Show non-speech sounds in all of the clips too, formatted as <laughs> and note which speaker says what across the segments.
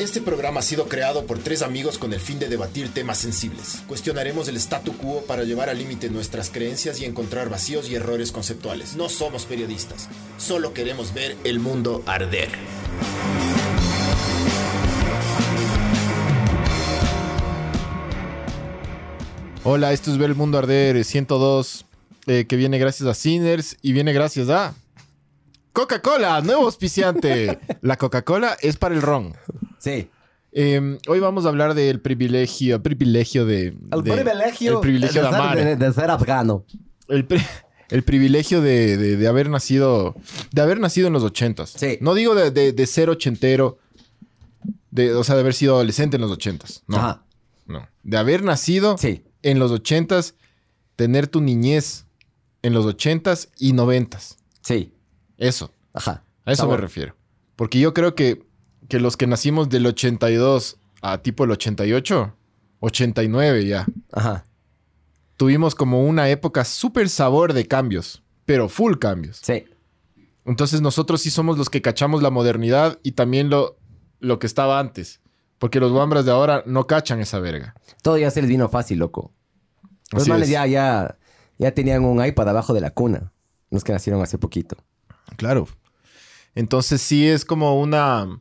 Speaker 1: Este programa ha sido creado por tres amigos con el fin de debatir temas sensibles. Cuestionaremos el statu quo para llevar al límite nuestras creencias y encontrar vacíos y errores conceptuales. No somos periodistas, solo queremos ver el mundo arder.
Speaker 2: Hola, esto es Ver el Mundo Arder 102, eh, que viene gracias a Sinners y viene gracias a Coca-Cola, nuevo
Speaker 3: <laughs>
Speaker 2: auspiciante. La Coca-Cola es para el ron.
Speaker 3: Sí.
Speaker 2: Eh, hoy vamos a hablar del privilegio, privilegio de...
Speaker 3: El
Speaker 2: de-
Speaker 3: privilegio,
Speaker 2: el privilegio de
Speaker 3: ser,
Speaker 2: amar.
Speaker 3: de- de ser afgano.
Speaker 2: El, pri- el privilegio de, de- de haber nacido... De haber nacido en los ochentas.
Speaker 3: Sí.
Speaker 2: No digo de, de- de ser ochentero, de, o sea, de haber sido adolescente en los ochentas. No,
Speaker 3: Ajá.
Speaker 2: no. De haber nacido
Speaker 3: Sí.
Speaker 2: en los ochentas, tener tu niñez en los ochentas y noventas.
Speaker 3: Sí.
Speaker 2: Eso.
Speaker 3: Ajá.
Speaker 2: A eso
Speaker 3: Sabor.
Speaker 2: me refiero. Porque yo creo que, que los que nacimos del 82 a tipo el 88, 89 ya,
Speaker 3: Ajá.
Speaker 2: tuvimos como una época súper sabor de cambios, pero full cambios.
Speaker 3: Sí.
Speaker 2: Entonces nosotros sí somos los que cachamos la modernidad y también lo, lo que estaba antes. Porque los guambras de ahora no cachan esa verga.
Speaker 3: Todo ya se les vino fácil, loco. Los
Speaker 2: Así
Speaker 3: manes
Speaker 2: es.
Speaker 3: Pues, ya, ya, ya tenían un iPad abajo de la cuna. Los que nacieron hace poquito.
Speaker 2: Claro. Entonces sí es como una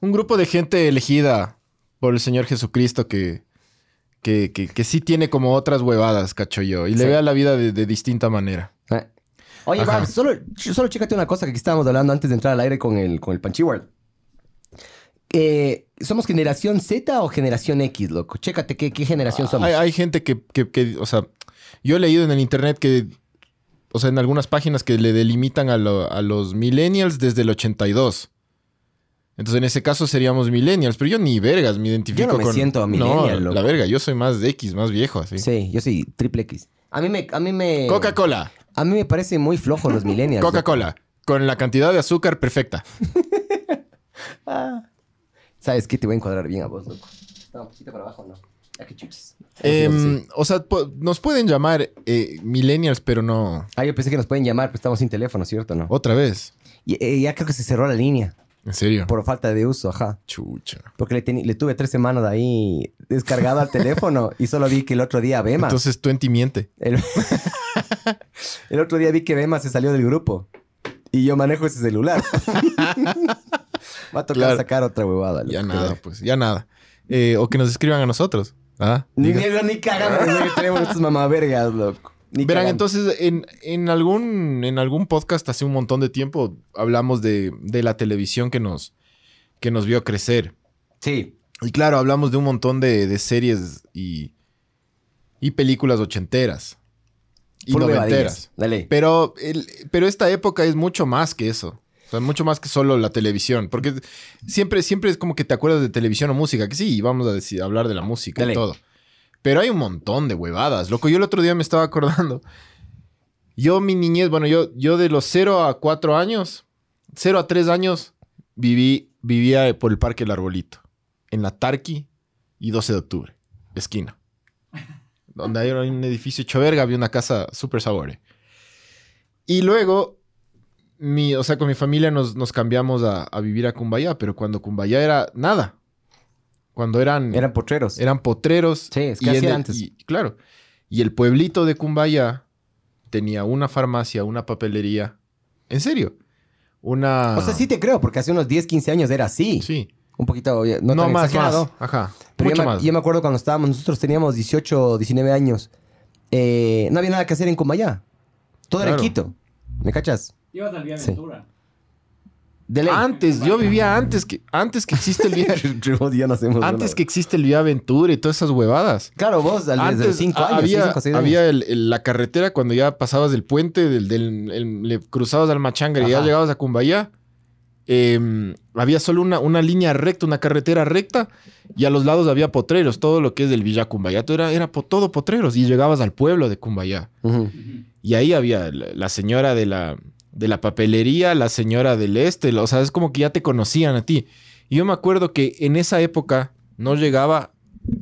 Speaker 2: un grupo de gente elegida por el Señor Jesucristo que, que, que- que sí tiene como otras huevadas, cacho yo, y le
Speaker 3: Sí.
Speaker 2: vea la vida de, de distinta manera.
Speaker 3: Eh. Oye,
Speaker 2: Ajá.
Speaker 3: Babs, solo, solo chécate una cosa que aquí estábamos hablando antes de entrar al aire con el, con el Punchy World. Eh, ¿Somos generación Z o generación X, loco? Chécate qué, qué generación somos.
Speaker 2: Ah, Hay, hay gente que, que- que, o sea, yo he leído en el internet que, o sea, en algunas páginas que le delimitan a, lo- a los millennials desde el 82. Entonces, en ese caso seríamos millennials, pero yo ni vergas me identifico
Speaker 3: me
Speaker 2: con...
Speaker 3: siento millennial,
Speaker 2: No,
Speaker 3: loco.
Speaker 2: la verga, yo soy más de X, más viejo, así.
Speaker 3: Sí, yo soy triple X. A mí me... A mí me,
Speaker 2: Coca-Cola.
Speaker 3: a mí me parecen muy flojos los millennials. loco.
Speaker 2: Coca-Cola. Con la cantidad de azúcar perfecta.
Speaker 3: ¿Sabes qué? Te voy a encuadrar bien a vos, loco. No, un poquito para abajo, no. Ah, qué chuches.
Speaker 2: Em, o sea, po- nos pueden llamar eh, millennials, pero no.
Speaker 3: Ah, yo pensé que nos pueden llamar, pero estamos sin teléfono, ¿cierto? No.
Speaker 2: Otra vez.
Speaker 3: Y, eh, ya creo que se cerró la línea
Speaker 2: En serio.
Speaker 3: por falta de uso, ajá.
Speaker 2: Chucha.
Speaker 3: Porque le, teni- le tuve tres semanas de ahí descargado al teléfono y solo vi que el otro día Bema.
Speaker 2: Entonces Twenty miente.
Speaker 3: El... <laughs> el otro día vi que Bema se salió del grupo y yo manejo
Speaker 2: <laughs>
Speaker 3: ese celular. Va a tocar
Speaker 2: Claro.
Speaker 3: sacar otra huevada. loco,
Speaker 2: Ya
Speaker 3: que
Speaker 2: nada,
Speaker 3: ver.
Speaker 2: pues. Ya nada. Eh, o que nos escriban a nosotros. Ah,
Speaker 3: Ni
Speaker 2: diga.
Speaker 3: mierda ni
Speaker 2: <laughs>
Speaker 3: cagada de que tenemos estos mamavergas, loco. Ni
Speaker 2: Verán,
Speaker 3: cagando.
Speaker 2: entonces, en, en algún, en algún podcast hace un montón de tiempo hablamos de, de la televisión que nos, que nos vio crecer.
Speaker 3: Sí,
Speaker 2: Y claro, hablamos de un montón de, de series y, y películas ochenteras y
Speaker 3: full
Speaker 2: noventeras.
Speaker 3: huevadillas. Dale.
Speaker 2: Pero, el- pero esta época es mucho más que eso. O sea, mucho más que solo la televisión. Porque siempre, siempre es como que te acuerdas de televisión o música. Que sí, vamos a decir- a hablar de la música
Speaker 3: Dale.
Speaker 2: y todo. Pero hay un montón de huevadas. Loco, yo el otro día me estaba acordando. Yo, mi niñez, bueno, yo, yo de los 0 a 4 años, 0 a 3 años, viví, vivía eh, por el Parque El Arbolito. En la Tarqui y 12 de octubre. Esquina. Donde hay un edificio hecho verga, había una casa súper sabore. Y luego, mi, o sea, con mi familia nos, nos cambiamos a, a vivir a Cumbayá, pero cuando Cumbayá era nada. Cuando eran,
Speaker 3: Eran potreros.
Speaker 2: eran potreros.
Speaker 3: Sí, es que
Speaker 2: y
Speaker 3: así
Speaker 2: en
Speaker 3: era
Speaker 2: el-
Speaker 3: antes.
Speaker 2: y- claro. Y el pueblito de Cumbayá tenía una farmacia, una papelería. En serio. Una.
Speaker 3: O sea, sí te creo, porque hace unos 10, 15 años era así.
Speaker 2: Sí.
Speaker 3: Un poquito, obvio, no,
Speaker 2: No,
Speaker 3: tan
Speaker 2: más,
Speaker 3: exagerado.
Speaker 2: más. Ajá.
Speaker 3: Pero
Speaker 2: Mucho
Speaker 3: yo, me,
Speaker 2: más.
Speaker 3: yo me acuerdo cuando estábamos, nosotros teníamos 18, 19 años. Eh, no había nada que hacer en Cumbayá. Todo era en
Speaker 2: Claro.
Speaker 3: Quito. ¿Me cachas?
Speaker 4: Ibas al Vía
Speaker 3: Sí.
Speaker 4: Aventura.
Speaker 3: De ley.
Speaker 2: Antes, yo vivía antes que, antes que existe
Speaker 3: <laughs>
Speaker 2: el día.
Speaker 3: Vos y yo no hacemos
Speaker 2: antes
Speaker 3: una-
Speaker 2: que existe el Vía Aventura y todas esas huevadas.
Speaker 3: Claro, vos, al- desde los 5
Speaker 2: a-
Speaker 3: años.
Speaker 2: había,
Speaker 3: sí, cinco, seis años.
Speaker 2: había el- el- la carretera cuando ya pasabas del puente, del, del- el- le cruzabas al Machanga y ya
Speaker 3: Ajá.
Speaker 2: llegabas a Cumbayá. eh, había solo una, una línea recta, una carretera recta, y a los lados había potreros, todo lo que es del Villa Cumbayá. todo Era, era po- todo potreros, y llegabas al pueblo de Cumbayá.
Speaker 3: Ujú.
Speaker 4: Ujú.
Speaker 2: Y ahí había la, la señora de la, de la papelería, la señora del este, la- o sea, es como que ya te conocían a ti. Y yo me acuerdo que en esa época no llegaba,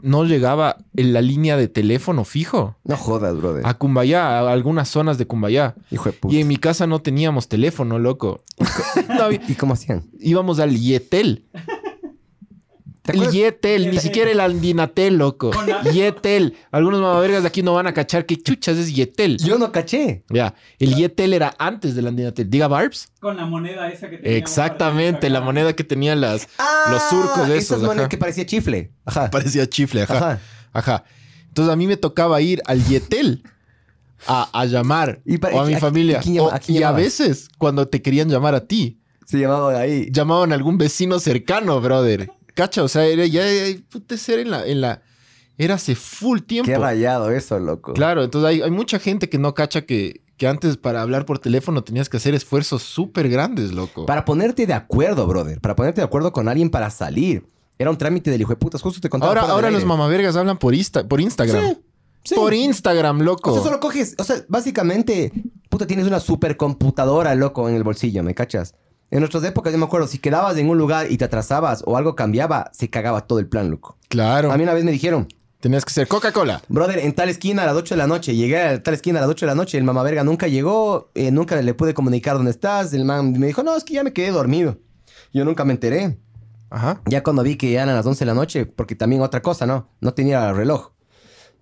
Speaker 2: no llegaba en la línea de teléfono fijo
Speaker 3: No jodas, brother.
Speaker 2: a Cumbayá, a algunas zonas de Cumbayá.
Speaker 3: Hijo de puta.
Speaker 2: Ah, Y en mi casa no teníamos teléfono, loco. <laughs> No había-
Speaker 3: ¿Y cómo hacían?
Speaker 2: íbamos al Yetel.
Speaker 3: ¿Te
Speaker 2: El
Speaker 3: acuerdas?
Speaker 2: Yetel, ni siquiera el Andinatel, loco. Yetel. Algunos mamavergas de aquí no van a cachar que chuchas es Yetel.
Speaker 3: Yo no caché.
Speaker 2: Ya, el Yetel era antes del Andinatel. Diga Barbs.
Speaker 4: Con la moneda esa que teníamos
Speaker 2: Exactamente,
Speaker 4: para-
Speaker 2: la moneda que tenía las.
Speaker 3: Ah,
Speaker 2: Los surcos de
Speaker 3: Esas
Speaker 2: esos,
Speaker 3: monedas
Speaker 2: ajá.
Speaker 3: que parecía chifle. Ajá.
Speaker 2: Parecía chifle, ajá.
Speaker 3: Ajá.
Speaker 2: Ajá. Entonces a mí me tocaba ir al Yetel a, a llamar
Speaker 3: Y para-
Speaker 2: o a mi
Speaker 3: ¿a-
Speaker 2: familia.
Speaker 3: a quién llama-
Speaker 2: O-
Speaker 3: a quién
Speaker 2: y a
Speaker 3: llamabas?
Speaker 2: veces, cuando te querían llamar a ti,
Speaker 3: Se llamaba ahí.
Speaker 2: llamaban a algún vecino cercano, brother. Cacha, o sea, era ya, ya- puta, ese era en la, en la. Era hace full tiempo.
Speaker 3: Qué rayado eso, loco.
Speaker 2: Claro, entonces hay, hay mucha gente que no cacha que, que antes para hablar por teléfono tenías que hacer esfuerzos súper grandes, loco.
Speaker 3: Para ponerte de acuerdo, brother. Para ponerte de acuerdo con alguien para salir. Era un trámite del hijo de putas. Justo te contaba.
Speaker 2: ahora
Speaker 3: fuera del
Speaker 2: ahora
Speaker 3: aire.
Speaker 2: los mamavergas hablan por, Insta, por Instagram.
Speaker 3: Sí, sí.
Speaker 2: Por Instagram, loco.
Speaker 3: O sea, solo coges. O sea, básicamente, puta, tienes una supercomputadora, loco, en el bolsillo, ¿me cachas? En nuestras épocas, yo me acuerdo, si quedabas en un lugar y te atrasabas o algo cambiaba, se cagaba todo el plan, loco.
Speaker 2: Claro.
Speaker 3: A mí una vez me dijeron,
Speaker 2: Tenías que ser Coca-Cola.
Speaker 3: brother, en tal esquina a las 8 de la noche, llegué a tal esquina a las 8 de la noche, el mamá verga nunca llegó, eh, nunca le pude comunicar dónde estás, el man me dijo, no, es que ya me quedé dormido. Yo nunca me enteré.
Speaker 2: Ajá.
Speaker 3: Ya cuando vi que ya eran las 11 de la noche, porque también otra cosa, ¿no? No tenía reloj.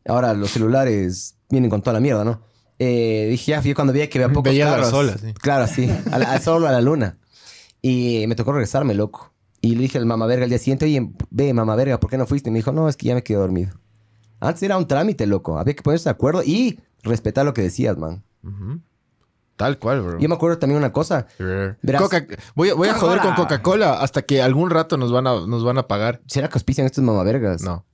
Speaker 3: Ahora los celulares vienen con toda la mierda, ¿no? Eh, dije, ya, yo cuando vi que
Speaker 2: <laughs>
Speaker 3: había pocos
Speaker 2: Veías al
Speaker 3: carros.
Speaker 2: sol, así.
Speaker 3: Claro, sí.
Speaker 2: <laughs>
Speaker 3: Al, al sol o a la luna. Y me tocó regresarme, loco. Y le dije al mamá verga al día siguiente, oye, ve, mamá verga, ¿por qué no fuiste? Y me dijo, no, es que ya me quedé dormido. Antes era un trámite, loco. Había que ponerse de acuerdo y respetar lo que decías, man.
Speaker 2: Ujú. Tal cual, bro.
Speaker 3: Yo me acuerdo también una cosa. Verás.
Speaker 2: Coca- voy, a- voy a joder con
Speaker 3: Coca-Cola.
Speaker 2: Coca-Cola hasta que algún rato nos van a, nos van a pagar.
Speaker 3: ¿Será que auspician estos mamavergas?
Speaker 2: No.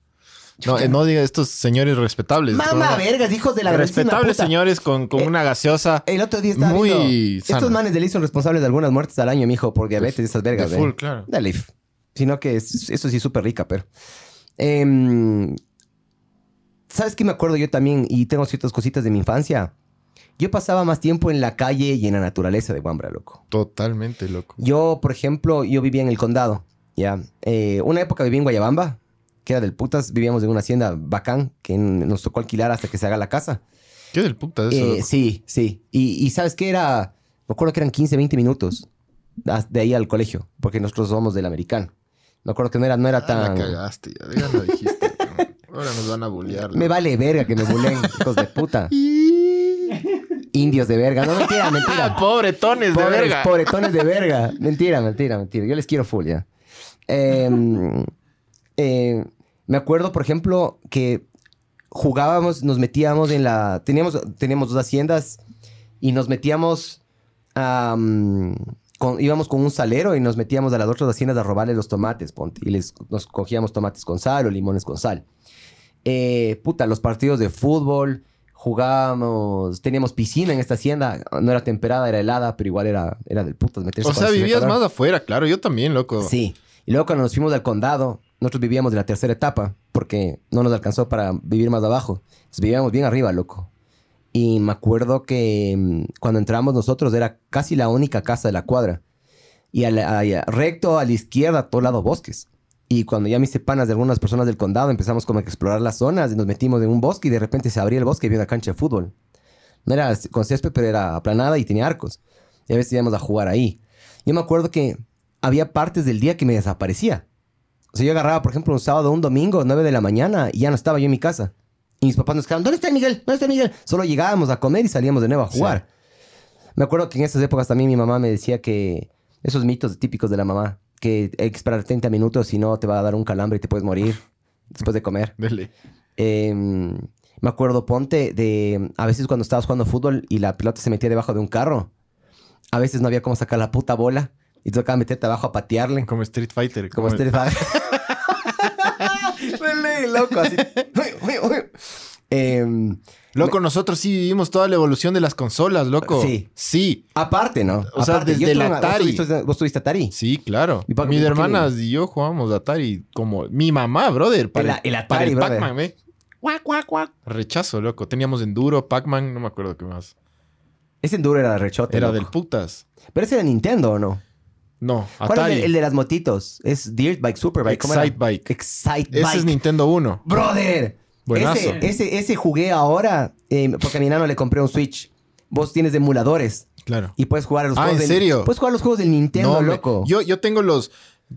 Speaker 2: No, eh, no diga estos señores respetables.
Speaker 3: Mamá vergas, hijos de la grandísima
Speaker 2: Respetables
Speaker 3: puta.
Speaker 2: señores con, con
Speaker 3: Eh,
Speaker 2: una gaseosa.
Speaker 3: El otro día estaba
Speaker 2: Muy
Speaker 3: viendo,
Speaker 2: sano.
Speaker 3: Estos manes del IF son responsables de algunas muertes al año, mijo, por diabetes y esas vergas,
Speaker 2: Pues, de full,
Speaker 3: ¿eh?
Speaker 2: claro.
Speaker 3: Del IF. Sino que es- eso sí es súper rica, pero... Em, ¿Sabes qué me acuerdo yo también? Y tengo ciertas cositas de mi infancia. Yo pasaba más tiempo en la calle y en la naturaleza de Guambra, loco.
Speaker 2: Totalmente loco.
Speaker 3: Yo, por ejemplo, yo vivía en el condado, ¿ya? Eh, una época viví en Guayabamba, que era del putas. Vivíamos en una hacienda bacán que nos tocó alquilar hasta que se haga la casa.
Speaker 2: ¿Qué del puta es eso?
Speaker 3: Eh,
Speaker 2: loco?
Speaker 3: sí, sí. Y, y ¿sabes qué era? Me acuerdo que eran 15, 20 minutos as- de ahí al colegio, porque nosotros somos del americano. Me acuerdo que no era, no era
Speaker 2: Ah, la
Speaker 3: tan...
Speaker 2: cagaste, ya, ya lo dijiste. ¿no? Ahora nos van a bullear.
Speaker 3: Me vale verga que
Speaker 2: <laughs>
Speaker 3: me bulen, hijos de puta. Indios de verga. No, mentira, mentira.
Speaker 2: <laughs> Pobretones de
Speaker 3: Pobres-
Speaker 2: verga.
Speaker 3: Pobretones de verga. Mentira, mentira, mentira. Yo les quiero full, ya. Eh, eh, me acuerdo, por ejemplo, que jugábamos, nos metíamos en la... Teníamos, teníamos dos haciendas y nos metíamos... am, con- íbamos con un salero y nos metíamos a las otras haciendas a robarle los tomates, ponte. Y les, nos cogíamos tomates con sal o limones con sal. Eh, puta, los partidos de fútbol, jugábamos, teníamos piscina en esta hacienda, no era temperada, era helada, pero igual era, era del putas meterse
Speaker 2: O
Speaker 3: cuando
Speaker 2: sea,
Speaker 3: hacía
Speaker 2: vivías
Speaker 3: calor.
Speaker 2: más afuera, claro. Yo también, loco.
Speaker 3: Sí. Y luego cuando nos fuimos al condado, nosotros vivíamos de la tercera etapa, porque no nos alcanzó para vivir más abajo. Entonces vivíamos bien arriba, loco. Y me acuerdo que mm, cuando entramos nosotros era casi la única casa de la cuadra. Y a la- a- y a- recto a la izquierda, a todos lados bosques. Y cuando ya me hice panas de algunas personas del condado, empezamos como a explorar las zonas y nos metimos en un bosque y de repente se abría el bosque y había una cancha de fútbol. No era con césped, pero era aplanada y tenía arcos. Y a veces íbamos a jugar ahí. Yo me acuerdo que había partes del día que me desaparecía. O sea, yo agarraba, por ejemplo, un sábado, un domingo, 9 de la mañana, y ya no estaba yo en mi casa. Y mis papás nos quedaban, ¿dónde está Miguel? ¿Dónde está Miguel? Solo llegábamos a comer y salíamos de nuevo a jugar. Me acuerdo que en esas épocas también mi mamá me decía que esos mitos típicos de la mamá, que hay que esperar 30 minutos si no te va a dar un calambre y te puedes morir después de comer.
Speaker 2: Dele.
Speaker 3: Eh, me acuerdo, ponte, de a veces cuando estabas jugando fútbol y la pelota se metía debajo de un carro, a veces no había cómo sacar la puta bola y te tocaba meterte abajo a patearle.
Speaker 2: Como Street Fighter.
Speaker 3: Como
Speaker 2: el-
Speaker 3: Street Fighter. Relé, loco, así. Em,
Speaker 2: Loco, nosotros sí vivimos toda la evolución de las consolas, loco.
Speaker 3: Sí.
Speaker 2: Sí.
Speaker 3: aparte, ¿no?
Speaker 2: O sea,
Speaker 3: Aparte, yo
Speaker 2: desde el
Speaker 3: tuve una-
Speaker 2: Atari.
Speaker 3: ¿Vos tuviste, vos tuviste Atari?
Speaker 2: Sí, claro.
Speaker 3: ¿Y pa-
Speaker 2: Mis
Speaker 3: por qué?
Speaker 2: hermanas y yo jugábamos Atari como mi mamá, brother.
Speaker 3: El- el Atari,
Speaker 2: para el
Speaker 3: brother.
Speaker 2: Pac-Man, ¿eh? Guac, guac, guac. Rechazo, loco. Teníamos Enduro, Pac-Man, no me acuerdo qué más.
Speaker 3: Ese enduro era rechote.
Speaker 2: Era
Speaker 3: loco.
Speaker 2: del putas.
Speaker 3: Pero ese era Nintendo, ¿o no?
Speaker 2: No,
Speaker 3: ¿Cuál
Speaker 2: Atari.
Speaker 3: es el, el de las motitos? Es Dirt Bike, Super Bike. ¿cómo era?
Speaker 2: Excite Bike.
Speaker 3: Excite
Speaker 2: Ese
Speaker 3: Bike.
Speaker 2: es Nintendo 1.
Speaker 3: Brother.
Speaker 2: Buenazo.
Speaker 3: Ese, ese, ese jugué ahora eh, porque a mi nano le compré un Switch. Vos tienes emuladores
Speaker 2: Claro.
Speaker 3: y puedes jugar a los
Speaker 2: Ah,
Speaker 3: juegos
Speaker 2: ¿en
Speaker 3: del-
Speaker 2: serio?
Speaker 3: Puedes jugar a los juegos del Nintendo,
Speaker 2: No, me-
Speaker 3: loco.
Speaker 2: Yo, yo tengo los,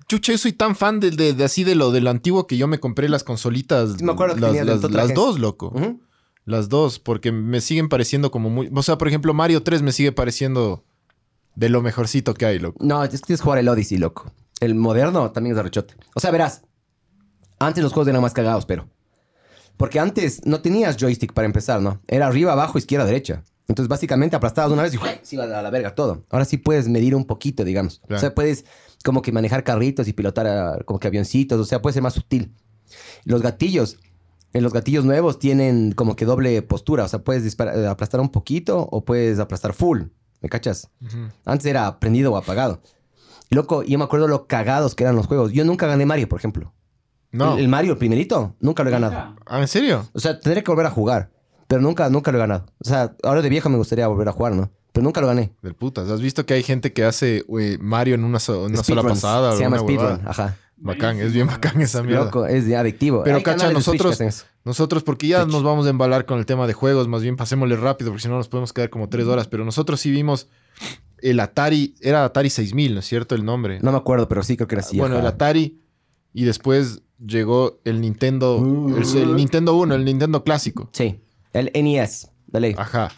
Speaker 2: Chucha, yo soy tan fan del de, de así de lo, de lo antiguo que yo me compré las consolitas.
Speaker 3: Sí, me acuerdo que
Speaker 2: las,
Speaker 3: tenías de
Speaker 2: las-
Speaker 3: tu
Speaker 2: las
Speaker 3: traje.
Speaker 2: dos, loco.
Speaker 3: Ujú.
Speaker 2: Las dos, porque me siguen pareciendo como muy. O sea, por ejemplo, Mario 3 me sigue pareciendo de lo mejorcito que hay, loco.
Speaker 3: No, es que tienes que jugar el Odyssey, loco. El moderno también es arrechote. O sea, verás. Antes los juegos eran más cagados, pero. Porque antes no tenías joystick para empezar, ¿no? Era arriba, abajo, izquierda, derecha. Entonces, básicamente aplastabas una vez y ¡guay! se iba a la verga todo. Ahora sí puedes medir un poquito, digamos.
Speaker 2: Claro.
Speaker 3: O sea, puedes como que manejar carritos y pilotar a- como que avioncitos. O sea, puede ser más sutil. Los gatillos. En los gatillos nuevos tienen como que doble postura. O sea, puedes dispara- eh, aplastar un poquito o puedes aplastar full. ¿Me cachas? Antes era prendido o apagado. Y Loco, yo me acuerdo lo cagados que eran los juegos. Yo nunca gané Mario, por ejemplo.
Speaker 2: No.
Speaker 3: El, el Mario, el primerito, nunca lo he ganado.
Speaker 2: Ah, ¿En serio?
Speaker 3: O sea, tendré que volver a jugar. Pero nunca, nunca lo he ganado. O sea, ahora de viejo me gustaría volver a jugar, ¿no? Pero nunca lo gané.
Speaker 2: Del putas. ¿Has visto que hay gente que hace güey, Mario en una, so- una sola
Speaker 3: Speedruns.
Speaker 2: pasada?
Speaker 3: Se llama
Speaker 2: alguna huevada?
Speaker 3: speedrun, ajá.
Speaker 2: Bacán, es bien bacán esa mierda.
Speaker 3: Loco, es de adictivo.
Speaker 2: Pero,
Speaker 3: Hay
Speaker 2: cacha,
Speaker 3: canales de Twitch que
Speaker 2: nosotros-
Speaker 3: hacen eso.
Speaker 2: Nosotros, porque ya
Speaker 3: Twitch.
Speaker 2: nos vamos a embalar con el tema de juegos, más bien pasémosle rápido, porque si no nos podemos quedar como tres horas. Pero nosotros sí vimos el Atari, era Atari 6000, ¿no es cierto el nombre?
Speaker 3: No me acuerdo, pero sí creo que era así.
Speaker 2: bueno,
Speaker 3: ajá.
Speaker 2: el Atari, y después llegó el Nintendo, el,
Speaker 3: Uh.
Speaker 2: el Nintendo 1, el Nintendo clásico.
Speaker 3: Sí, el E NES, de ley.
Speaker 2: Ajá.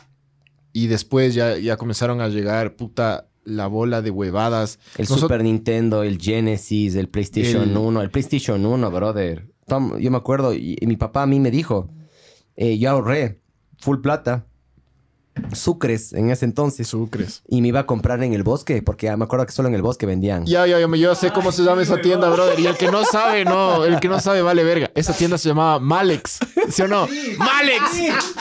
Speaker 2: Y después ya, ya comenzaron a llegar, puta, la bola de huevadas.
Speaker 3: el
Speaker 2: Nosot-
Speaker 3: Super Nintendo, el Genesis, el PlayStation
Speaker 2: El-
Speaker 3: 1, el PlayStation 1, brother. Tom, yo me acuerdo, y, y mi papá a mí me dijo, eh, yo ahorré full plata, sucres en ese entonces,
Speaker 2: Sucres.
Speaker 3: y me iba a comprar en el bosque, porque ah, me acuerdo que solo en el bosque vendían.
Speaker 2: Ya, ya, ya, me- yo ya sé cómo se llama esa tienda, brother. Y el que no sabe, no. El que no sabe, vale verga. Esa tienda se llamaba Malex. ¿Sí o no? ¡Malex!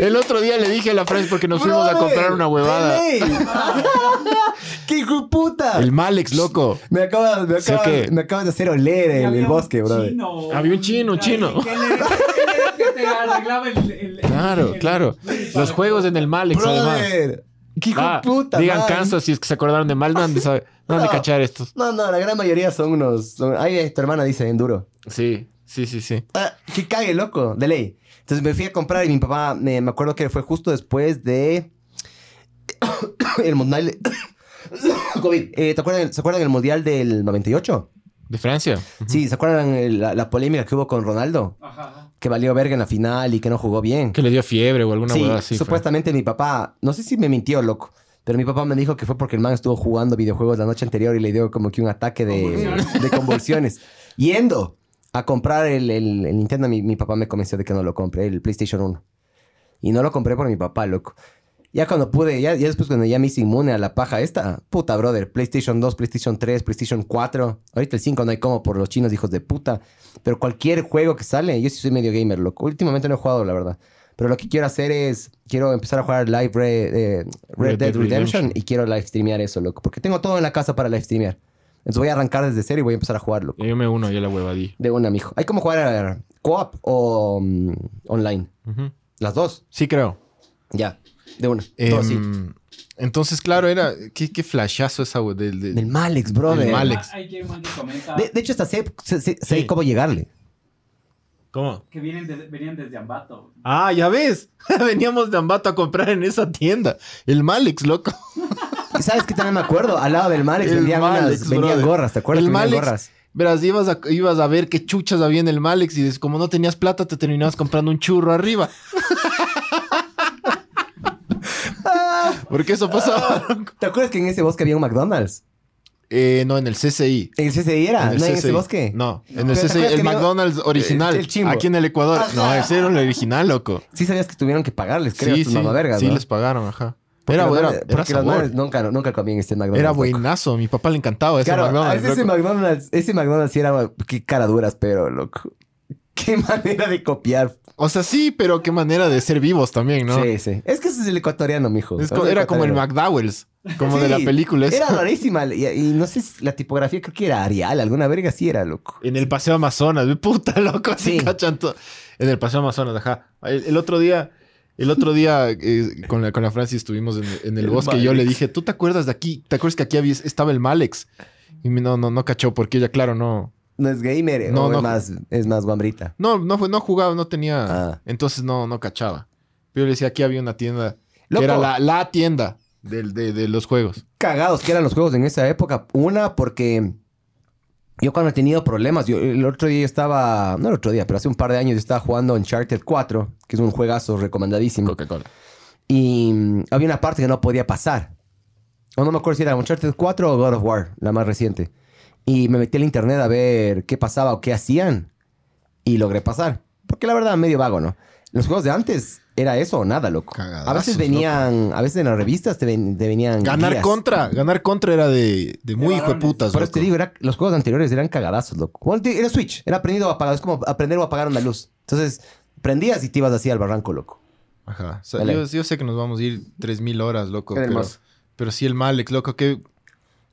Speaker 2: El otro día le dije a la Fran porque nos fuimos a comprar una huevada.
Speaker 3: <laughs> ¡Qué hijo de puta!
Speaker 2: El Malex, loco.
Speaker 3: Me, acabas, me,
Speaker 2: Sé
Speaker 3: acabas-
Speaker 2: que-
Speaker 3: me acabas de hacer oler en el bosque, brother.
Speaker 2: Había un chino, un chino.
Speaker 4: Que, le- que te arreglaba el... el-
Speaker 2: Claro,
Speaker 4: el-
Speaker 2: claro. Los juegos en el Malex, además.
Speaker 3: Brother, ¡Qué hijo de
Speaker 2: Ah,
Speaker 3: puta!
Speaker 2: digan
Speaker 3: man.
Speaker 2: Kansas si es que se acordaron de mal, no han de saber- <laughs> no han de
Speaker 3: No.
Speaker 2: cachar estos.
Speaker 3: No, no, la gran mayoría son unos. son- Ay, tu hermana dice enduro.
Speaker 2: Sí, sí, sí, sí.
Speaker 3: Ah, que cague, loco, de ley. Entonces me fui a comprar y mi papá, me, me acuerdo que fue justo después de. <coughs> el mundial. <coughs> COVID. Eh, ¿te acuerdan, ¿Se acuerdan el mundial del 98?
Speaker 2: De Francia.
Speaker 3: Sí, ¿se acuerdan el- la, la polémica que hubo con Ronaldo?
Speaker 4: Ajá.
Speaker 3: Que valió verga en la final y que no jugó bien.
Speaker 2: Que le dio fiebre o alguna
Speaker 3: sí,
Speaker 2: huevada así. fue.
Speaker 3: supuestamente mi papá, no sé si me mintió, loco, pero mi papá me dijo que fue porque el man estuvo jugando videojuegos la noche anterior y le dio como que un ataque de,
Speaker 4: Convulsiones.
Speaker 3: de convulsiones. Yendo a comprar el, el- el Nintendo, mi, mi papá me convenció de que no lo compre, el PlayStation 1. Y no lo compré por mi papá, loco. Ya cuando pude, ya, ya después cuando ya me hice inmune a la paja esta, puta, brother, PlayStation 2, PlayStation 3, PlayStation 4, ahorita el 5 no hay como por los chinos, hijos de puta, pero cualquier juego que sale, yo sí soy medio gamer, loco. Últimamente no he jugado, la verdad. Pero lo que quiero hacer es, quiero empezar a jugar live Re- eh, Red,
Speaker 2: Red
Speaker 3: Dead
Speaker 2: Dead
Speaker 3: Redemption,
Speaker 2: Redemption.
Speaker 3: y quiero live streamear eso, loco, porque tengo todo en la casa para live streamear. Entonces voy a arrancar desde cero y voy a empezar a jugar, loco.
Speaker 2: Yo me uno, yo la huevadí.
Speaker 3: De una, mijo. Hay como jugar a co-op o mm, online.
Speaker 2: Ujú.
Speaker 3: Las dos,
Speaker 2: Sí, creo.
Speaker 3: ya. De una. Dos, sí.
Speaker 2: Em, Entonces, claro, era. Qué, qué flashazo esa, güey. Del, del-
Speaker 3: Del Malex, brother.
Speaker 2: Del Malex.
Speaker 4: Ah, Hay que man que comenta
Speaker 3: De, de hecho, hasta sé, sé- sé- sé
Speaker 2: Sí.
Speaker 3: cómo llegarle.
Speaker 2: ¿Cómo?
Speaker 4: que vienen de- venían desde Ambato.
Speaker 2: Ah, ya ves. <laughs> Veníamos de Ambato a comprar en esa tienda. El Malex, loco.
Speaker 3: Y sabes que también me acuerdo, al lado del Malex
Speaker 2: El
Speaker 3: vendían, unas-
Speaker 2: Malex,
Speaker 3: vendían
Speaker 2: brother.
Speaker 3: gorras, ¿te acuerdas?
Speaker 2: El
Speaker 3: que vendían
Speaker 2: Malex.
Speaker 3: gorras.
Speaker 2: Verás, ibas a, ibas a ver qué chuchas había en el Malex y des- como no tenías plata, te terminabas comprando un churro arriba.
Speaker 3: <laughs>
Speaker 2: Porque eso pasaba. loco.
Speaker 3: ¿Te acuerdas que en ese bosque había un McDonald's?
Speaker 2: Eh, no, en el CCI.
Speaker 3: En ese era,
Speaker 2: En el
Speaker 3: no Ah, en ese
Speaker 2: CCI.
Speaker 3: bosque.
Speaker 2: No, en
Speaker 3: Pero
Speaker 2: el
Speaker 3: ¿te
Speaker 2: CCI.
Speaker 3: acuerdas
Speaker 2: El
Speaker 3: que había-
Speaker 2: McDonald's original.
Speaker 3: el chimbo.
Speaker 2: aquí en el Ecuador. No, ese era el original, loco.
Speaker 3: Sí sabías que tuvieron que pagarles, creo, sí, tus mamavergas,
Speaker 2: sí
Speaker 3: ¿no?
Speaker 2: les pagaron, ajá.
Speaker 3: Porque
Speaker 2: Era,
Speaker 3: los
Speaker 2: era,
Speaker 3: manes-
Speaker 2: era
Speaker 3: porque los
Speaker 2: sabor.
Speaker 3: manes nunca, nunca comían este McDonald's.
Speaker 2: Era
Speaker 3: loco.
Speaker 2: buenazo. A mi papá le encantaba ese
Speaker 3: Claro, a
Speaker 2: McDonald's.
Speaker 3: veces ese
Speaker 2: loco.
Speaker 3: McDonald's, ese McDonald's sí era... Qué cara duras, pero, loco. <laughs> Qué manera de copiar.
Speaker 2: O sea, sí, pero qué manera de ser vivos también, ¿no?
Speaker 3: Sí, sí. Es que ese es el ecuatoriano, mijo.
Speaker 2: Es co- era como el
Speaker 3: ecuatoriano.
Speaker 2: McDowell's. Como de la
Speaker 3: Sí,
Speaker 2: película. esa.
Speaker 3: Era rarísima. Y, y no sé, si la tipografía creo que era Arial, alguna verga sí era, loco.
Speaker 2: <laughs> En el Paseo Amazonas, de puta loco, así
Speaker 3: Sí.
Speaker 2: cachan todo. En el Paseo Amazonas, ajá. El, el otro día, el otro día eh, con, la, con la Francis estuvimos en, en el,
Speaker 3: El
Speaker 2: bosque y yo le
Speaker 3: Malex.
Speaker 2: dije, ¿tú te acuerdas de aquí? ¿Te acuerdas que aquí había- estaba el Malex? Y me- no, no, no cachó porque ella, claro, no.
Speaker 3: No es gamer, eh,
Speaker 2: No,
Speaker 3: o
Speaker 2: no.
Speaker 3: Es, más, es más guambrita.
Speaker 2: No, no, fue- no jugaba, no tenía.
Speaker 3: Ah.
Speaker 2: Entonces no, no cachaba. Pero yo le decía, aquí había una tienda.
Speaker 3: Loco.
Speaker 2: Que era la, la tienda del- de, de los juegos.
Speaker 3: Cagados que eran los juegos en esa época. Una, porque Yo cuando he tenido problemas, yo el otro día estaba, no el otro día, pero hace un par de años yo estaba jugando Uncharted 4, que es un juegazo recomendadísimo.
Speaker 2: Coca-Cola.
Speaker 3: Y mm, había una parte que no podía pasar. O no me acuerdo si era Uncharted 4 o God of War, la más reciente. Y me metí al internet a ver qué pasaba o qué hacían. Y logré pasar. Porque la verdad, medio vago, ¿no? Los juegos de antes era eso o nada, loco. a
Speaker 2: Cagadazos,
Speaker 3: veces venían, a veces en las revistas te, ven- te venían.
Speaker 2: Ganar
Speaker 3: guías.
Speaker 2: contra. Ganar contra era de, de muy
Speaker 4: De
Speaker 2: hijo de putas,
Speaker 3: Por eso te
Speaker 2: loco.
Speaker 3: digo, era- los juegos anteriores eran cagadazos, loco. Bueno, te- era Switch, era aprendido o apagado, es como aprender o apagar una luz. Entonces, prendías y te ibas así al barranco, loco.
Speaker 2: Ajá. O sea,
Speaker 3: Dale.
Speaker 2: yo, yo sé que nos vamos a ir 3.000 horas, loco.
Speaker 3: Qué
Speaker 2: Pero,
Speaker 3: hermoso.
Speaker 2: pero sí, el Malex, loco. Qué,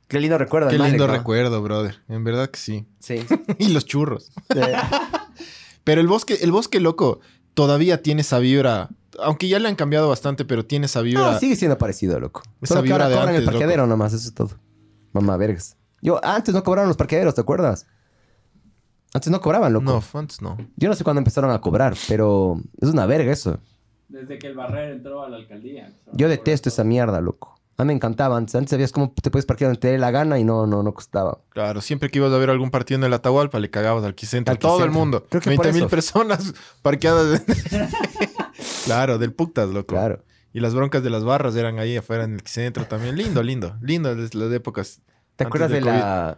Speaker 3: Qué lindo recuerdo.
Speaker 2: qué
Speaker 3: el Malek,
Speaker 2: lindo
Speaker 3: ¿no?
Speaker 2: recuerdo, brother. En verdad que sí. <laughs>
Speaker 3: <laughs> Sí.
Speaker 2: y los churros. Pero el bosque, el bosque loco todavía tiene esa vibra. Aunque ya le han cambiado bastante, pero tiene esa vibra.
Speaker 3: No, sigue siendo parecido, loco.
Speaker 2: Esa
Speaker 3: Solo que
Speaker 2: vibra
Speaker 3: ahora
Speaker 2: de
Speaker 3: cobran el
Speaker 2: antes,
Speaker 3: parqueadero nomás, eso es todo. Mamá vergas. Yo, antes no cobraron los parqueaderos, ¿te acuerdas? Antes no cobraban, loco.
Speaker 2: No, antes no.
Speaker 3: Yo no sé cuándo empezaron a cobrar, pero es una verga eso.
Speaker 4: Desde que el barrer entró a la alcaldía.
Speaker 3: Yo detesto esa mierda, loco. A mí me encantaba antes. Antes sabías cómo te puedes parquear donde te dé la gana y no, no, no costaba.
Speaker 2: Claro, siempre que ibas a ver algún partido en el Atahualpa le cagabas al Quicentro.
Speaker 3: Al
Speaker 2: Todo el
Speaker 3: Quicentro.
Speaker 2: mundo.
Speaker 3: Creo que por
Speaker 2: 20.000
Speaker 3: eso.
Speaker 2: personas <laughs> parqueadas.
Speaker 3: <laughs>
Speaker 2: claro, del putas, loco.
Speaker 3: Claro.
Speaker 2: Y las broncas de las barras eran ahí afuera en el Quicentro también. Lindo, lindo. Lindo es las épocas.
Speaker 3: ¿Te
Speaker 2: Antes
Speaker 3: acuerdas de
Speaker 2: del COVID.
Speaker 3: la...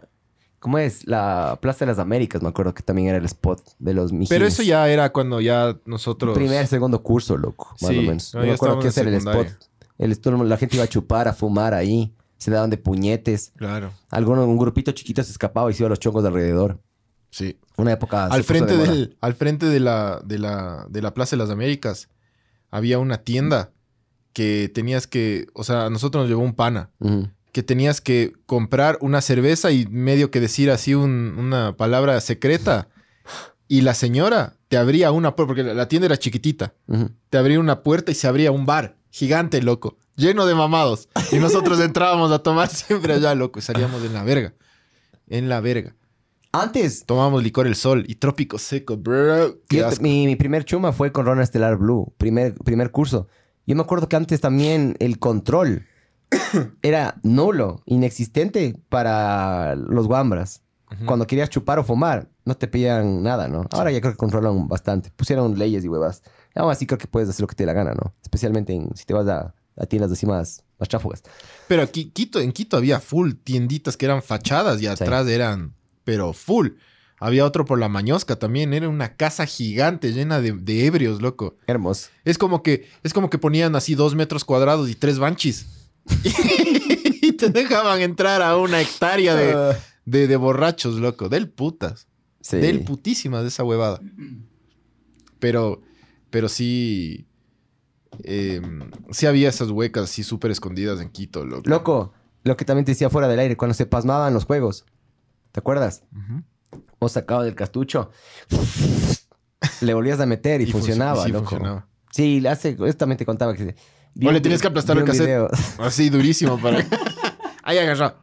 Speaker 3: ¿Cómo es? La Plaza de las Américas, me acuerdo que también era el spot de los mijines.
Speaker 2: Pero eso ya era cuando ya nosotros...
Speaker 3: Primer, segundo curso, loco. Más
Speaker 2: Sí,
Speaker 3: o menos.
Speaker 2: no,
Speaker 3: No,
Speaker 2: ya
Speaker 3: me acuerdo
Speaker 2: estábamos
Speaker 3: qué hacer
Speaker 2: en
Speaker 3: el spot.
Speaker 2: secundaria.
Speaker 3: El, todo- la gente iba a chupar, a fumar ahí. Se daban de puñetes.
Speaker 2: Claro,
Speaker 3: Alguno, un grupito chiquito se escapaba y se iba a los chongos de alrededor.
Speaker 2: sí.
Speaker 3: Una época... se
Speaker 2: al
Speaker 3: puso de
Speaker 2: frente,
Speaker 3: moda.
Speaker 2: del, al frente de, la, de, la, de la Plaza de las Américas había una tienda que tenías que, o sea, a nosotros nos llevó un pana,
Speaker 3: Ujú.
Speaker 2: que tenías que comprar una cerveza y medio que decir así un- una palabra secreta. Y la señora te abría una puerta, porque la- la tienda era chiquitita,
Speaker 3: Ujú.
Speaker 2: te abría una puerta y se abría un bar gigante, loco, lleno de mamados. Y nosotros entrábamos a tomar siempre allá, loco, y salíamos en la verga. En la verga.
Speaker 3: Antes...
Speaker 2: Tomamos licor el sol y trópico seco, bro. Qué
Speaker 3: yo-
Speaker 2: asco.
Speaker 3: mi, mi primer chuma fue con Rona Estelar Blue. Primer, primer curso. Yo me acuerdo que antes también el control <coughs> era nulo, inexistente para los guambras.
Speaker 2: Ujú.
Speaker 3: cuando querías chupar o fumar, no te pedían nada, ¿no? Ahora ya creo que controlan bastante. Pusieron leyes y huevas. Aún así creo que puedes hacer lo que te dé la gana, ¿no? Especialmente en- si te vas a, a tiendas así más, más tráfugas.
Speaker 2: Pero aquí, Quito, en Quito había full tienditas que eran fachadas y atrás eran, pero full. Había otro por la Mañosca también, era una casa gigante llena de, de ebrios, loco.
Speaker 3: Hermoso.
Speaker 2: Es como que, es como que ponían así dos metros cuadrados y tres banchis. <laughs> y te dejaban entrar a una hectárea de,
Speaker 3: Ah,
Speaker 2: de- de borrachos, loco. Del putas.
Speaker 3: sí.
Speaker 2: Del putísimas de esa huevada. Pero, pero sí. eh, sí había esas huecas así súper escondidas en Quito, loco.
Speaker 3: Loco, lo que también te decía fuera del aire, cuando se pasmaban los juegos, ¿te acuerdas?
Speaker 2: Ujú.
Speaker 3: Vos sacabas del castucho, <laughs> le volvías a meter y,
Speaker 2: func-
Speaker 3: funcionaba,
Speaker 2: sí
Speaker 3: loco.
Speaker 2: funcionaba.
Speaker 3: Sí, hace, eso también te contaba que...
Speaker 2: le tenías que aplastar el
Speaker 3: vi un
Speaker 2: cassette.
Speaker 3: video. <laughs>
Speaker 2: Así durísimo para. Ahí agarrado.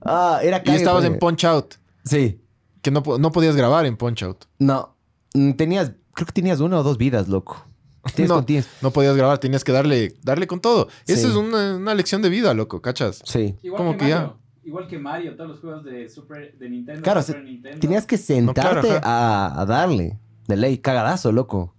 Speaker 3: Ah, era
Speaker 2: Y
Speaker 3: cague,
Speaker 2: estabas
Speaker 3: güey.
Speaker 2: en Punch Out.
Speaker 3: Sí.
Speaker 2: Que no, po- no podías grabar en Punch Out.
Speaker 3: No. Mm, Tenías, creo que tenías una o dos vidas, loco. Tienes
Speaker 2: No.
Speaker 3: con- tienes-
Speaker 2: No podías grabar, tenías que darle, darle con todo. Esa
Speaker 3: Sí.
Speaker 2: es una, una lección de vida, loco, ¿cachas?
Speaker 3: Sí.
Speaker 4: Igual
Speaker 2: Como
Speaker 4: que,
Speaker 2: que ya.
Speaker 4: Mario. Igual que Mario, todos los juegos de Super de Nintendo.
Speaker 3: Claro,
Speaker 4: Super
Speaker 3: se-
Speaker 4: Nintendo.
Speaker 3: Tenías que
Speaker 2: claro,
Speaker 3: sentarte
Speaker 2: ajá.
Speaker 3: a, a darle. De ley, cagadazo, loco.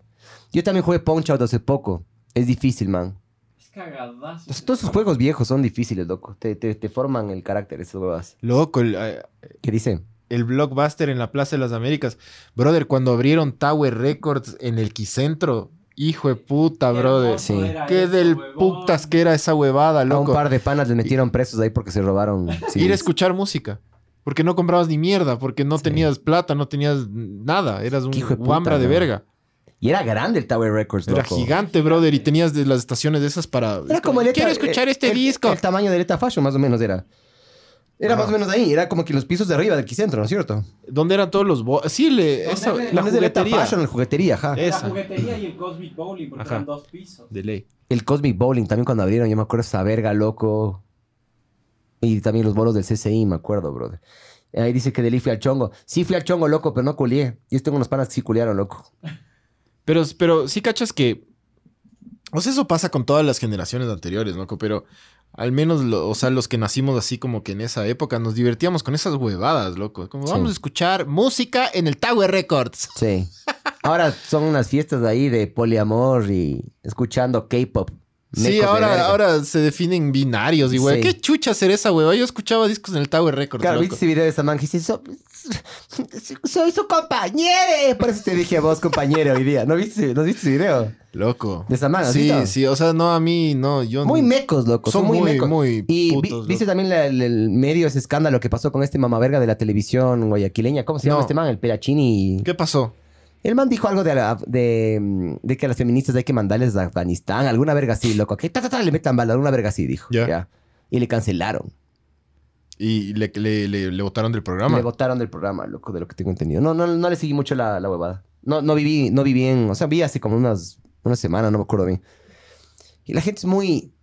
Speaker 3: Yo también jugué Punch Out hace poco. Es difícil, man.
Speaker 4: Es cagadazo.
Speaker 3: Los- todos esos juegos viejos son difíciles, loco. Te, te- te forman el carácter, esas huevas.
Speaker 2: Loco, el, eh,
Speaker 3: ¿Qué dice?
Speaker 2: el blockbuster en la Plaza de las Américas. Brother, cuando abrieron Tower Records en el Quicentro. Hijo de puta,
Speaker 4: Qué
Speaker 2: ah, brother.
Speaker 4: hermoso
Speaker 3: Sí.
Speaker 4: era
Speaker 2: Qué
Speaker 4: eso,
Speaker 2: del
Speaker 4: huevón.
Speaker 2: putas que era esa huevada,
Speaker 3: A un
Speaker 2: loco.
Speaker 3: par de panas les metieron presos ahí porque
Speaker 2: <laughs>
Speaker 3: se robaron.
Speaker 2: Ir a
Speaker 3: CDs.
Speaker 2: escuchar música. Porque no comprabas ni mierda, porque no
Speaker 3: Sí.
Speaker 2: tenías plata, no tenías nada. Eras un
Speaker 3: Qué hijo de puta,
Speaker 2: guambra de
Speaker 3: ¿no?
Speaker 2: verga.
Speaker 3: Y era grande el Tower Records,
Speaker 2: Era
Speaker 3: loco.
Speaker 2: gigante, brother, y tenías de las estaciones de esas para.
Speaker 3: Era
Speaker 2: es
Speaker 3: como el Eta-
Speaker 2: Quiero escuchar
Speaker 3: el-
Speaker 2: este
Speaker 3: el-
Speaker 2: disco.
Speaker 3: El tamaño del Eta Fashion, más o menos, era. Era
Speaker 2: Ah.
Speaker 3: más o menos ahí. Era como que los pisos de arriba del Quicentro, ¿no es cierto?
Speaker 2: ¿Dónde eran todos los bo- Sí, le-
Speaker 4: ¿Dónde
Speaker 2: esa- la
Speaker 4: era?
Speaker 3: La de Beta
Speaker 2: juguetería.
Speaker 3: Fashion, la juguetería, ajá.
Speaker 2: Eh.
Speaker 4: La
Speaker 2: Esa.
Speaker 4: juguetería y el Cosmic Bowling, porque
Speaker 2: Ajá.
Speaker 4: eran dos pisos.
Speaker 2: De ley.
Speaker 3: El Cosmic Bowling también cuando abrieron, yo me acuerdo esa verga, loco. Y también los bolos del CCI, me acuerdo, brother. Ahí dice que Delhi fui al chongo. Sí fui al chongo, loco, pero no culié. Yo tengo unos panas que sí culiaron, loco.
Speaker 2: Pero, pero sí cachas que. O sea, eso pasa con todas las generaciones anteriores, loco, pero Al menos, lo- o sea, los que nacimos así como que en esa época, nos divertíamos con esas huevadas, loco. Como
Speaker 3: Sí.
Speaker 2: vamos a escuchar música en el Tower Records. <laughs>
Speaker 3: Sí. Ahora son unas fiestas de ahí de poliamor y escuchando K-pop.
Speaker 2: Sí,
Speaker 3: Necos de
Speaker 2: ahora,
Speaker 3: verga.
Speaker 2: ahora se definen binarios y güey.
Speaker 3: Sí.
Speaker 2: ¿Qué chucha ser esa hueva? Yo escuchaba discos en el Tower Records,
Speaker 3: Claro,
Speaker 2: loco.
Speaker 3: viste ese video de esa man que dice, "So- soy su compañero. Por eso te dije a vos, compañero, hoy día. ¿No viste, ese- ¿no viste ese video?
Speaker 2: Loco.
Speaker 3: De esa man, ¿has
Speaker 2: Sí,
Speaker 3: visto?
Speaker 2: sí, o sea, no, a mí, no, yo...
Speaker 3: Muy
Speaker 2: no-
Speaker 3: mecos, loco. Son,
Speaker 2: Son
Speaker 3: muy,
Speaker 2: muy,
Speaker 3: mecos.
Speaker 2: muy
Speaker 3: Y vi-
Speaker 2: putos,
Speaker 3: viste
Speaker 2: loco.
Speaker 3: también la- el, el medio, ese escándalo que pasó con este mamaverga de la televisión guayaquileña. ¿Cómo se llama
Speaker 2: No.
Speaker 3: este man? El Perachini.
Speaker 2: ¿Qué pasó?
Speaker 3: El man dijo algo de, la- de, mm, de que a las feministas hay que mandarles a Afganistán, alguna verga así, loco. Que ta, ta, ta, le metan bala, alguna verga así, dijo.
Speaker 2: Ya.
Speaker 3: ya. Y le cancelaron.
Speaker 2: Y le, le, le, le botaron del
Speaker 3: Le
Speaker 2: programa.
Speaker 3: votaron del programa, loco, de lo que tengo entendido. No, no, no le seguí mucho la, la huevada. No, no viví, no viví en, o sea, vi hace como unas, una semana, no me acuerdo bien. Y la gente es muy,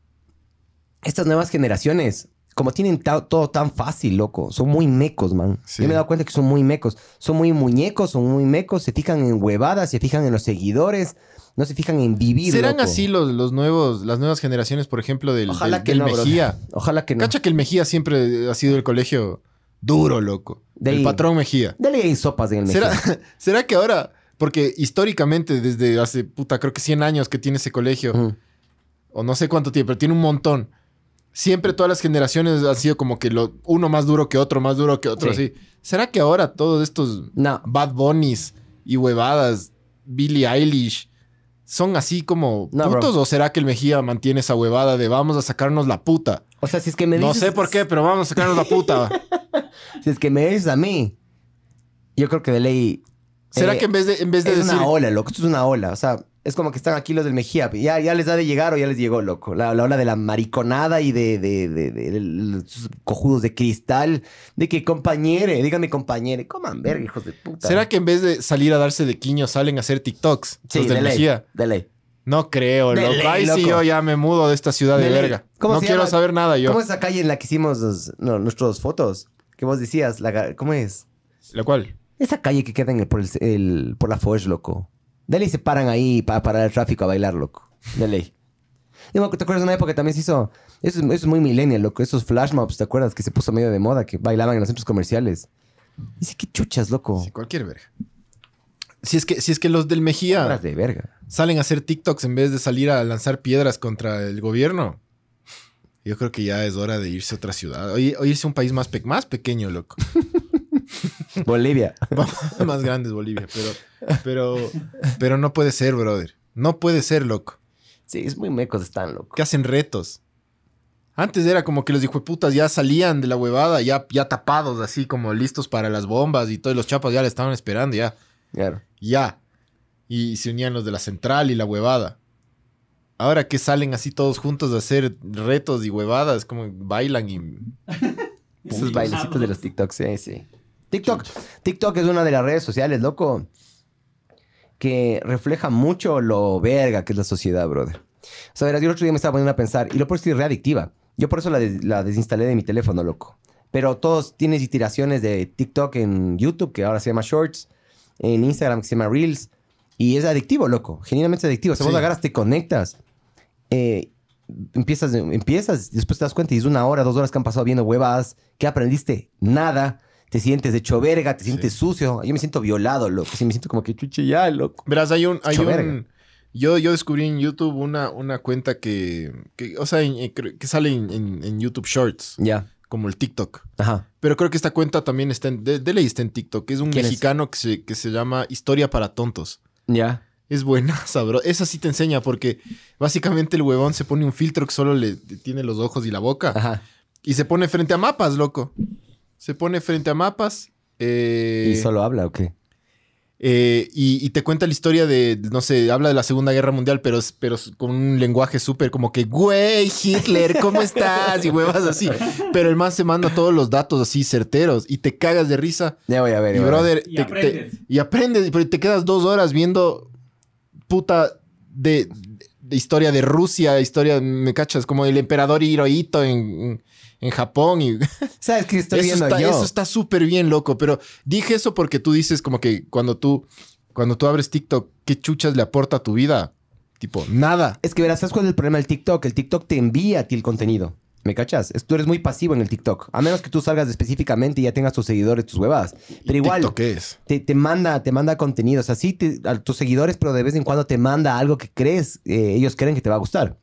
Speaker 3: estas nuevas generaciones, como tienen ta- todo tan fácil, loco, son muy mecos, man.
Speaker 2: Sí.
Speaker 3: Yo me he dado cuenta que son muy mecos. Son muy muñecos, son muy mecos, se fijan en huevadas, se fijan en los seguidores, no se fijan en vivir,
Speaker 2: ¿Serán
Speaker 3: loco.
Speaker 2: así los, los nuevos, las nuevas generaciones, por ejemplo, del,
Speaker 3: Ojalá
Speaker 2: del-
Speaker 3: que
Speaker 2: del
Speaker 3: no, brother.
Speaker 2: Mejía?
Speaker 3: Ojalá que no.
Speaker 2: Cacha que el Mejía siempre ha sido el colegio duro, loco.
Speaker 3: De ahí.
Speaker 2: El patrón Mejía.
Speaker 3: Dale ahí sopas en el
Speaker 2: ¿Será, <laughs>
Speaker 3: Mejía.
Speaker 2: ¿Será que ahora, porque históricamente, desde hace puta, creo que 100 años que tiene ese colegio,
Speaker 3: Ujú.
Speaker 2: o no sé cuánto tiene, pero tiene un montón. Siempre todas las generaciones han sido como que lo, uno más duro que otro, más duro que otro,
Speaker 3: Sí.
Speaker 2: así. ¿Será que ahora todos estos
Speaker 3: No,
Speaker 2: Bad Bunnies y huevadas, Billie Eilish, son así como
Speaker 3: No, bro.
Speaker 2: putos? ¿O será que el Mejía mantiene esa huevada de vamos a sacarnos la puta?
Speaker 3: o sea, si es que me
Speaker 2: No
Speaker 3: dices... Eh,
Speaker 2: sé por qué, pero vamos a sacarnos la
Speaker 3: <laughs>
Speaker 2: puta.
Speaker 3: Si es que me dices a mí, yo creo que de ley.
Speaker 2: ¿Será
Speaker 3: eh,
Speaker 2: que en vez de, en vez
Speaker 3: es
Speaker 2: de decir...
Speaker 3: una ola, loco? Esto es una ola. O sea, es como que están aquí los del Mejía. Ya, ya les ha de llegar o ya les llegó, loco. La, la ola de la mariconada y de, de, de- de- de los cojudos de cristal. De que compañere, díganme compañere. Coman verga, hijos de puta.
Speaker 2: ¿Será que en vez de salir a darse de quiño salen a hacer TikToks?
Speaker 3: Sí,
Speaker 2: los
Speaker 3: de,
Speaker 2: del
Speaker 3: ley,
Speaker 2: Mejía.
Speaker 3: de ley.
Speaker 2: No creo,
Speaker 3: De
Speaker 2: loco.
Speaker 3: ley,
Speaker 2: Ahí sí
Speaker 3: loco.
Speaker 2: yo ya me mudo de esta ciudad de,
Speaker 3: De ley.
Speaker 2: verga.
Speaker 3: ¿Cómo
Speaker 2: no
Speaker 3: se
Speaker 2: quiero
Speaker 3: llama?
Speaker 2: saber nada yo.
Speaker 3: ¿Cómo es esa calle en la que hicimos los- no, nuestros fotos? Que vos decías, la gar- ¿cómo es?
Speaker 2: ¿La cual?
Speaker 3: Esa calle que queda en el- por, el, el- por la Foch, loco. De ley se paran ahí para parar el tráfico a bailar, loco. De ley. Y me acu- ¿Te acuerdas de una época que también se hizo? Eso es, eso es muy millennial, loco. Esos flash mobs, ¿te acuerdas? Que se puso medio de moda, que bailaban en los centros comerciales. Dice, qué chuchas, loco.
Speaker 2: Sí, cualquier verga. Si es que, si es que los del Mejía
Speaker 3: Horas de verga.
Speaker 2: salen a hacer TikToks en vez de salir a lanzar piedras contra el gobierno. Yo creo que ya es hora de irse a otra ciudad. O, i- o irse a un país más, pe- más pequeño, loco. <laughs>
Speaker 3: Bolivia.
Speaker 2: más grande es Bolivia, pero, pero, pero no puede ser, brother. No puede ser, loco.
Speaker 3: Sí, es muy mecos están, loco.
Speaker 2: que hacen retos. Antes era como que los hijueputas ya salían de la huevada, ya, ya tapados, así como listos para las bombas y todos los chapas ya le estaban esperando, ya,
Speaker 3: Claro.
Speaker 2: ya. Y se unían los de la central y la huevada. Ahora que salen así todos juntos a hacer retos y huevadas, como bailan y...
Speaker 3: Esos bailecitos de los TikToks, sí, sí. TikTok, TikTok es una de las redes sociales, loco, que refleja mucho lo verga que es la sociedad, brother. O sea, verás, yo el otro día me estaba poniendo a pensar, y lo por eso es readictiva. Yo por eso la, des- la desinstalé de mi teléfono, loco. Pero todos tienes iteraciones de TikTok en YouTube, que ahora se llama Shorts, en Instagram, que se llama Reels, y es adictivo, loco. Genuinamente es adictivo. O sea, vos
Speaker 2: Sí.
Speaker 3: agarras, te conectas. eh, empiezas, empiezas, después te das cuenta y es una hora, dos horas que han pasado viendo huevadas, que aprendiste nada, te sientes hecho verga, te sientes sucio, yo me siento violado, loco, sí, me siento como que chuche ya, loco.
Speaker 2: Verás, hay un... Hay
Speaker 3: Hecho
Speaker 2: un-
Speaker 3: verga.
Speaker 2: yo, yo descubrí en YouTube una, una cuenta que, que, o sea, en- en- que sale en, en- en YouTube Shorts,
Speaker 3: Ya,
Speaker 2: como el TikTok.
Speaker 3: ajá,
Speaker 2: Pero creo que esta cuenta también está en... De, de ley está en TikTok. Es un
Speaker 3: ¿Quién es?
Speaker 2: mexicano Que, se, que se llama Historia para Tontos.
Speaker 3: ya.
Speaker 2: Es <laughs> buenaza, bro. Esa sí te enseña porque básicamente el huevón se pone un filtro que solo le le tiene los ojos y la boca.
Speaker 3: Ajá.
Speaker 2: Y se pone frente a mapas, loco. Se pone frente a mapas. eh,
Speaker 3: ¿Y solo habla o qué?
Speaker 2: eh, y, y te cuenta la historia de, no sé, habla de la Segunda Guerra Mundial, pero, es- pero es con un lenguaje súper como que, güey, Hitler, ¿cómo estás? Y huevas así. Pero el man se manda todos los datos así certeros y te cagas de risa.
Speaker 3: Ya voy a ver.
Speaker 2: Y
Speaker 3: ya voy a ver.
Speaker 2: brother,
Speaker 4: Y
Speaker 2: te- te-
Speaker 4: aprendes.
Speaker 2: y aprendes, pero te quedas dos horas viendo puta de, de historia de Rusia, historia, me cachas, como el emperador Hirohito en, en Japón. Y
Speaker 3: ¿Sabes qué estoy
Speaker 2: eso,
Speaker 3: viendo
Speaker 2: está,
Speaker 3: yo?
Speaker 2: eso está súper bien, loco. Pero dije eso porque tú dices como que cuando tú, cuando tú abres TikTok, ¿qué chuchas le aporta a tu vida? Tipo, nada.
Speaker 3: Es que verás, ¿sabes cuál es el problema del TikTok? El TikTok te envía a ti el contenido. ¿Me cachas? Es- Tú eres muy pasivo en el TikTok. A menos que tú salgas específicamente y ya tengas tus seguidores, tus huevadas. Pero igual,
Speaker 2: ¿Qué es?
Speaker 3: te, te manda, te manda contenido. O sea, sí te- a tus seguidores, pero de vez en cuando te manda algo que crees, eh, ellos creen que te va a gustar.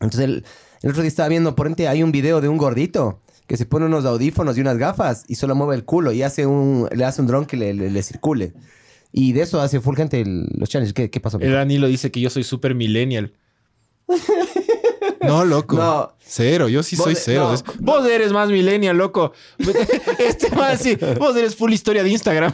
Speaker 3: Entonces, el, el otro día estaba viendo, ponente, hay un video de un gordito que se pone unos audífonos y unas gafas y solo mueve el culo y hace un, le hace un dron que le, le- le circule. Y de eso hace full gente el- los challenges. ¿Qué, qué pasó?
Speaker 2: El Danilo dice que yo soy super millennial. No, loco.
Speaker 3: No.
Speaker 2: Cero, yo sí
Speaker 3: Vos
Speaker 2: soy
Speaker 3: de-
Speaker 2: cero.
Speaker 3: no.
Speaker 2: Es- Vos eres más millennial, loco. <laughs> Este más sí. Vos eres full historia de Instagram.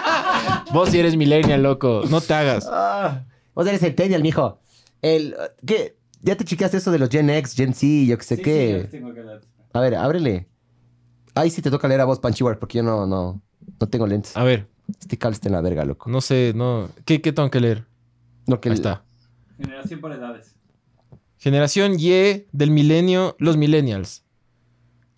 Speaker 2: <laughs> Vos sí eres millennial, loco. No te hagas.
Speaker 3: Ah, vos eres centennial, mijo. El, ¿Qué? ¿Ya te chiqueaste eso de los Gen X, Gen Z, yo qué sé
Speaker 4: Sí,
Speaker 3: qué?
Speaker 4: sí, yo tengo que dar.
Speaker 3: A ver, ábrele. Ahí sí te toca leer a vos, Panchiwar, porque yo no, no, no tengo lentes.
Speaker 2: A ver,
Speaker 3: Este cal está en la verga, loco.
Speaker 2: no sé, no. ¿Qué, qué tengo que leer?
Speaker 3: Lo que
Speaker 2: Ahí está.
Speaker 4: Generación por edades.
Speaker 2: Generación Y del milenio, los millennials.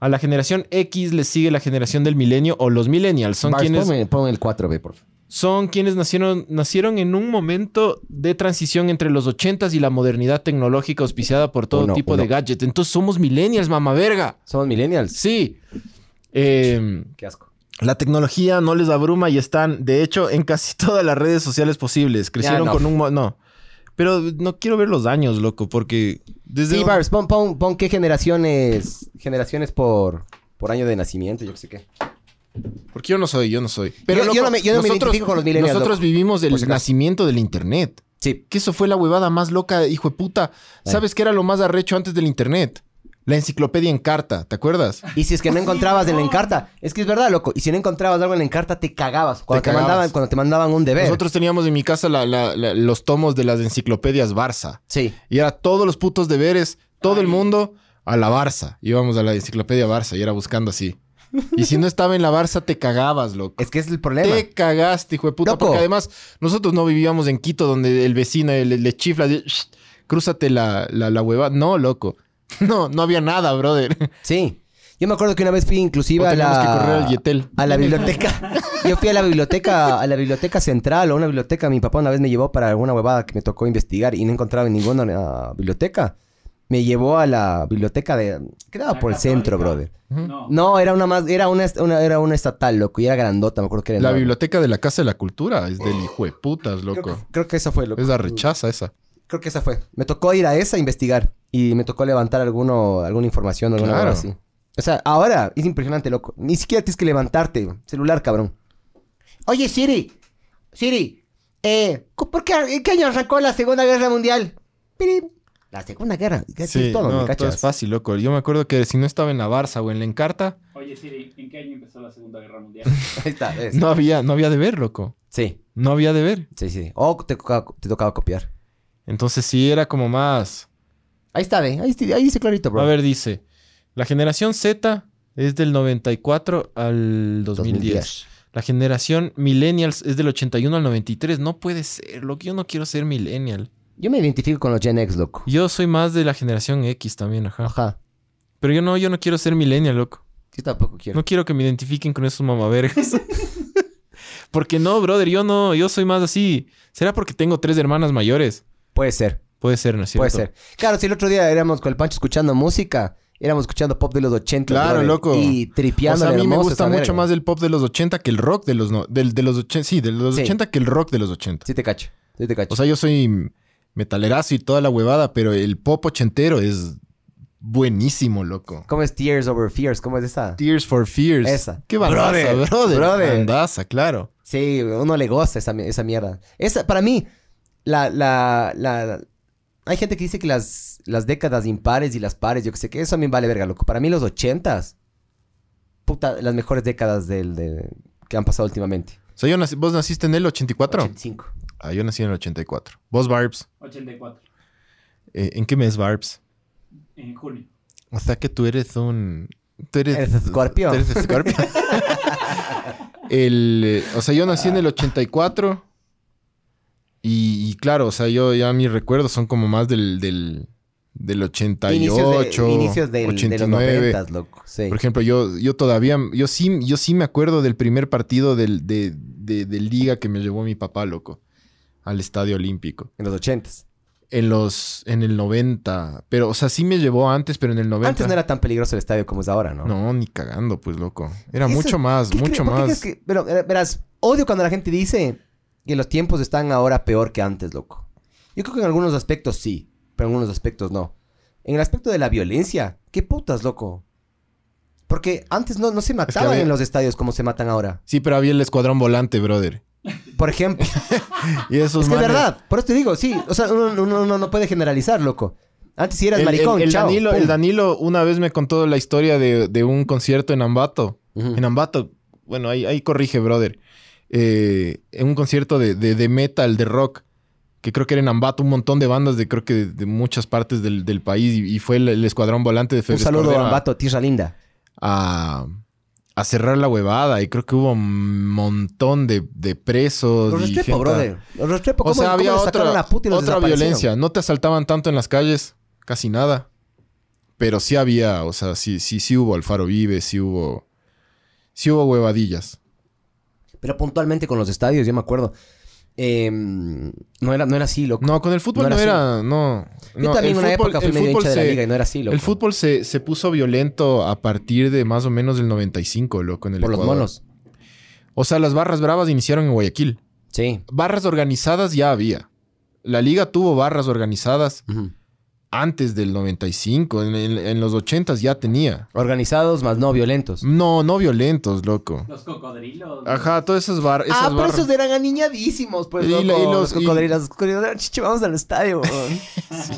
Speaker 2: A la generación X le sigue la generación del milenio o los millennials. Son
Speaker 3: Bars,
Speaker 2: quienes.
Speaker 3: ponme, ponme el 4B, por favor.
Speaker 2: son quienes nacieron, nacieron en un momento de transición entre los 80s y la modernidad tecnológica auspiciada por todo
Speaker 3: Uno,
Speaker 2: tipo de
Speaker 3: uno.
Speaker 2: gadget. Entonces somos millennials, mamá verga.
Speaker 3: Somos millennials.
Speaker 2: Sí. Eh,
Speaker 3: Qué asco.
Speaker 2: la tecnología no les abruma y están, de hecho, en casi <laughs> todas las redes sociales posibles. Crecieron
Speaker 3: no.
Speaker 2: con un... mo- No. Pero no quiero ver los años, loco, porque... Desde
Speaker 3: Sí,
Speaker 2: un-
Speaker 3: Bars, pon, pon, pon qué generaciones, generaciones por, por año de nacimiento, yo qué sé qué.
Speaker 2: Porque yo no soy, yo no soy. Pero
Speaker 3: Yo- yo
Speaker 2: loco,
Speaker 3: no me- yo no me
Speaker 2: nosotros,
Speaker 3: identifico con los millennials,
Speaker 2: Nosotros
Speaker 3: loco,
Speaker 2: vivimos el
Speaker 3: por si acaso.
Speaker 2: nacimiento del internet.
Speaker 3: Sí.
Speaker 2: Que eso fue la huevada más loca, hijo de puta.
Speaker 3: Ay.
Speaker 2: ¿Sabes qué era lo más arrecho antes del internet? La enciclopedia en carta, ¿te acuerdas?
Speaker 3: Y si es que no encontrabas en la encarta, es que es verdad, loco. Y si no encontrabas algo en la encarta, te cagabas. Cuando te,
Speaker 2: cagabas.
Speaker 3: mandaban, cuando te mandaban un deber.
Speaker 2: Nosotros teníamos en mi casa la- la- la- los tomos de las enciclopedias Barça.
Speaker 3: Sí.
Speaker 2: Y era todos los putos deberes, todo el
Speaker 4: Ay.
Speaker 2: mundo a la Barça. Íbamos a la enciclopedia Barça y era buscando así. Y si no estaba en la Barça, te cagabas, loco.
Speaker 3: Es que ese es el problema.
Speaker 2: Te cagaste, hijo de puta.
Speaker 3: Loco.
Speaker 2: Porque además, nosotros no vivíamos en Quito, donde el vecino le, le chifla, de, "Shh, crúzate la, la, la hueva. No, loco. <laughs> No, no había nada, brother.
Speaker 3: Sí. Yo me acuerdo que una vez fui inclusive
Speaker 2: O
Speaker 3: a
Speaker 2: teníamos
Speaker 3: la...
Speaker 2: que correr al Yetel.
Speaker 3: A la biblioteca. <laughs> Yo fui a la biblioteca, a la biblioteca central o a una biblioteca. Mi papá una vez me llevó para alguna huevada que me tocó investigar y no encontraba en ninguna ah, biblioteca. Me llevó a la biblioteca de... Quedaba
Speaker 4: La
Speaker 3: por el centro, brother.
Speaker 4: Católica.
Speaker 2: Ujú.
Speaker 4: No.
Speaker 3: No, era una más... Era una, est- una- era una estatal, loco. Y era grandota, me acuerdo que era...
Speaker 2: La
Speaker 3: enorme.
Speaker 2: biblioteca de la Casa de la Cultura es del hijo de putas,
Speaker 3: Creo
Speaker 2: loco.
Speaker 3: que, creo que esa fue, loco.
Speaker 2: Es la rechaza esa.
Speaker 3: Creo que esa fue. Me tocó ir a esa a investigar. Y me tocó levantar alguno, alguna información o alguna
Speaker 2: Claro.
Speaker 3: cosa así. O sea, ahora es impresionante, loco. Ni siquiera tienes que levantarte. Celular, cabrón. Oye, Siri. Siri. Eh, ¿cu- ¿por qué, ¿En qué año arrancó la Segunda Guerra Mundial? Pirim. La Segunda Guerra. Ya tienes todo,
Speaker 2: no,
Speaker 3: ¿me
Speaker 2: todo es
Speaker 3: cachas?
Speaker 2: fácil, loco. Yo me acuerdo que si no estaba en la Barça o en la Encarta,
Speaker 4: Oye, Siri, ¿en qué año empezó la Segunda
Speaker 3: <laughs>
Speaker 4: Guerra Mundial?
Speaker 3: Ahí está. es.
Speaker 2: no había, no había deber, loco.
Speaker 3: Sí,
Speaker 2: No había deber.
Speaker 3: sí, sí. O te tocaba, te tocaba copiar.
Speaker 2: Entonces sí era como más...
Speaker 3: Ahí está, ve. Ahí, está- ahí dice clarito, bro.
Speaker 2: A ver, dice, la generación Z es del 94 al 2010.
Speaker 3: 2010.
Speaker 2: La generación millennials es del 81 al 93. No puede ser, loco. Yo no quiero ser millennial.
Speaker 3: Yo me identifico con los Gen X, loco.
Speaker 2: Yo soy más de la generación X también, ajá.
Speaker 3: Ajá.
Speaker 2: Pero yo no, yo no quiero ser millennial, loco.
Speaker 3: Yo tampoco quiero.
Speaker 2: No quiero que me identifiquen con esos
Speaker 3: <laughs>
Speaker 2: mamavergas. porque no, brother, yo no, yo soy más así. ¿Será porque tengo tres hermanas mayores?
Speaker 3: Puede ser.
Speaker 2: Puede ser, ¿no es cierto?
Speaker 3: Puede ser. Claro, si el otro día éramos con el Pancho escuchando música, éramos escuchando pop de los 80.
Speaker 2: Claro,
Speaker 3: brother,
Speaker 2: loco.
Speaker 3: Y
Speaker 2: O
Speaker 3: tripeando.
Speaker 2: sea, a mí me
Speaker 3: hermoso
Speaker 2: gusta
Speaker 3: esa
Speaker 2: mucho
Speaker 3: verga.
Speaker 2: más el pop de los 80 que el rock de los no, del, de los 80, sí, de los
Speaker 3: Sí.
Speaker 2: 80 que el rock de los 80.
Speaker 3: Sí, te cacho. Sí, te cacho.
Speaker 2: O sea, yo soy metalerazo y toda la huevada, pero el pop ochentero es buenísimo, loco.
Speaker 3: ¿Cómo es Tears Over Fears? ¿Cómo es esa?
Speaker 2: Tears for Fears.
Speaker 3: Esa.
Speaker 2: Qué bandaza,
Speaker 3: Brother,
Speaker 2: brother.
Speaker 3: brother.
Speaker 2: Bandaza, claro.
Speaker 3: Sí, uno le goza esa, mi- esa mierda. Esa, para mí, la, la, la- Hay gente que dice que las, las décadas impares y las pares, yo que sé qué, eso a mí me vale verga, loco. Para mí los 80s, puta, las mejores décadas del, de- que han pasado últimamente.
Speaker 2: O sea, yo nací- vos naciste en el 84.
Speaker 3: 85.
Speaker 2: Ah, yo nací en el 84. Vos, Barbs.
Speaker 4: 84.
Speaker 2: Eh, ¿En qué mes, Barbs?
Speaker 4: En junio.
Speaker 2: O sea que tú eres un... Tú eres...
Speaker 3: Eres escorpio.
Speaker 2: Tú eres
Speaker 3: <laughs>
Speaker 2: escorpio. el, eh, o sea, yo nací en el 84. Y, y claro, o sea, yo ya mis recuerdos son como más del... del del 88,
Speaker 3: inicios de, inicios del- de los
Speaker 2: 89.
Speaker 3: 90, loco. Sí.
Speaker 2: Por ejemplo, yo, yo todavía, yo sí, yo sí me acuerdo del primer partido del, de, de- de liga que me llevó mi papá, loco, al Estadio Olímpico.
Speaker 3: En los ochentas.
Speaker 2: en los en el 90, pero o sea, sí me llevó antes, pero en el 90.
Speaker 3: Antes no era tan peligroso el estadio como es ahora, ¿no?
Speaker 2: No, ni cagando, pues loco. Era
Speaker 3: Eso-
Speaker 2: mucho más,
Speaker 3: ¿Qué cre-
Speaker 2: mucho
Speaker 3: por qué
Speaker 2: más.
Speaker 3: crees que- pero, eh, verás, odio cuando la gente dice que los tiempos están ahora peor que antes, loco. Yo creo que en algunos aspectos sí, pero en algunos aspectos no. En el aspecto de la violencia, qué putas, loco. Porque antes no, no se mataban
Speaker 2: había-
Speaker 3: en los estadios como se matan ahora.
Speaker 2: Sí, pero había el escuadrón volante, brother. <laughs>
Speaker 3: Por ejemplo,
Speaker 2: Y esos
Speaker 3: es que es
Speaker 2: manes-
Speaker 3: verdad, por eso te digo, sí. O sea, uno, uno- uno no puede generalizar, loco. Antes sí eras
Speaker 2: El, el-
Speaker 3: maricón,
Speaker 2: el
Speaker 3: chao,
Speaker 2: Danilo,
Speaker 3: pum.
Speaker 2: el Danilo una vez me contó la historia de, de un concierto en Ambato.
Speaker 3: Ujú.
Speaker 2: En Ambato, bueno, ahí, ahí corrige, brother. Eh, en un concierto de, de- de metal, de rock, que creo que era en Ambato, un montón de bandas de creo que de, de muchas partes del, del país. Y, y fue el, el escuadrón volante de
Speaker 3: Un
Speaker 2: Febres
Speaker 3: saludo
Speaker 2: Cordero
Speaker 3: a
Speaker 2: a-
Speaker 3: Ambato, tierra linda.
Speaker 2: a, a cerrar la huevada. Y creo que hubo un montón de, de presos.
Speaker 3: Los
Speaker 2: y
Speaker 3: respeto,
Speaker 2: gente-
Speaker 3: brother. Los
Speaker 2: O
Speaker 3: respeto. ¿Cómo,
Speaker 2: sea,
Speaker 3: cómo
Speaker 2: había
Speaker 3: les sacaron
Speaker 2: otra,
Speaker 3: la puta y los
Speaker 2: otra
Speaker 3: desaparecieron?
Speaker 2: violencia. No te asaltaban tanto en las calles, casi nada. Pero sí había, o sea, sí, sí, sí hubo Alfaro Vive, sí hubo. Sí hubo huevadillas.
Speaker 3: Pero puntualmente con los estadios, yo me acuerdo. eh, no, era, no era así, loco.
Speaker 2: No, con el fútbol
Speaker 3: No
Speaker 2: no
Speaker 3: era
Speaker 2: era. No,
Speaker 3: yo
Speaker 2: no,
Speaker 3: también en
Speaker 2: el
Speaker 3: una
Speaker 2: fútbol-
Speaker 3: época fui
Speaker 2: el
Speaker 3: medio
Speaker 2: fútbol
Speaker 3: hincha de la
Speaker 2: se-
Speaker 3: liga y no era así, loco.
Speaker 2: El fútbol se, se puso violento a partir de más o menos del 95, loco, en el
Speaker 3: Por los
Speaker 2: Ecuador.
Speaker 3: monos.
Speaker 2: O sea, las barras bravas iniciaron en Guayaquil.
Speaker 3: Sí.
Speaker 2: Barras organizadas ya había. La liga tuvo barras organizadas
Speaker 3: Ujú.
Speaker 2: antes del 95. En, en- en los 80 ya tenía.
Speaker 3: Organizados más no violentos.
Speaker 2: No, no violentos, loco.
Speaker 4: Los cocodrilos.
Speaker 2: Ajá, todas esas, bar esas
Speaker 3: ah, pero
Speaker 2: barras.
Speaker 3: esos eran aniñadísimos, pues,
Speaker 2: Y
Speaker 3: loco.
Speaker 2: la- y
Speaker 3: los,
Speaker 2: los- y-
Speaker 3: cocodrilos. Los cocodrilos eran, chiche, vamos al estadio,
Speaker 2: <laughs>
Speaker 3: weón. Vamos-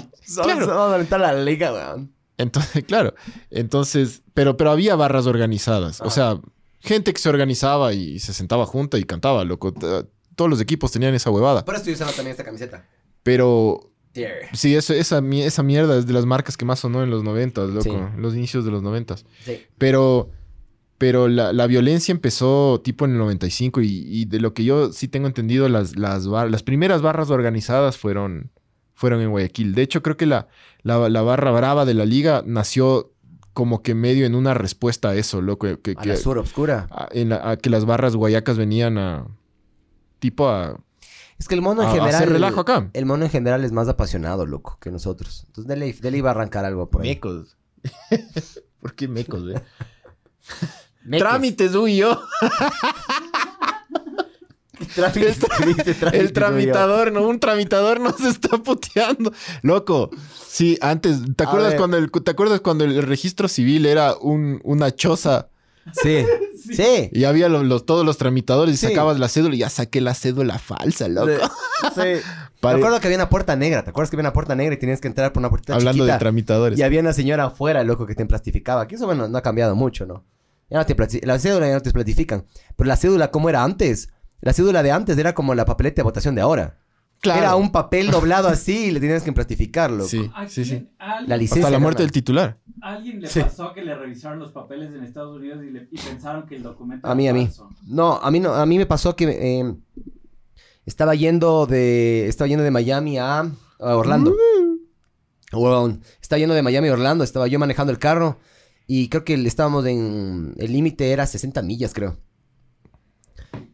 Speaker 2: claro.
Speaker 3: Vamos a aventar la liga, weón.
Speaker 2: Entonces, <laughs> claro. Entonces, pero, pero había barras organizadas.
Speaker 3: Ah.
Speaker 2: O sea, gente que se organizaba y se sentaba junta y cantaba, loco. T- Todos los equipos tenían esa huevada.
Speaker 3: Por eso yo usaba también esta camiseta.
Speaker 2: Pero
Speaker 3: Tier.
Speaker 2: sí, eso, esa, mi- esa mierda es de las marcas que más sonó en los 90, loco.
Speaker 3: Sí.
Speaker 2: En los inicios de los 90.
Speaker 3: Sí.
Speaker 2: Pero, pero la, la violencia empezó tipo en el 95 y, y de lo que yo sí tengo entendido, las, las, bar- las primeras barras organizadas fueron, fueron en Guayaquil. De hecho, creo que la, la, la barra brava de la liga nació como que medio en una respuesta a eso, loco. Que,
Speaker 3: A
Speaker 2: que-
Speaker 3: la sur obscura.
Speaker 2: a- en la- a que las barras guayacas venían a... Tipo a,
Speaker 3: Es que el mono en
Speaker 2: a- a
Speaker 3: general.
Speaker 2: Ah, hacer relajo
Speaker 3: <laughs>
Speaker 2: acá.
Speaker 3: El mono en general es más apasionado, loco, que nosotros. Entonces, dele, dele iba a arrancar algo por ahí.
Speaker 2: Mecos. ¿Por qué mecos, eh? <laughs>
Speaker 3: Meques.
Speaker 2: Trámites, uy, yo. <laughs>
Speaker 3: Trámites, trámites,
Speaker 2: El
Speaker 3: trámites,
Speaker 2: tramitador, no, un tramitador nos está puteando. Loco, sí, antes, ¿te
Speaker 3: A
Speaker 2: acuerdas
Speaker 3: ver.
Speaker 2: cuando el te acuerdas cuando el registro civil era un, una choza
Speaker 3: Sí. Sí.
Speaker 2: y había lo- los, todos los tramitadores y
Speaker 3: Sí.
Speaker 2: sacabas la cédula y ya saqué la cédula falsa, loco.
Speaker 3: Sí. Me
Speaker 2: Pare-
Speaker 3: acuerdo que había una puerta negra. ¿Te acuerdas que había una puerta negra y tenías que entrar por una puerta
Speaker 2: hablando
Speaker 3: chiquita?
Speaker 2: de tramitadores.
Speaker 3: Y había una señora afuera, loco, que te plastificaba. Que eso, bueno, no ha cambiado mucho, ¿no? Ya no te plasti- la cédula ya no te plastifican. Pero la cédula, ¿cómo era antes? La cédula de antes era como la papeleta de votación de ahora.
Speaker 2: Claro.
Speaker 3: Era un papel doblado así y le tenías que plastificar, loco.
Speaker 2: Sí,
Speaker 4: ¿A
Speaker 2: sí, sí.
Speaker 4: quién- a
Speaker 3: La
Speaker 4: alguien,
Speaker 3: licencia.
Speaker 2: Hasta la muerte
Speaker 3: nada
Speaker 2: del titular.
Speaker 4: a alguien le
Speaker 3: Sí.
Speaker 4: pasó que le revisaron los papeles en Estados Unidos y, le, y pensaron que el documento
Speaker 3: A mí, a
Speaker 4: era
Speaker 3: mí.
Speaker 4: falso?
Speaker 3: No, a mí no, a mí me pasó que eh, estaba yendo de. Estaba yendo de Miami a, a Orlando. Weón, Estaba yendo de Miami a Orlando, estaba yo manejando el carro. Y creo que el- estábamos en. El límite era 60 millas, creo.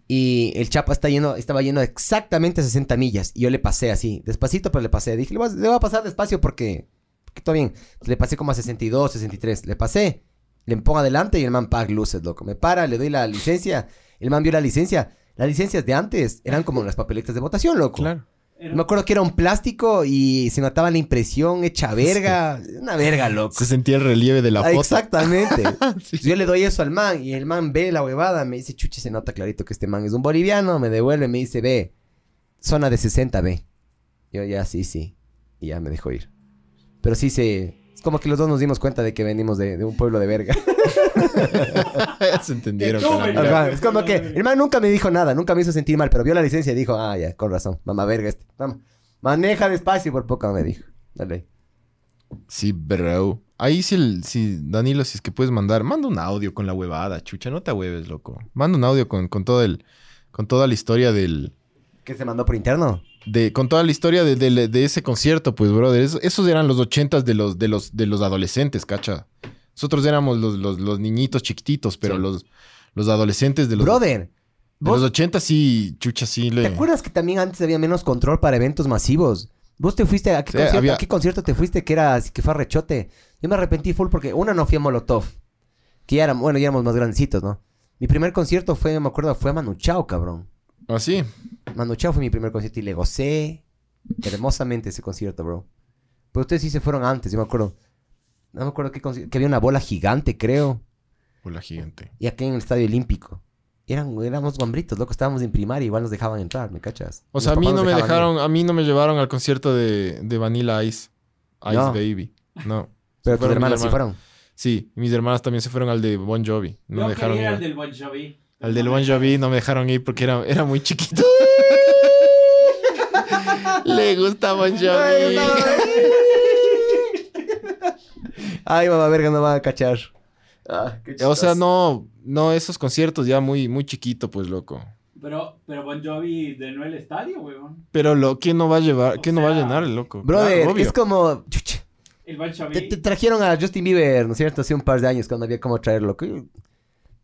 Speaker 3: Y el chapa está yendo, estaba yendo exactamente a 60 millas. Y yo le pasé así, despacito, pero le pasé. Dije, le voy a, le voy a pasar despacio porque, porque todo bien. Le pasé como a 62, 63. Le pasé, le pongo adelante y el man paga luces, loco. Me para, le doy la licencia. El man vio la licencia. Las licencias de antes eran como las papeletas de votación, loco.
Speaker 2: Claro.
Speaker 4: Era-
Speaker 3: Me acuerdo que era un plástico y se notaba la impresión hecha verga. Una verga, loco.
Speaker 2: Se sentía el relieve de la
Speaker 3: Ah,
Speaker 2: foto. <laughs>
Speaker 3: Exactamente.
Speaker 2: Sí.
Speaker 3: Yo le doy eso al man y el man ve la huevada, me dice, chuche, se nota clarito que este man es un boliviano, me devuelve, me dice, ve, zona de 60, ve. Yo ya, sí, sí. Y ya me dejó ir. Pero sí se... Es como que los dos nos dimos cuenta de que venimos de, de un pueblo de verga.
Speaker 2: Se entendieron.
Speaker 4: Qué
Speaker 2: con la
Speaker 4: joven.
Speaker 2: mirada.
Speaker 3: Ajá, Es como que el man nunca me dijo nada, nunca me hizo sentir mal, pero vio la licencia y dijo, ah, ya, con razón, mamá verga este. Vamos, maneja despacio y por poco me dijo. Dale.
Speaker 2: Sí, bro. Ahí sí, el- sí, Danilo, si es que puedes mandar, manda un audio con la huevada, chucha, no te ahueves, loco. Manda un audio con, con todo el, con toda la historia del,
Speaker 3: ¿Qué se mandó por interno?
Speaker 2: de, con toda la historia de, del- de ese concierto, pues, brother. Es- esos eran los ochentas de los, de los, de los adolescentes, cacha. Nosotros éramos los, los, los niñitos chiquititos, pero
Speaker 3: Sí.
Speaker 2: los, los adolescentes de los, de
Speaker 3: Brother, vos
Speaker 2: los ochentas sí, chucha, sí le.
Speaker 3: ¿Te acuerdas que también antes había menos control para eventos masivos? Vos te fuiste, ¿a qué,
Speaker 2: Sí,
Speaker 3: concierto,
Speaker 2: había-
Speaker 3: a qué concierto te fuiste que era, así que fue rechote? Yo me arrepentí full porque, una, no fui a Molotov. Que ya éramos, bueno, ya éramos más grandecitos, ¿no? Mi primer concierto fue, me acuerdo, fue a Manu Chao, cabrón.
Speaker 2: Así.
Speaker 3: Manu Chao fue mi primer concierto y le gocé hermosamente ese concierto, bro. Pero ustedes sí se fueron antes, yo me acuerdo. No me acuerdo qué concierto, que había una bola gigante, creo.
Speaker 2: Hola, gigante.
Speaker 3: Y aquí en el Estadio Olímpico. Eran, éramos guambritos, loco. Estábamos en primaria, igual nos dejaban entrar, ¿me cachas?
Speaker 2: O sea, a
Speaker 3: Mis
Speaker 2: mí
Speaker 3: papás
Speaker 2: no
Speaker 3: nos
Speaker 2: me
Speaker 3: dejaban ir.
Speaker 2: dejaron, a mí no me llevaron al concierto de, de Vanilla Ice. Ice
Speaker 3: No.
Speaker 2: Baby. No.
Speaker 3: Pero
Speaker 2: Se
Speaker 3: tus
Speaker 2: fueron mis
Speaker 3: hermanas sí
Speaker 2: hermanas.
Speaker 3: fueron.
Speaker 2: Sí, y mis hermanas también se fueron al de Bon Jovi. No
Speaker 4: Yo
Speaker 2: me dejaron
Speaker 4: quería
Speaker 2: ir.
Speaker 4: ir al del Bon Jovi.
Speaker 2: Al del Bon Jovi no me dejaron ir porque era, era muy <laughs> chiquito. Le gusta Bon Jovi.
Speaker 3: Ay, mamá verga, no van a cachar. Ah, qué
Speaker 2: O sea,
Speaker 3: chistoso.
Speaker 2: no, no, esos conciertos ya muy, muy chiquito, pues, loco.
Speaker 4: Pero, pero Bon Jovi llenó el estadio, weón.
Speaker 2: Pero lo, ¿quién no va a llevar?
Speaker 4: O
Speaker 2: ¿Quién no va a
Speaker 4: sea,
Speaker 2: llenar el loco?
Speaker 3: Brother,
Speaker 2: Claro, Ah, obvio.
Speaker 3: es como. chucha,
Speaker 4: El Bon Jovi.
Speaker 3: Te, te trajeron a Justin Bieber, ¿no es cierto? Hace un par de años cuando había cómo traerlo. que-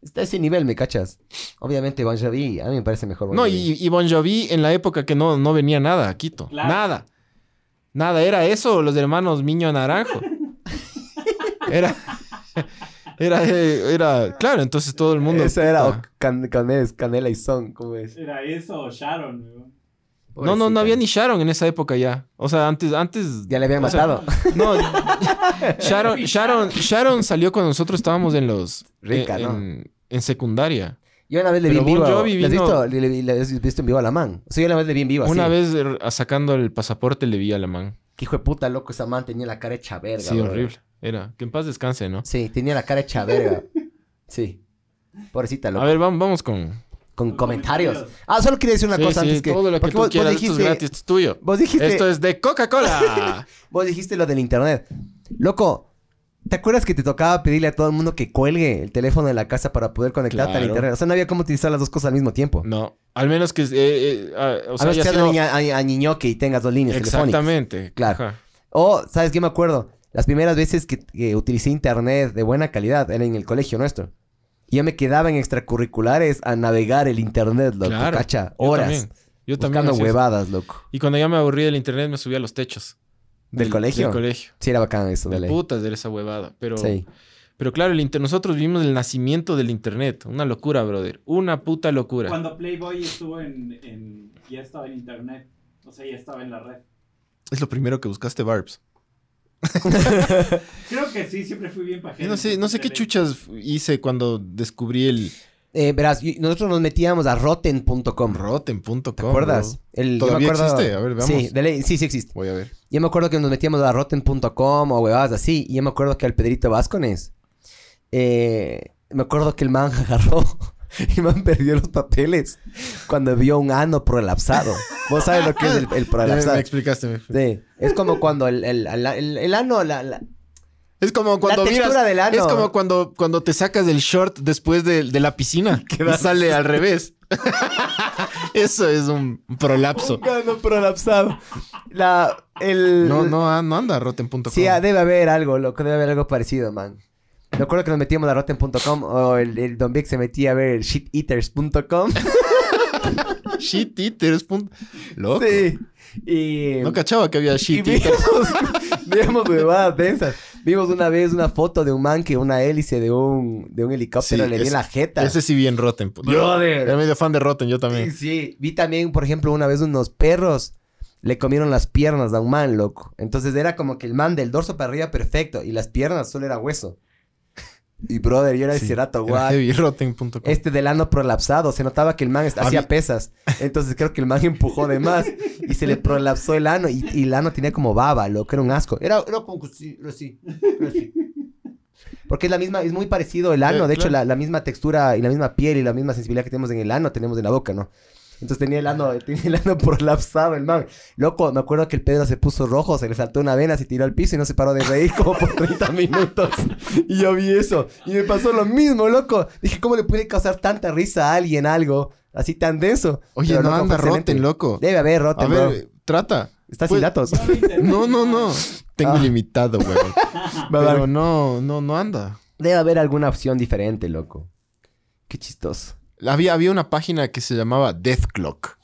Speaker 3: Está a ese nivel, ¿me cachas? Obviamente, Bon Jovi, a mí me parece mejor. Bon
Speaker 2: No,
Speaker 3: Jovi.
Speaker 2: y, y Bon Jovi en la época que no, no venía nada a Quito.
Speaker 4: Claro.
Speaker 2: Nada. Nada, era eso, o los hermanos Miño Naranjo. Era. Era, eh, era, claro, entonces todo el mundo.
Speaker 3: Esa era o
Speaker 2: puta.
Speaker 3: Can- Canés, Canela y Son, ¿cómo es?
Speaker 4: Era eso o Sharon, weón.
Speaker 2: No, no, no había ni Sharon en esa época ya. O sea, antes, antes.
Speaker 3: Ya le habían
Speaker 2: o sea,
Speaker 3: matado.
Speaker 2: No, Sharon, Sharon, Sharon salió cuando nosotros estábamos en los.
Speaker 3: Rica,
Speaker 2: en,
Speaker 3: ¿no?
Speaker 2: en- en secundaria.
Speaker 3: <laughs> Yo una vez le vi
Speaker 2: Pero
Speaker 3: en vivo.
Speaker 2: Bon Jovi
Speaker 3: ¿Le has
Speaker 2: vino-
Speaker 3: visto? Le, le- le has visto en vivo a la man. O sea, yo una vez le vi en vivo así.
Speaker 2: Una vez er, sacando el pasaporte le vi a la man.
Speaker 3: Qué hijo de puta, loco, esa man tenía la cara hecha verga.
Speaker 2: Sí,
Speaker 3: brother.
Speaker 2: horrible. Era. Que en paz descanse, ¿no?
Speaker 3: Sí, tenía la cara hecha verga. Sí. Pobrecita, loco.
Speaker 2: A ver, vamos, vamos con.
Speaker 3: Con
Speaker 4: Los
Speaker 3: comentarios.
Speaker 4: comentarios.
Speaker 3: Ah, solo quería decir una
Speaker 2: Sí,
Speaker 3: cosa
Speaker 2: sí,
Speaker 3: antes que...
Speaker 2: Todo lo que
Speaker 3: porque
Speaker 2: tú
Speaker 3: vos, vos
Speaker 2: quieras, esto
Speaker 3: dijiste,
Speaker 2: es gratis, esto es tuyo.
Speaker 3: Vos dijiste,
Speaker 2: Esto es de
Speaker 3: <laughs>
Speaker 2: Coca-Cola.
Speaker 3: vos dijiste lo del internet. Loco, ¿te acuerdas que te tocaba pedirle a todo el mundo que cuelgue el teléfono de la casa para poder conectarte al
Speaker 2: Claro.
Speaker 3: internet? O sea, no había cómo utilizar las dos cosas al mismo tiempo.
Speaker 2: no. Al menos que. eh, eh, ah, o
Speaker 3: a
Speaker 2: sea,
Speaker 3: menos
Speaker 2: haya
Speaker 3: que seas
Speaker 2: sido-
Speaker 3: una niña- a, a niñoque y tengas dos líneas telefónicas.
Speaker 2: Exactamente.
Speaker 3: Claro.
Speaker 2: Ajá.
Speaker 3: O, ¿sabes qué me acuerdo? Las primeras veces que, que utilicé internet de buena calidad era en el colegio nuestro. Y Yo me quedaba en extracurriculares a navegar el internet, loco.
Speaker 2: Claro.
Speaker 3: Cacha,
Speaker 2: Yo
Speaker 3: horas.
Speaker 2: también. Yo también.
Speaker 3: buscando
Speaker 2: hacía eso.
Speaker 3: huevadas, loco.
Speaker 2: Y cuando ya me aburrí del internet, me subí a los techos.
Speaker 3: ¿Del colegio?
Speaker 2: Del colegio.
Speaker 3: Sí, era bacán eso,
Speaker 2: De
Speaker 3: dale.
Speaker 2: putas de esa huevada. Pero,
Speaker 3: Sí.
Speaker 2: pero claro, el inter- nosotros vivimos el nacimiento del internet. Una locura, brother. Una puta locura.
Speaker 4: Cuando Playboy estuvo en, en. Ya estaba en internet. O sea, ya estaba en la red.
Speaker 2: Es lo primero que buscaste, Barbs.
Speaker 4: Creo que sí, siempre fui bien pajero.
Speaker 2: Yo no sé, no sé qué chuchas hice cuando descubrí el
Speaker 3: Eh, verás, yo- nosotros nos metíamos a rotten.com.
Speaker 2: rotten.com.
Speaker 3: ¿Te acuerdas? El, yo me
Speaker 2: ¿Todavía
Speaker 3: acuerdo-
Speaker 2: existe? A ver, veamos.
Speaker 3: Sí, de ley- sí, sí existe.
Speaker 2: Voy a ver.
Speaker 3: Yo me acuerdo que nos metíamos a rotten.com o huevadas así. Y yo me acuerdo que al Pedrito Vascones. eh, me acuerdo que el man <laughs> agarró y man perdió los papeles cuando vio un ano prolapsado. Vos sabes lo que es el,
Speaker 2: <laughs>
Speaker 3: el
Speaker 2: Ya
Speaker 3: prolapsado.
Speaker 2: explicaste. me-
Speaker 3: Sí. Es como cuando el, el, la- el- el ano, la- la,
Speaker 2: Es como cuando
Speaker 3: La textura
Speaker 2: miras-
Speaker 3: del ano.
Speaker 2: Es como cuando, cuando te sacas del short después de, de la piscina. Que sale al revés. <laughs> Eso es un prolapso.
Speaker 3: Gano prolapsado. La, el...
Speaker 2: No, no, ah, no anda rotten.com.
Speaker 3: Sí, ah, debe haber algo, loco. Debe haber algo parecido, man. Me acuerdo que nos metíamos a rotten.com o el, el Don Vic se metía a ver <laughs> shiteaters.com.
Speaker 2: Shit eaters. pun- Loco.
Speaker 3: sí. Y...
Speaker 2: No cachaba que había
Speaker 3: y
Speaker 2: shit eaters.
Speaker 3: vimos, <laughs> vimos huevadas densas. Vimos una vez una foto de un man que una hélice de un, de un helicóptero
Speaker 2: Sí,
Speaker 3: le dio en
Speaker 2: ese-
Speaker 3: la jeta.
Speaker 2: Ese sí bien rotten. pu-
Speaker 3: Brother.
Speaker 2: Era medio fan de rotten, yo
Speaker 3: Sí,
Speaker 2: también.
Speaker 3: sí. Vi también, por ejemplo, una vez unos perros le comieron las piernas a un man, loco. Entonces era como que el man del dorso para arriba perfecto y las piernas solo era hueso. <laughs> Y brother, yo era
Speaker 2: Sí,
Speaker 3: ese rato,
Speaker 2: era
Speaker 3: guau.
Speaker 2: heavy, rotten.com.
Speaker 3: Este del ano prolapsado, se notaba que el man est- hacía
Speaker 2: mí-
Speaker 3: pesas. Entonces creo que el man empujó de más y se le prolapsó el ano. Y, y el ano tenía como baba, loco, era un asco. Era, era como que sí, era así, era así. Porque es la misma, es muy parecido el ano.
Speaker 2: Eh,
Speaker 3: de hecho,
Speaker 2: claro.
Speaker 3: la, la misma textura y la misma piel y la misma sensibilidad que tenemos en el ano, tenemos en la boca, ¿no? Entonces tenía el ano, tenía el ano <laughs> prolapsado, el man. Loco, me acuerdo que el Pedro se puso rojo, se le saltó una vena, se tiró al piso y no se paró de reír como por
Speaker 2: <laughs>
Speaker 3: 30 minutos. Y yo vi eso. Y me pasó lo mismo, loco. Dije, ¿cómo le puede causar tanta risa a alguien algo así tan denso?
Speaker 2: Oye,
Speaker 3: Pero,
Speaker 2: no
Speaker 3: loco,
Speaker 2: anda
Speaker 3: fue excelente.
Speaker 2: rotten, loco.
Speaker 3: Debe haber roten,
Speaker 2: A
Speaker 3: bro.
Speaker 2: ver, trata.
Speaker 3: Está sin
Speaker 2: pues- <laughs>
Speaker 3: datos. <laughs>
Speaker 2: No, no, no. Tengo
Speaker 3: Ah.
Speaker 2: ilimitado, weón.
Speaker 3: <laughs> Va a dar-
Speaker 2: Pero no, no, no anda.
Speaker 3: Debe haber alguna opción diferente, loco. Qué chistoso.
Speaker 2: Había, había una página que se llamaba Death Clock.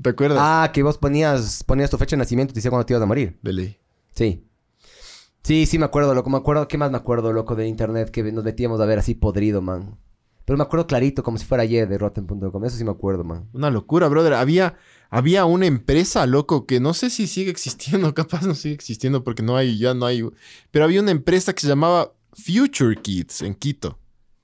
Speaker 2: ¿Te acuerdas?
Speaker 3: Ah, que vos ponías, ponías tu fecha de nacimiento y te decía cuándo te ibas a morir.
Speaker 2: De ley.
Speaker 3: Sí. Sí, sí, me acuerdo, loco. Me acuerdo, ¿qué más me acuerdo, loco, de internet que nos metíamos a ver así podrido, man? Pero me acuerdo clarito, como si fuera ayer de Rotten.com. Eso sí me acuerdo, man.
Speaker 2: Una locura, brother. Había, había una empresa, loco, que no sé si sigue existiendo, <laughs> capaz no sigue existiendo porque no hay, ya no hay. Pero había una empresa que se llamaba Future Kids en Quito.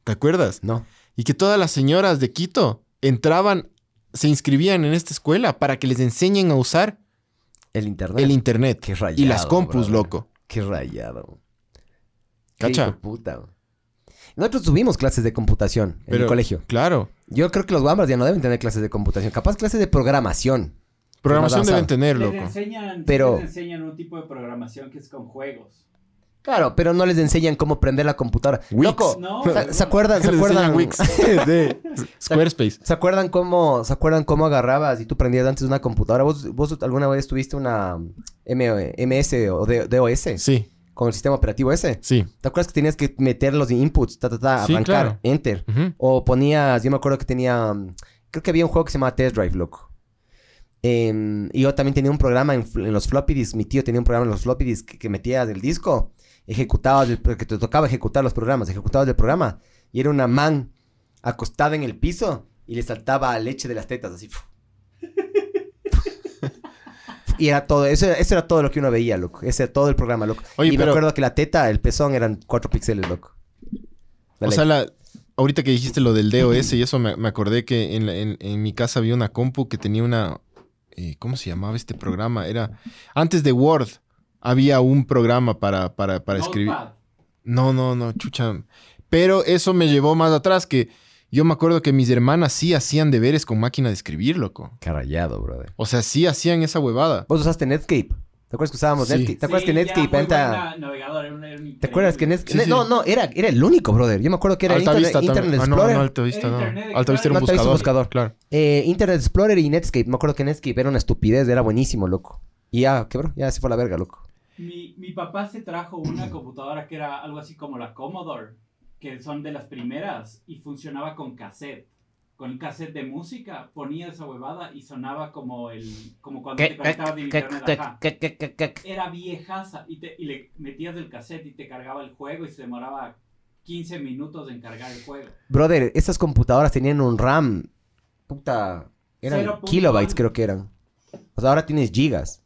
Speaker 2: ¿Te acuerdas?
Speaker 3: No.
Speaker 2: Y que todas las señoras de Quito entraban, se inscribían en esta escuela para que les enseñen a usar
Speaker 3: El internet.
Speaker 2: el internet
Speaker 3: Qué
Speaker 2: y
Speaker 3: rayado,
Speaker 2: las compus,
Speaker 3: brother.
Speaker 2: loco.
Speaker 3: Qué rayado.
Speaker 2: Cacha.
Speaker 3: Qué hijo de puta. man. Nosotros tuvimos clases de computación en
Speaker 2: Pero-
Speaker 3: el colegio.
Speaker 2: Claro.
Speaker 3: Yo creo que los guambras ya no deben tener clases de computación. Capaz clases de programación.
Speaker 2: Programación
Speaker 3: más
Speaker 2: deben
Speaker 3: avanzado.
Speaker 2: tener,
Speaker 4: Les
Speaker 2: loco.
Speaker 4: enseñan,
Speaker 3: Pero-
Speaker 4: les enseñan un tipo de programación que es con juegos.
Speaker 3: Claro, pero no les enseñan cómo prender la computadora.
Speaker 2: Wix.
Speaker 3: Loco,
Speaker 4: No,
Speaker 3: ¿se,
Speaker 4: no.
Speaker 3: se acuerdan? ¿Se
Speaker 2: <laughs> Les
Speaker 3: acuerdan?
Speaker 2: enseñan Wix <laughs> de
Speaker 3: <laughs>
Speaker 2: Squarespace.
Speaker 3: ¿Se acuerdan cómo, ¿Se acuerdan cómo agarrabas y tú prendías antes una computadora? ¿Vos, vos alguna vez tuviste una M- MS o D- DOS
Speaker 2: Sí,
Speaker 3: con el sistema operativo ese?
Speaker 2: sí.
Speaker 3: ¿Te acuerdas que tenías que meter los inputs, ta, ta, ta,
Speaker 2: Sí,
Speaker 3: arrancar,
Speaker 2: claro.
Speaker 3: enter?
Speaker 2: Ujú.
Speaker 3: O ponías, yo me acuerdo que tenía, mm, creo que había un juego que se llamaba Test Drive, loco. Em, y yo también tenía un programa en, fl- en los floppy disks, mi tío tenía un programa en los floppy disks que, que metías el disco, ejecutabas, el, que te tocaba ejecutar los programas, ejecutabas el programa, y era una man acostada en el piso y le saltaba leche de las tetas, así. <laughs> y era todo, eso era, eso era todo lo que uno veía, loco, ese era todo el programa, loco.
Speaker 2: Oye,
Speaker 3: y me
Speaker 2: pero-
Speaker 3: acuerdo que la teta, el pezón eran 4 píxeles, loco.
Speaker 2: O
Speaker 3: Dale.
Speaker 2: sea, la- ahorita que dijiste lo del DOS y eso, me, me acordé que en, la- en- en mi casa había una compu que tenía una... eh, ¿Cómo se llamaba este programa? Era... Antes de Word había un programa para, para, para escribir.
Speaker 4: Notepad.
Speaker 2: No, no, no, chucha. Pero eso me llevó más atrás que... Yo me acuerdo que mis hermanas sí hacían deberes con máquina de escribir, loco.
Speaker 3: Carayado, brother.
Speaker 2: O sea, sí hacían esa huevada.
Speaker 3: Vos usaste Netscape. ¿Te acuerdas que usábamos
Speaker 2: Sí.
Speaker 3: Netscape? ¿Te acuerdas
Speaker 4: Sí,
Speaker 3: que
Speaker 4: ya,
Speaker 3: Netscape
Speaker 4: muy
Speaker 3: entra-
Speaker 4: buena navegador, era un- era un
Speaker 3: ¿Te acuerdas que
Speaker 4: increíble.
Speaker 3: Netscape?
Speaker 2: Sí, sí.
Speaker 3: No, no, era, era el único, brother. Yo me acuerdo que era
Speaker 2: Alta
Speaker 3: Internet,
Speaker 2: Vista también.
Speaker 3: Internet
Speaker 2: Ah, no,
Speaker 3: Explorer.
Speaker 2: no, Alta Vista, no.
Speaker 4: Internet
Speaker 2: Alta Vista era un buscador.
Speaker 3: Explorer. Alta Vista buscador.
Speaker 2: Claro.
Speaker 3: Eh, Internet Explorer y Netscape. Me acuerdo que Netscape era una estupidez, era buenísimo, loco. Y ya, quebró, ya se fue a la verga, loco.
Speaker 4: Mi, mi papá se trajo una computadora que era algo así como la Commodore, que son de las primeras, y funcionaba con cassette. Con el cassette de música, ponía esa huevada y sonaba como el como cuando te conectabas de internet ajá. Era viejaza y, te, y le metías el cassette y te cargaba el juego y se demoraba 15 minutos en cargar el juego.
Speaker 3: Brother, esas computadoras tenían un RAM. Puta. Eran
Speaker 4: 0.1.
Speaker 3: kilobytes, creo que eran. O sea, ahora tienes gigas.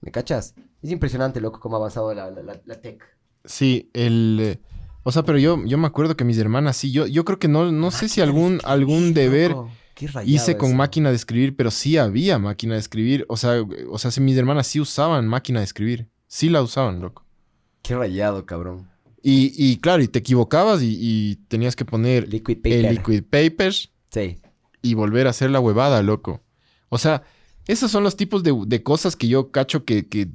Speaker 3: ¿Me cachas? Es impresionante, loco, cómo ha avanzado la, la, la- la tech.
Speaker 2: Sí, el... eh, O sea, pero yo, yo me acuerdo que mis hermanas sí, yo, yo creo que no, no sé si algún, algún deber
Speaker 3: Loco, qué rayado
Speaker 2: hice con
Speaker 3: eso.
Speaker 2: máquina de escribir, pero sí había máquina de escribir. O sea, o sea, si mis hermanas sí usaban máquina de escribir. Sí la usaban, loco.
Speaker 3: Qué rayado, cabrón.
Speaker 2: Y, y claro, y te equivocabas y, y tenías que poner
Speaker 3: Liquid
Speaker 2: el
Speaker 3: paper.
Speaker 2: liquid papers
Speaker 3: Sí.
Speaker 2: y volver a hacer la huevada, loco. O sea, esos son los tipos de, de cosas que yo cacho que, que-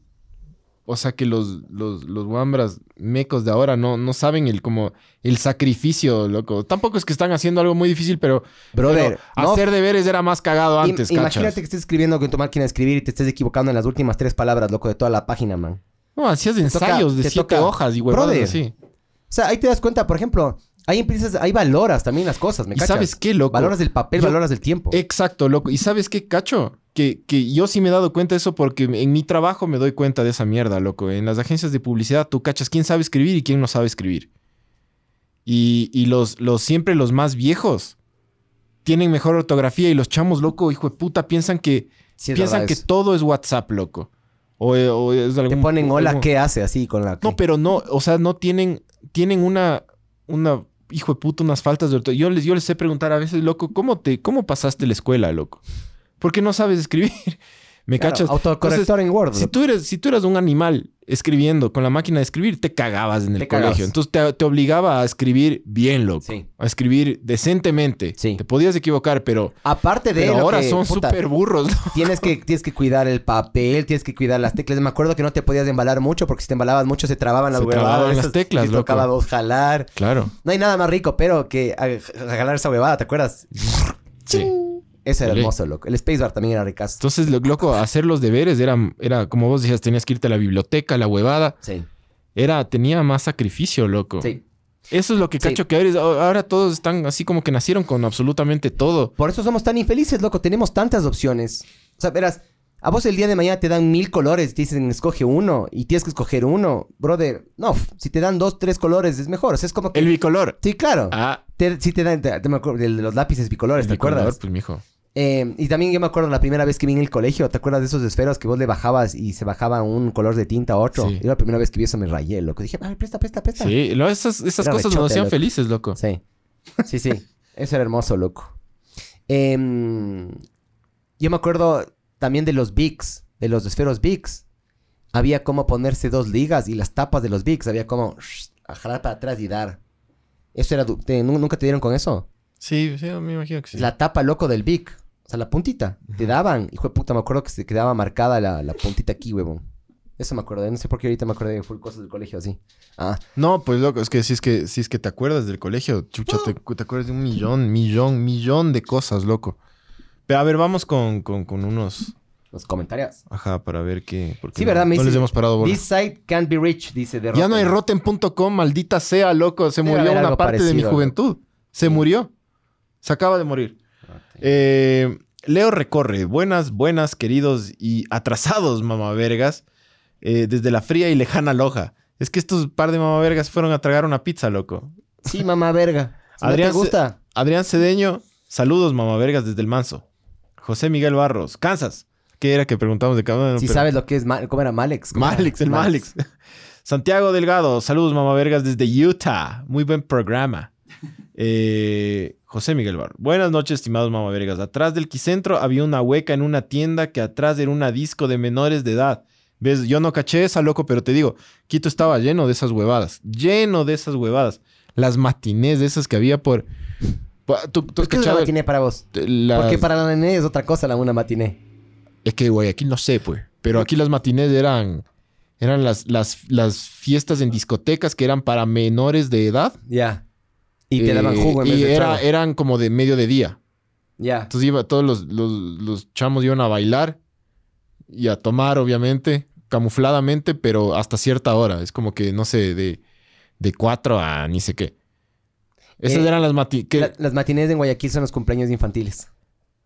Speaker 2: o sea, que los, los, los guambras mecos de ahora no, no saben el como el sacrificio, loco. Tampoco es que están haciendo algo muy difícil, pero,
Speaker 3: Brother,
Speaker 2: pero
Speaker 3: no-
Speaker 2: hacer deberes era más cagado
Speaker 3: im-
Speaker 2: antes,
Speaker 3: imagínate
Speaker 2: cachas.
Speaker 3: que estés escribiendo con tu máquina de escribir y te estés equivocando en las últimas tres palabras, loco, de toda la página, man.
Speaker 2: No, hacías
Speaker 3: toca-
Speaker 2: ensayos de
Speaker 3: te
Speaker 2: siete
Speaker 3: toca-
Speaker 2: hojas y huevadas
Speaker 3: Brother,
Speaker 2: así.
Speaker 3: O sea, ahí te das cuenta, por ejemplo, hay empresas, ahí valoras también las cosas, ¿me
Speaker 2: ¿Y
Speaker 3: cachas?
Speaker 2: sabes qué, loco?
Speaker 3: Valoras el papel,
Speaker 2: Yo-
Speaker 3: valoras el tiempo.
Speaker 2: Exacto, loco. ¿Y sabes qué, cacho? Que, que yo sí me he dado cuenta de eso porque en mi trabajo me doy cuenta de esa mierda, loco. En las agencias de publicidad tú cachas quién sabe escribir y quién no sabe escribir. Y, y los, los siempre los más viejos tienen mejor ortografía y los chamos, loco, hijo de puta, piensan que,
Speaker 3: Sí, es
Speaker 2: piensan
Speaker 3: verdad
Speaker 2: que
Speaker 3: eso.
Speaker 2: todo es WhatsApp, loco. O, eh, o es
Speaker 3: Te
Speaker 2: algún-
Speaker 3: ponen hola,
Speaker 2: algún-
Speaker 3: ¿qué hace? Así con la...
Speaker 2: No, pero no, o sea, no tienen, tienen una, una, hijo de puta, unas faltas de ortografía. Yo les, yo les sé preguntar a veces, loco, ¿cómo te, cómo pasaste la escuela, loco? ¿Por qué no sabes escribir? <laughs> ¿Me
Speaker 3: Claro,
Speaker 2: cachas?
Speaker 3: Autocorrector en Word.
Speaker 2: Si
Speaker 3: loco.
Speaker 2: tú, eres, si tú eras un animal escribiendo con la máquina de escribir, te cagabas en el
Speaker 3: Te
Speaker 2: colegio.
Speaker 3: cagabas.
Speaker 2: Entonces te, te obligaba a escribir bien, loco.
Speaker 3: Sí.
Speaker 2: A escribir decentemente.
Speaker 3: Sí.
Speaker 2: Te podías equivocar, pero,
Speaker 3: Aparte de
Speaker 2: pero
Speaker 3: lo
Speaker 2: ahora
Speaker 3: que-
Speaker 2: son
Speaker 3: puta,
Speaker 2: súper
Speaker 3: <laughs>
Speaker 2: burros.
Speaker 3: Tienes que, tienes que cuidar el papel, tienes que cuidar las teclas. Me acuerdo que no te podías embalar mucho porque si te embalabas mucho se trababan las
Speaker 2: Se trababan
Speaker 3: huevadas
Speaker 2: las
Speaker 3: esas,
Speaker 2: teclas,
Speaker 3: Te
Speaker 2: loco.
Speaker 3: tocaba vos jalar.
Speaker 2: Claro.
Speaker 3: No hay nada más rico, pero que regalar esa huevada, ¿te acuerdas?
Speaker 2: Sí.
Speaker 3: Eso era
Speaker 2: Sí.
Speaker 3: hermoso, loco. El Space Bar también era ricazo.
Speaker 2: Entonces, lo- loco, hacer los deberes era, era, como vos decías, tenías que irte a la biblioteca, a la huevada.
Speaker 3: Sí,
Speaker 2: Era, tenía más sacrificio, loco.
Speaker 3: sí.
Speaker 2: Eso es lo que
Speaker 3: Sí.
Speaker 2: cacho que ahora es- ahora todos están así como que nacieron con absolutamente todo.
Speaker 3: Por eso somos tan infelices, loco. Tenemos tantas opciones. O sea, verás, a vos el día de mañana te dan mil colores, te dicen escoge uno y tienes que escoger uno. Brother, no, f- si te dan dos, tres colores es mejor. O sea, es como que.
Speaker 2: El bicolor.
Speaker 3: Sí, claro.
Speaker 2: Ah,
Speaker 3: Te- sí te dan, te, te me acuerdo de los lápices bicolores,
Speaker 2: el
Speaker 3: ¿te
Speaker 2: bicolor,
Speaker 3: acuerdas?
Speaker 2: pues mijo.
Speaker 3: Eh, y también yo me acuerdo la primera vez que vine al colegio, ¿te acuerdas de esos esferos que vos le bajabas y se bajaba un color de tinta a otro?
Speaker 2: Sí.
Speaker 3: Yo la primera vez que vi eso me rayé, loco. Dije, ay, presta, presta, presta.
Speaker 2: Sí, lo- esas, esas
Speaker 3: Era
Speaker 2: cosas
Speaker 3: rechote,
Speaker 2: nos hacían
Speaker 3: loco.
Speaker 2: felices, loco.
Speaker 3: Sí. Sí, sí. Eso era hermoso, loco. Em, yo me acuerdo también de los Bigs, de los esferos Bigs. Había como ponerse dos ligas y las tapas de los Bigs. Había como shh, jalar para atrás y dar. Eso era. du- te- nu- ¿Nunca te dieron con eso?
Speaker 2: Sí, sí, me imagino que sí.
Speaker 3: La tapa loco del Big. O sea, la puntita. Te daban. Hijo de puta, me acuerdo que se quedaba marcada la, la puntita aquí, huevón. Eso me acuerdo. No sé por qué ahorita me acordé de full cosas del colegio así. Ah,
Speaker 2: No, pues loco, es que si es que si es que te acuerdas del colegio, chucha, te, te acuerdas de un millón, millón, millón de cosas, loco. Pero a ver, vamos con, con, con unos,
Speaker 3: los comentarios.
Speaker 2: ajá, para ver qué. porque
Speaker 3: Sí,
Speaker 2: no-
Speaker 3: ¿verdad? Me
Speaker 2: No
Speaker 3: dice-
Speaker 2: les hemos parado bola.
Speaker 3: This side can't be rich, dice de
Speaker 2: Ya no hay
Speaker 3: Rotten.
Speaker 2: rotten.com, maldita sea, loco. Se
Speaker 3: Debe
Speaker 2: murió
Speaker 3: haber
Speaker 2: una
Speaker 3: algo
Speaker 2: parte de mi
Speaker 3: parecido,
Speaker 2: juventud. Se murió. Se acaba de morir.
Speaker 3: Ah,
Speaker 2: Eh, Leo recorre. Buenas, buenas, queridos y atrasados mamavergas. eh, desde la fría y lejana Loja. Es que estos par de mamavergas fueron a tragar una pizza, loco.
Speaker 3: Sí, mamá verga. Si
Speaker 2: Adrián se-
Speaker 3: no te gusta.
Speaker 2: Adrián Cedeño, saludos mamavergas desde el Manso. José Miguel Barros, Kansas. ¿Qué era que preguntamos de cada uno?
Speaker 3: Si
Speaker 2: Pero-
Speaker 3: sabes lo que es, Ma- ¿cómo era Malex? ¿Cómo era?
Speaker 2: <laughs> Malix, el Malix. Santiago Delgado, saludos mamavergas desde Utah. Muy buen programa. Eh, José Miguel Bar. Buenas noches, estimados mamavergas. Atrás del Quicentro había una hueca en una tienda que atrás era una disco de menores de edad. ¿Ves? Yo no caché esa, loco, pero te digo, Quito estaba lleno de esas huevadas. Lleno de esas huevadas. Las matinés de esas que había por... por- ¿Tú, tú has
Speaker 3: ¿Por qué es una
Speaker 2: cachado?
Speaker 3: matiné para vos?
Speaker 2: Las-
Speaker 3: Porque para la nene es otra cosa la una matiné.
Speaker 2: es que Guayaquil no sé, pues. Pero aquí las matines eran. Eran las, las, las fiestas en discotecas que eran para menores de edad.
Speaker 3: Ya. Y te
Speaker 2: Eh,
Speaker 3: daban jugo en vez
Speaker 2: y
Speaker 3: de
Speaker 2: era,
Speaker 3: trago.
Speaker 2: eran como de medio de día.
Speaker 3: Ya.
Speaker 2: Entonces iba, todos los, los, los chamos iban a bailar y a tomar, obviamente, camufladamente, pero hasta cierta hora. Es como que, no sé, de, de cuatro a ni sé qué. Esas
Speaker 3: Eh,
Speaker 2: eran las matines.
Speaker 3: La- las matinés en Guayaquil son los cumpleaños infantiles.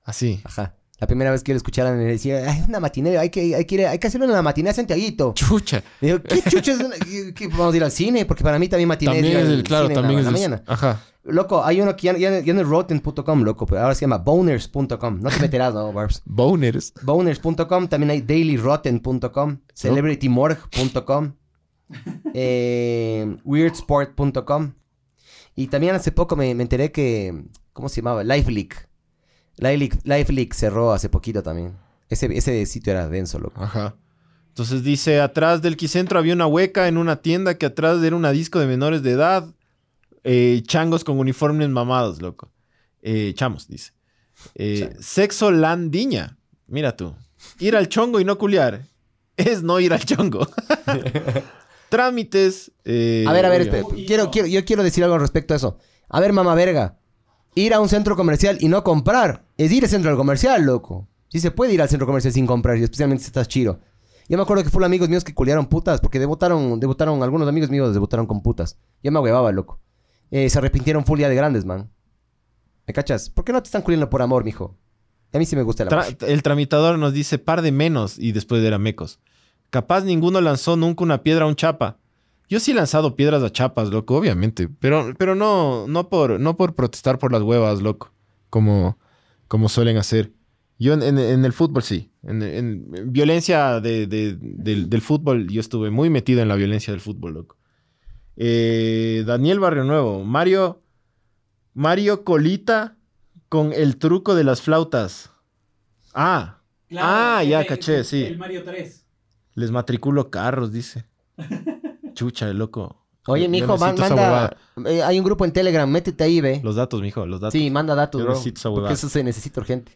Speaker 2: Así.
Speaker 3: Ajá. La primera vez que lo escucharon le decía, ay, una matiné, hay que, hay que, ir- hay que hacerlo en la matiné a Santiaguito.
Speaker 2: Chucha.
Speaker 3: Y yo, ¿qué chucho es una- qué- qué- vamos a ir al cine? Porque para mí también matiné
Speaker 2: También
Speaker 3: ir
Speaker 2: es
Speaker 3: al
Speaker 2: el, claro,
Speaker 3: cine en la-
Speaker 2: también
Speaker 3: en
Speaker 2: es
Speaker 3: la
Speaker 2: el.
Speaker 3: mañana.
Speaker 2: Ajá.
Speaker 3: Loco, hay uno que ya, ya- ya no es rotten.com, loco, pero ahora se llama boners.com. No te meterás, no, Barbs.
Speaker 2: Boners.
Speaker 3: Boners.com, también hay dailyrotten.com, celebritymorg.com, eh, weirdsport.com. Y también hace poco me, me enteré que, ¿cómo se llamaba? LifeLeak. LifeLeak, LifeLeak cerró hace poquito también. Ese, ese sitio era denso, loco.
Speaker 2: Ajá. Entonces dice, atrás del Quicentro había una hueca en una tienda que atrás era una disco de menores de edad. Eh, changos con uniformes mamados, loco. Eh, chamos, dice. Eh, sexo landiña. Mira tú. Ir al chongo y no culiar. Es no ir al
Speaker 3: <laughs>
Speaker 2: chongo. Trámites. eh,
Speaker 3: A ver, este. a ver,
Speaker 2: obvio.
Speaker 3: espera, quiero, quiero, yo quiero decir algo al respecto a eso. A ver, mamá verga, ir a un centro comercial y no comprar es ir al centro comercial, loco. Sí se puede ir al centro comercial sin comprar, y especialmente si estás chiro. Yo me acuerdo que fueron amigos míos que culiaron putas, porque debutaron, debutaron, algunos amigos míos debutaron con putas. Yo me huevaba, loco. Eh, se arrepintieron full ya de grandes, man. ¿Me cachas? ¿Por qué no te están culiando por amor, mijo? A mí sí me gusta el amor.
Speaker 2: Tra- el tramitador nos dice par de menos y después era mecos. Capaz ninguno lanzó nunca una piedra a un chapa. Yo sí he lanzado piedras a chapas, loco, obviamente. Pero, pero no, no, por, no por protestar por las huevas, loco. Como, como suelen hacer. Yo en, en- en el fútbol sí. En, en- en violencia de- de- del, del fútbol, yo estuve muy metido en la violencia del fútbol, loco. Eh, Daniel Barrio Nuevo. Mario, Mario Colita con el truco de las flautas. Ah, Ah, ya
Speaker 4: el-
Speaker 2: caché,
Speaker 4: el-
Speaker 2: sí.
Speaker 4: El Mario 3.
Speaker 2: les matriculo carros, dice. Chucha, el loco.
Speaker 3: Oye,
Speaker 2: Yo
Speaker 3: mijo, man-
Speaker 2: necesito esa
Speaker 3: manda.
Speaker 2: huevada.
Speaker 3: eh, hay un grupo en Telegram, métete ahí, ve.
Speaker 2: Los datos, mijo, los datos.
Speaker 3: Sí, manda datos,
Speaker 2: Yo
Speaker 3: bro.
Speaker 2: necesito esa
Speaker 3: Porque
Speaker 2: huevada.
Speaker 3: eso se necesita urgente.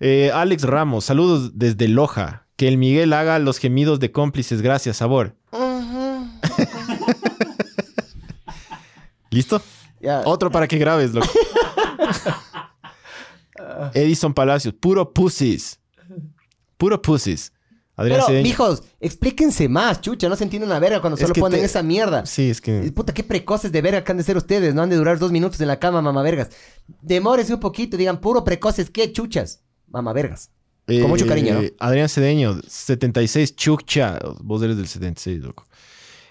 Speaker 2: Eh, Alex Ramos, saludos desde Loja. Que el Miguel haga los gemidos de cómplices, gracias, sabor. ¿Listo?
Speaker 3: Ya.
Speaker 2: Otro para que grabes, loco. Edison Palacios, puro pussies. Puro pussies. Adrián
Speaker 3: Pero,
Speaker 2: Cedeño.
Speaker 3: mijos, explíquense más, chucha. No se entiende una verga cuando
Speaker 2: Es
Speaker 3: solo
Speaker 2: que
Speaker 3: ponen
Speaker 2: te-
Speaker 3: esa mierda.
Speaker 2: Sí, es
Speaker 3: Eh,
Speaker 2: que.
Speaker 3: Puta, qué precoces de verga que han de ser ustedes. No han de durar dos minutos en la cama, mamavergas. Demórese un poquito, digan, puro precoces, qué chuchas. Mamavergas. con mucho cariño, ¿no?
Speaker 2: eh, Adrián Cedeño, 76, Chucha. Vos eres del 76, loco.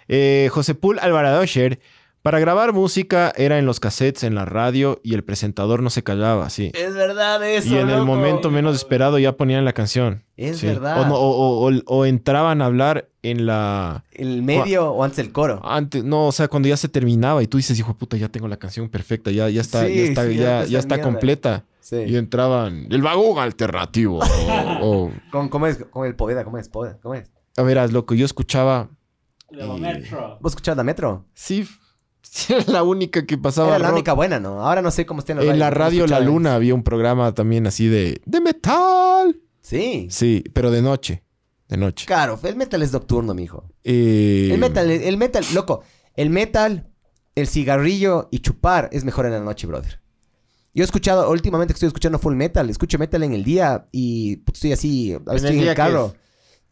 Speaker 2: Eh, José Pul Alvaradocher. Para grabar música era en los cassettes, en la radio y el presentador no se callaba, sí.
Speaker 3: Es verdad eso,
Speaker 2: Y en el
Speaker 3: loco.
Speaker 2: momento menos esperado ya ponían la canción.
Speaker 3: Es
Speaker 2: Sí.
Speaker 3: verdad.
Speaker 2: O, no- o- o- o entraban a hablar en la...
Speaker 3: El medio o antes el coro.
Speaker 2: Antes, no, o sea, cuando ya se terminaba y tú dices, hijo de puta, ya tengo la canción perfecta, ya, ya está,
Speaker 3: Sí,
Speaker 2: ya está,
Speaker 3: sí, ya
Speaker 2: ya,
Speaker 3: está
Speaker 2: ya
Speaker 3: esa
Speaker 2: está
Speaker 3: mierda.
Speaker 2: completa. Y
Speaker 3: Sí.
Speaker 2: entraban, el vagón
Speaker 3: <laughs>
Speaker 2: alternativo. o- o-
Speaker 3: Con, ¿Cómo es? Con el poeta, ¿cómo es? Poeta, ¿cómo es?
Speaker 2: a verás, loco, yo escuchaba...
Speaker 4: Luego
Speaker 2: Y-
Speaker 4: Metro.
Speaker 3: ¿Vos escuchabas la metro?
Speaker 2: Sí, <laughs> era la única que pasaba.
Speaker 3: Era la
Speaker 2: rock.
Speaker 3: única buena, ¿no? Ahora no sé cómo está en la radio.
Speaker 2: En la
Speaker 3: no
Speaker 2: radio La
Speaker 3: escuchaba.
Speaker 2: Luna había un programa también así de... ¡De metal!
Speaker 3: Sí.
Speaker 2: Sí, pero de noche. De noche.
Speaker 3: Claro, el metal es nocturno, mijo.
Speaker 2: Eh,
Speaker 3: El metal, el, el metal, loco. El metal, el cigarrillo y chupar es mejor en la noche, brother. Yo he escuchado, últimamente que estoy escuchando full metal, escucho metal en el día y puta, estoy así, a veces
Speaker 2: ¿En el
Speaker 3: estoy en
Speaker 2: día
Speaker 3: el
Speaker 2: qué
Speaker 3: carro.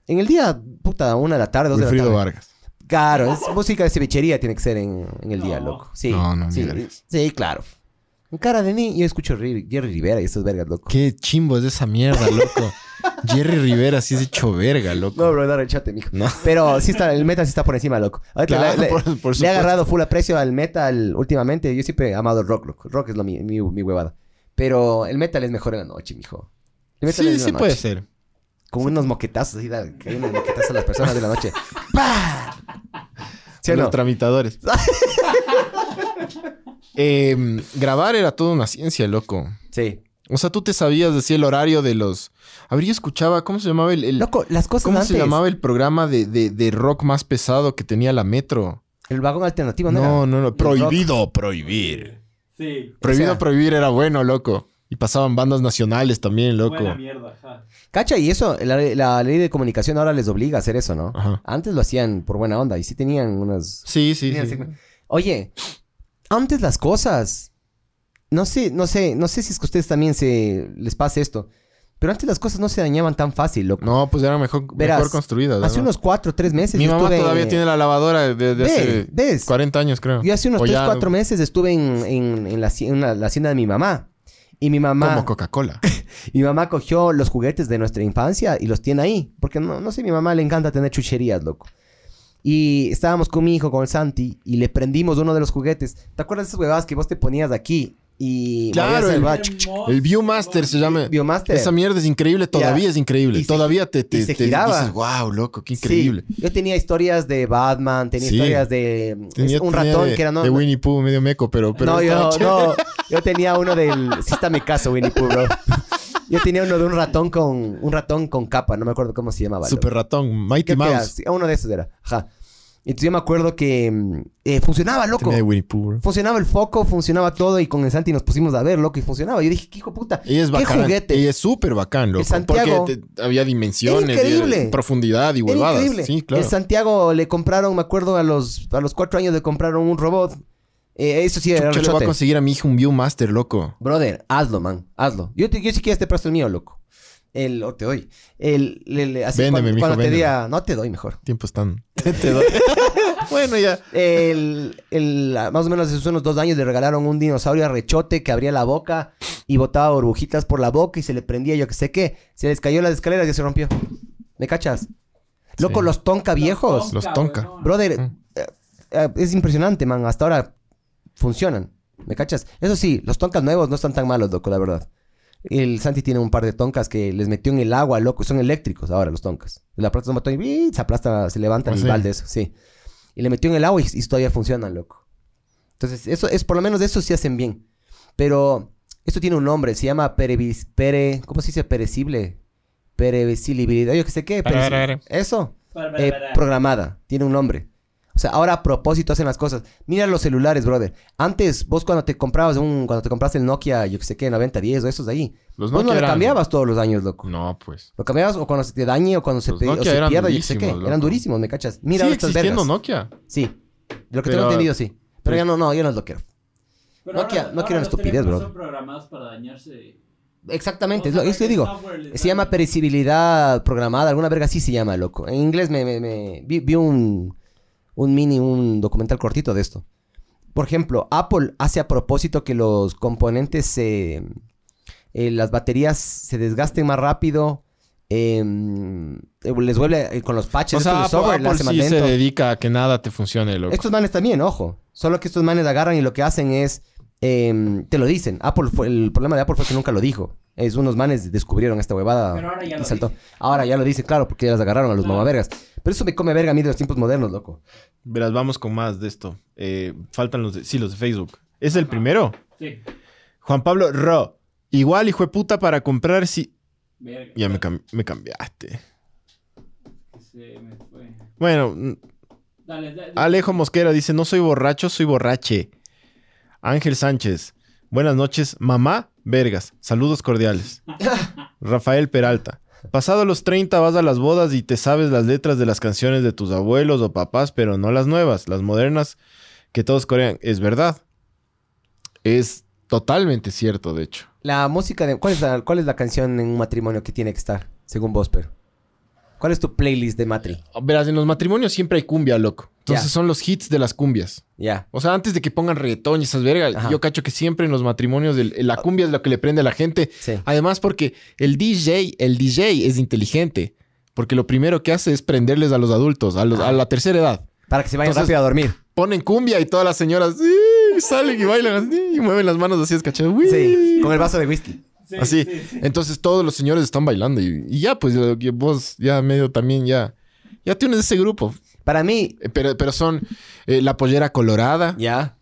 Speaker 3: En el día, puta, una de la tarde, dos de la
Speaker 2: Wilfrido
Speaker 3: tarde.
Speaker 2: Vargas.
Speaker 3: Claro, es música de cevichería tiene que ser en, en el día,
Speaker 4: No.
Speaker 3: loco. Sí,
Speaker 2: No, no, ni
Speaker 3: sí,
Speaker 2: vergas.
Speaker 3: sí, claro. En cara de mí, yo escucho Ri- Jerry Rivera y esas vergas, loco.
Speaker 2: Qué chimbo es esa mierda, loco. <laughs> Jerry Rivera sí es hecho verga, loco.
Speaker 3: No, bro, no, rechate, mijo.
Speaker 2: No.
Speaker 3: Pero sí está, el metal sí está por encima, loco. Ahorita
Speaker 2: Claro,
Speaker 3: la- la-
Speaker 2: por- por
Speaker 3: Le he
Speaker 2: supuesto.
Speaker 3: agarrado full aprecio al metal últimamente. Yo siempre he amado el rock, loco. El rock es lo mi, mi, mi huevada. Pero el metal es mejor en la noche, mijo. El metal
Speaker 2: Sí,
Speaker 3: es en la
Speaker 2: sí
Speaker 3: noche.
Speaker 2: puede ser.
Speaker 3: Con unos moquetazos, así, da- que hay unos moquetazos a las personas de la noche. ¡Pah! ¿Sí o no?
Speaker 2: Los
Speaker 3: <laughs>
Speaker 2: tramitadores. Em, grabar era toda una ciencia, loco.
Speaker 3: Sí.
Speaker 2: O sea, tú te sabías decir el horario de los. A ver, yo escuchaba, ¿cómo se llamaba el. el-
Speaker 3: Loco, las cosas
Speaker 2: ¿Cómo
Speaker 3: antes.
Speaker 2: se llamaba el programa de, de- de rock más pesado que tenía la metro?
Speaker 3: El vagón alternativo, ¿no?
Speaker 2: No, no,
Speaker 3: era?
Speaker 2: no.
Speaker 3: rock.
Speaker 2: Prohibido prohibir.
Speaker 4: Sí.
Speaker 2: Prohibido
Speaker 3: O sea-
Speaker 2: prohibir era bueno, loco. Y pasaban bandas nacionales también, loco.
Speaker 4: Buena mierda. ajá.
Speaker 3: Cacha, y eso, la, la ley de comunicación ahora les obliga a hacer eso, ¿no?
Speaker 2: Ajá.
Speaker 3: Antes lo hacían por buena onda y sí tenían unas
Speaker 2: Sí,
Speaker 3: <laughs>
Speaker 2: sí,
Speaker 3: Tenían
Speaker 2: sí.
Speaker 3: segmen- Oye, antes las cosas. No sé, no sé, no sé si es que a ustedes también se les pase esto. Pero antes las cosas no se dañaban tan fácil, loco.
Speaker 2: No, pues eran mejor, mejor
Speaker 3: Verás,
Speaker 2: construidas.
Speaker 3: hace
Speaker 2: además.
Speaker 3: unos cuatro, tres meses.
Speaker 2: Mi
Speaker 3: yo
Speaker 2: mamá
Speaker 3: estuve-
Speaker 2: todavía tiene la lavadora de, de
Speaker 3: Ve,
Speaker 2: hace
Speaker 3: ¿Ves?
Speaker 2: 40 años, creo.
Speaker 3: Yo hace unos
Speaker 2: O
Speaker 3: tres,
Speaker 2: ya,
Speaker 3: cuatro meses estuve en, en- en la, haci- en la- la hacienda de mi mamá. Y mi mamá,
Speaker 2: Como Coca-Cola.
Speaker 3: mi mamá cogió los juguetes de nuestra infancia y los tiene ahí. Porque no, no sé, mi mamá le encanta tener chucherías, loco. Y estábamos con mi hijo, con el Santi, y le prendimos uno de los juguetes. ¿Te acuerdas de esas huevadas que vos te ponías aquí? Y
Speaker 2: Claro,
Speaker 3: movías
Speaker 2: el-
Speaker 3: va-
Speaker 4: Hermoso.
Speaker 2: El Viewmaster se llama.
Speaker 3: Biomaster.
Speaker 2: Esa mierda es increíble, todavía es increíble.
Speaker 3: Y se-
Speaker 2: todavía te, te,
Speaker 3: y se
Speaker 2: te
Speaker 3: giraba.
Speaker 2: dices, wow, loco, qué
Speaker 3: Sí,
Speaker 2: increíble.
Speaker 3: Yo tenía historias de Batman, tenía
Speaker 2: Sí.
Speaker 3: historias de mm,
Speaker 2: Tenía-
Speaker 3: un
Speaker 2: tenía
Speaker 3: ratón
Speaker 2: de,
Speaker 3: que era no.
Speaker 2: de
Speaker 3: no-
Speaker 2: Winnie Pooh, medio meco, pero. pero
Speaker 3: no, yo
Speaker 2: estaba chévere.
Speaker 3: no. Yo tenía uno del. Sí está mi caso, Winnie Pooh,
Speaker 2: <laughs>
Speaker 3: bro. Yo tenía uno de un ratón con. Un ratón con capa, no me acuerdo cómo se llamaba. loco.
Speaker 2: Super ratón, Mighty
Speaker 3: Creo que era,
Speaker 2: Mouse.
Speaker 3: sí, uno de esos era. Ajá. Entonces yo me acuerdo que mm, eh, funcionaba, loco.
Speaker 2: Tenía de Winnie Pooh, bro.
Speaker 3: Funcionaba el foco, funcionaba todo y con el Santi nos pusimos a ver, loco, y funcionaba. Yo dije, ¿qué hijo de puta?
Speaker 2: Y es
Speaker 3: ¿Qué
Speaker 2: bacán.
Speaker 3: juguete?
Speaker 2: Y es súper bacán, loco.
Speaker 3: Santiago-
Speaker 2: porque te- había dimensiones,
Speaker 3: Era increíble.
Speaker 2: y era profundidad y
Speaker 3: Era
Speaker 2: huevadas.
Speaker 3: increíble.
Speaker 2: Sí, claro.
Speaker 3: En Santiago le compraron, me acuerdo, a los, a los cuatro años le compraron un robot. Eh, eso sí,
Speaker 2: Chucha, le
Speaker 3: era
Speaker 2: voy a
Speaker 3: rechote.
Speaker 2: conseguir a mi hijo un Viewmaster, loco.
Speaker 3: Brother, hazlo, man. Hazlo. Yo, te- yo si quieres te presto el mío, loco. El, o te doy. El, le- le- así
Speaker 2: Véndeme,
Speaker 3: cuando,
Speaker 2: mijo,
Speaker 3: cuando te
Speaker 2: véndeme.
Speaker 3: diga, no te doy mejor.
Speaker 2: Tiempo están. Te doy. bueno, ya.
Speaker 3: El, el- más o menos hace unos dos años le regalaron un dinosaurio a rechote que abría la boca y botaba burbujitas por la boca y se le prendía yo que sé qué. Se les cayó las escaleras y se rompió. ¿Me cachas? Loco,
Speaker 2: Sí.
Speaker 3: los tonka viejos.
Speaker 2: Los tonka.
Speaker 4: weón.
Speaker 3: Brother,
Speaker 2: Mm.
Speaker 3: eh, eh, es impresionante, man. Hasta ahora funcionan. ¿Me cachas? Eso sí, los toncas nuevos no están tan malos, loco, la verdad. El Santi tiene un par de toncas que les metió en el agua, loco. Son eléctricos ahora los toncas. Le aplastas un botón y ¡bii! se aplasta, se levantan
Speaker 2: ¿Ah,
Speaker 3: y
Speaker 2: sí?
Speaker 3: balde eso, sí. Y le metió en el agua y, y todavía funcionan, loco. Entonces, eso es, por lo menos eso sí hacen bien. Pero esto tiene un nombre, se llama perevis- pere, ¿cómo se dice? Perecible. Perevisibilidad, yo que sé qué.
Speaker 2: Para,
Speaker 3: pereci-
Speaker 2: para, para.
Speaker 3: Eso
Speaker 4: Para, para,
Speaker 3: eh,
Speaker 4: para.
Speaker 3: programada, tiene un nombre. O sea, ahora a propósito hacen las cosas. Mira los celulares, brother. Antes, vos cuando te comprabas un, cuando te compraste el Nokia, yo que sé qué, 9010 o esos de ahí,
Speaker 2: Los
Speaker 3: vos Pues no
Speaker 2: Nokia
Speaker 3: lo
Speaker 2: eran-
Speaker 3: cambiabas todos los años, loco.
Speaker 2: No, pues.
Speaker 3: Lo cambiabas o cuando se te dañe o cuando se,
Speaker 2: Los
Speaker 3: te, o
Speaker 2: Nokia
Speaker 3: se
Speaker 2: eran
Speaker 3: pierda, yo que sé qué.
Speaker 2: durísimos, loco.
Speaker 3: Eran durísimos, ¿me cachas? Mira
Speaker 2: Sigue
Speaker 3: ahora estas
Speaker 2: existiendo
Speaker 3: vergas.
Speaker 2: Nokia.
Speaker 3: Sí. Lo
Speaker 2: Pero-
Speaker 3: que tengo entendido, sí. Pero
Speaker 2: Sí.
Speaker 3: ya no, no, yo no lo quiero.
Speaker 4: Pero ahora-
Speaker 3: Nokia- Nokia
Speaker 4: ahora
Speaker 3: era
Speaker 4: los
Speaker 3: estupidez,
Speaker 4: teléfonos
Speaker 3: bro.
Speaker 4: son programados para dañarse
Speaker 3: Exactamente,
Speaker 4: O
Speaker 3: es lo
Speaker 4: sea,
Speaker 3: eso
Speaker 4: porque el
Speaker 3: digo.
Speaker 4: software les
Speaker 3: Se llama
Speaker 4: da-
Speaker 3: perecibilidad programada, alguna verga así se llama, loco. En inglés me, me- me- vi, vi un, un mini, un documental cortito de esto. Por ejemplo, Apple hace a propósito que los componentes se... eh, las baterías se desgasten más rápido. eh, eh, les vuelve eh, con los patches
Speaker 2: O
Speaker 3: esto
Speaker 2: sea,
Speaker 3: del
Speaker 2: Apple,
Speaker 3: software, le
Speaker 2: Apple
Speaker 3: hace más
Speaker 2: sí se
Speaker 3: lento.
Speaker 2: dedica a que nada te funcione, loco.
Speaker 3: Estos manes también, ojo. Solo que estos manes agarran y lo que hacen es. em, te lo dicen. Apple fue- el problema de Apple fue que nunca lo dijo. Es unos manes descubrieron esta huevada.
Speaker 4: Pero ahora ya
Speaker 3: y
Speaker 4: lo
Speaker 3: saltó.
Speaker 4: dice.
Speaker 3: Ahora ya lo dice, claro, porque ya las agarraron a los
Speaker 4: Claro.
Speaker 3: mamavergas. Pero eso me come verga a mí de los tiempos modernos, loco.
Speaker 2: Verás, vamos con más de esto. Eh, faltan los de, sí, los de Facebook. ¿Es el primero?
Speaker 4: Sí,
Speaker 2: Juan Pablo Ro. Igual, hijo de puta, para comprar si...
Speaker 4: verga.
Speaker 2: Ya me, cam- me cambiaste.
Speaker 4: Se me fue.
Speaker 2: Bueno, mm,
Speaker 4: Dale, dale.
Speaker 2: Alejo Mosquera dice, no soy borracho, soy borrache. Ángel Sánchez. Buenas noches, mamá. Vergas. Saludos cordiales. Rafael Peralta. Pasado los 30 vas a las bodas y te sabes las letras de las canciones de tus abuelos o papás, pero no las nuevas, las modernas que todos corean. Es verdad. Es totalmente cierto, de hecho.
Speaker 3: La música de. ¿Cuál es la, cuál es la canción en un matrimonio que tiene que estar, según vos, pero? ¿Cuál es tu playlist de Matri?
Speaker 2: Verás, en los matrimonios siempre hay cumbia, loco. Entonces
Speaker 3: Ya.
Speaker 2: son los hits de las cumbias.
Speaker 3: Ya.
Speaker 2: O sea, antes de que pongan reggaetón y esas vergas,
Speaker 3: Ajá.
Speaker 2: yo cacho que siempre en los matrimonios el- la cumbia es lo que le prende a la gente.
Speaker 3: Sí.
Speaker 2: Además, porque el DJ, el DJ es inteligente. Porque lo primero que hace es prenderles a los adultos, a, los- a la tercera edad.
Speaker 3: Para que se vayan
Speaker 2: Entonces-
Speaker 3: rápido a dormir.
Speaker 2: Ponen cumbia y todas las señoras ¡sí! salen y bailan así, y mueven las manos así, es cachado.
Speaker 3: Sí. Con el vaso de whisky.
Speaker 4: Sí,
Speaker 2: Así.
Speaker 4: sí, sí.
Speaker 2: Entonces todos los señores están bailando y, y ya, pues lo que vos ya medio también ya. Ya tienes ese grupo.
Speaker 3: Para mí.
Speaker 2: Eh, Pero, pero son eh, la pollera colorada.
Speaker 3: Ya.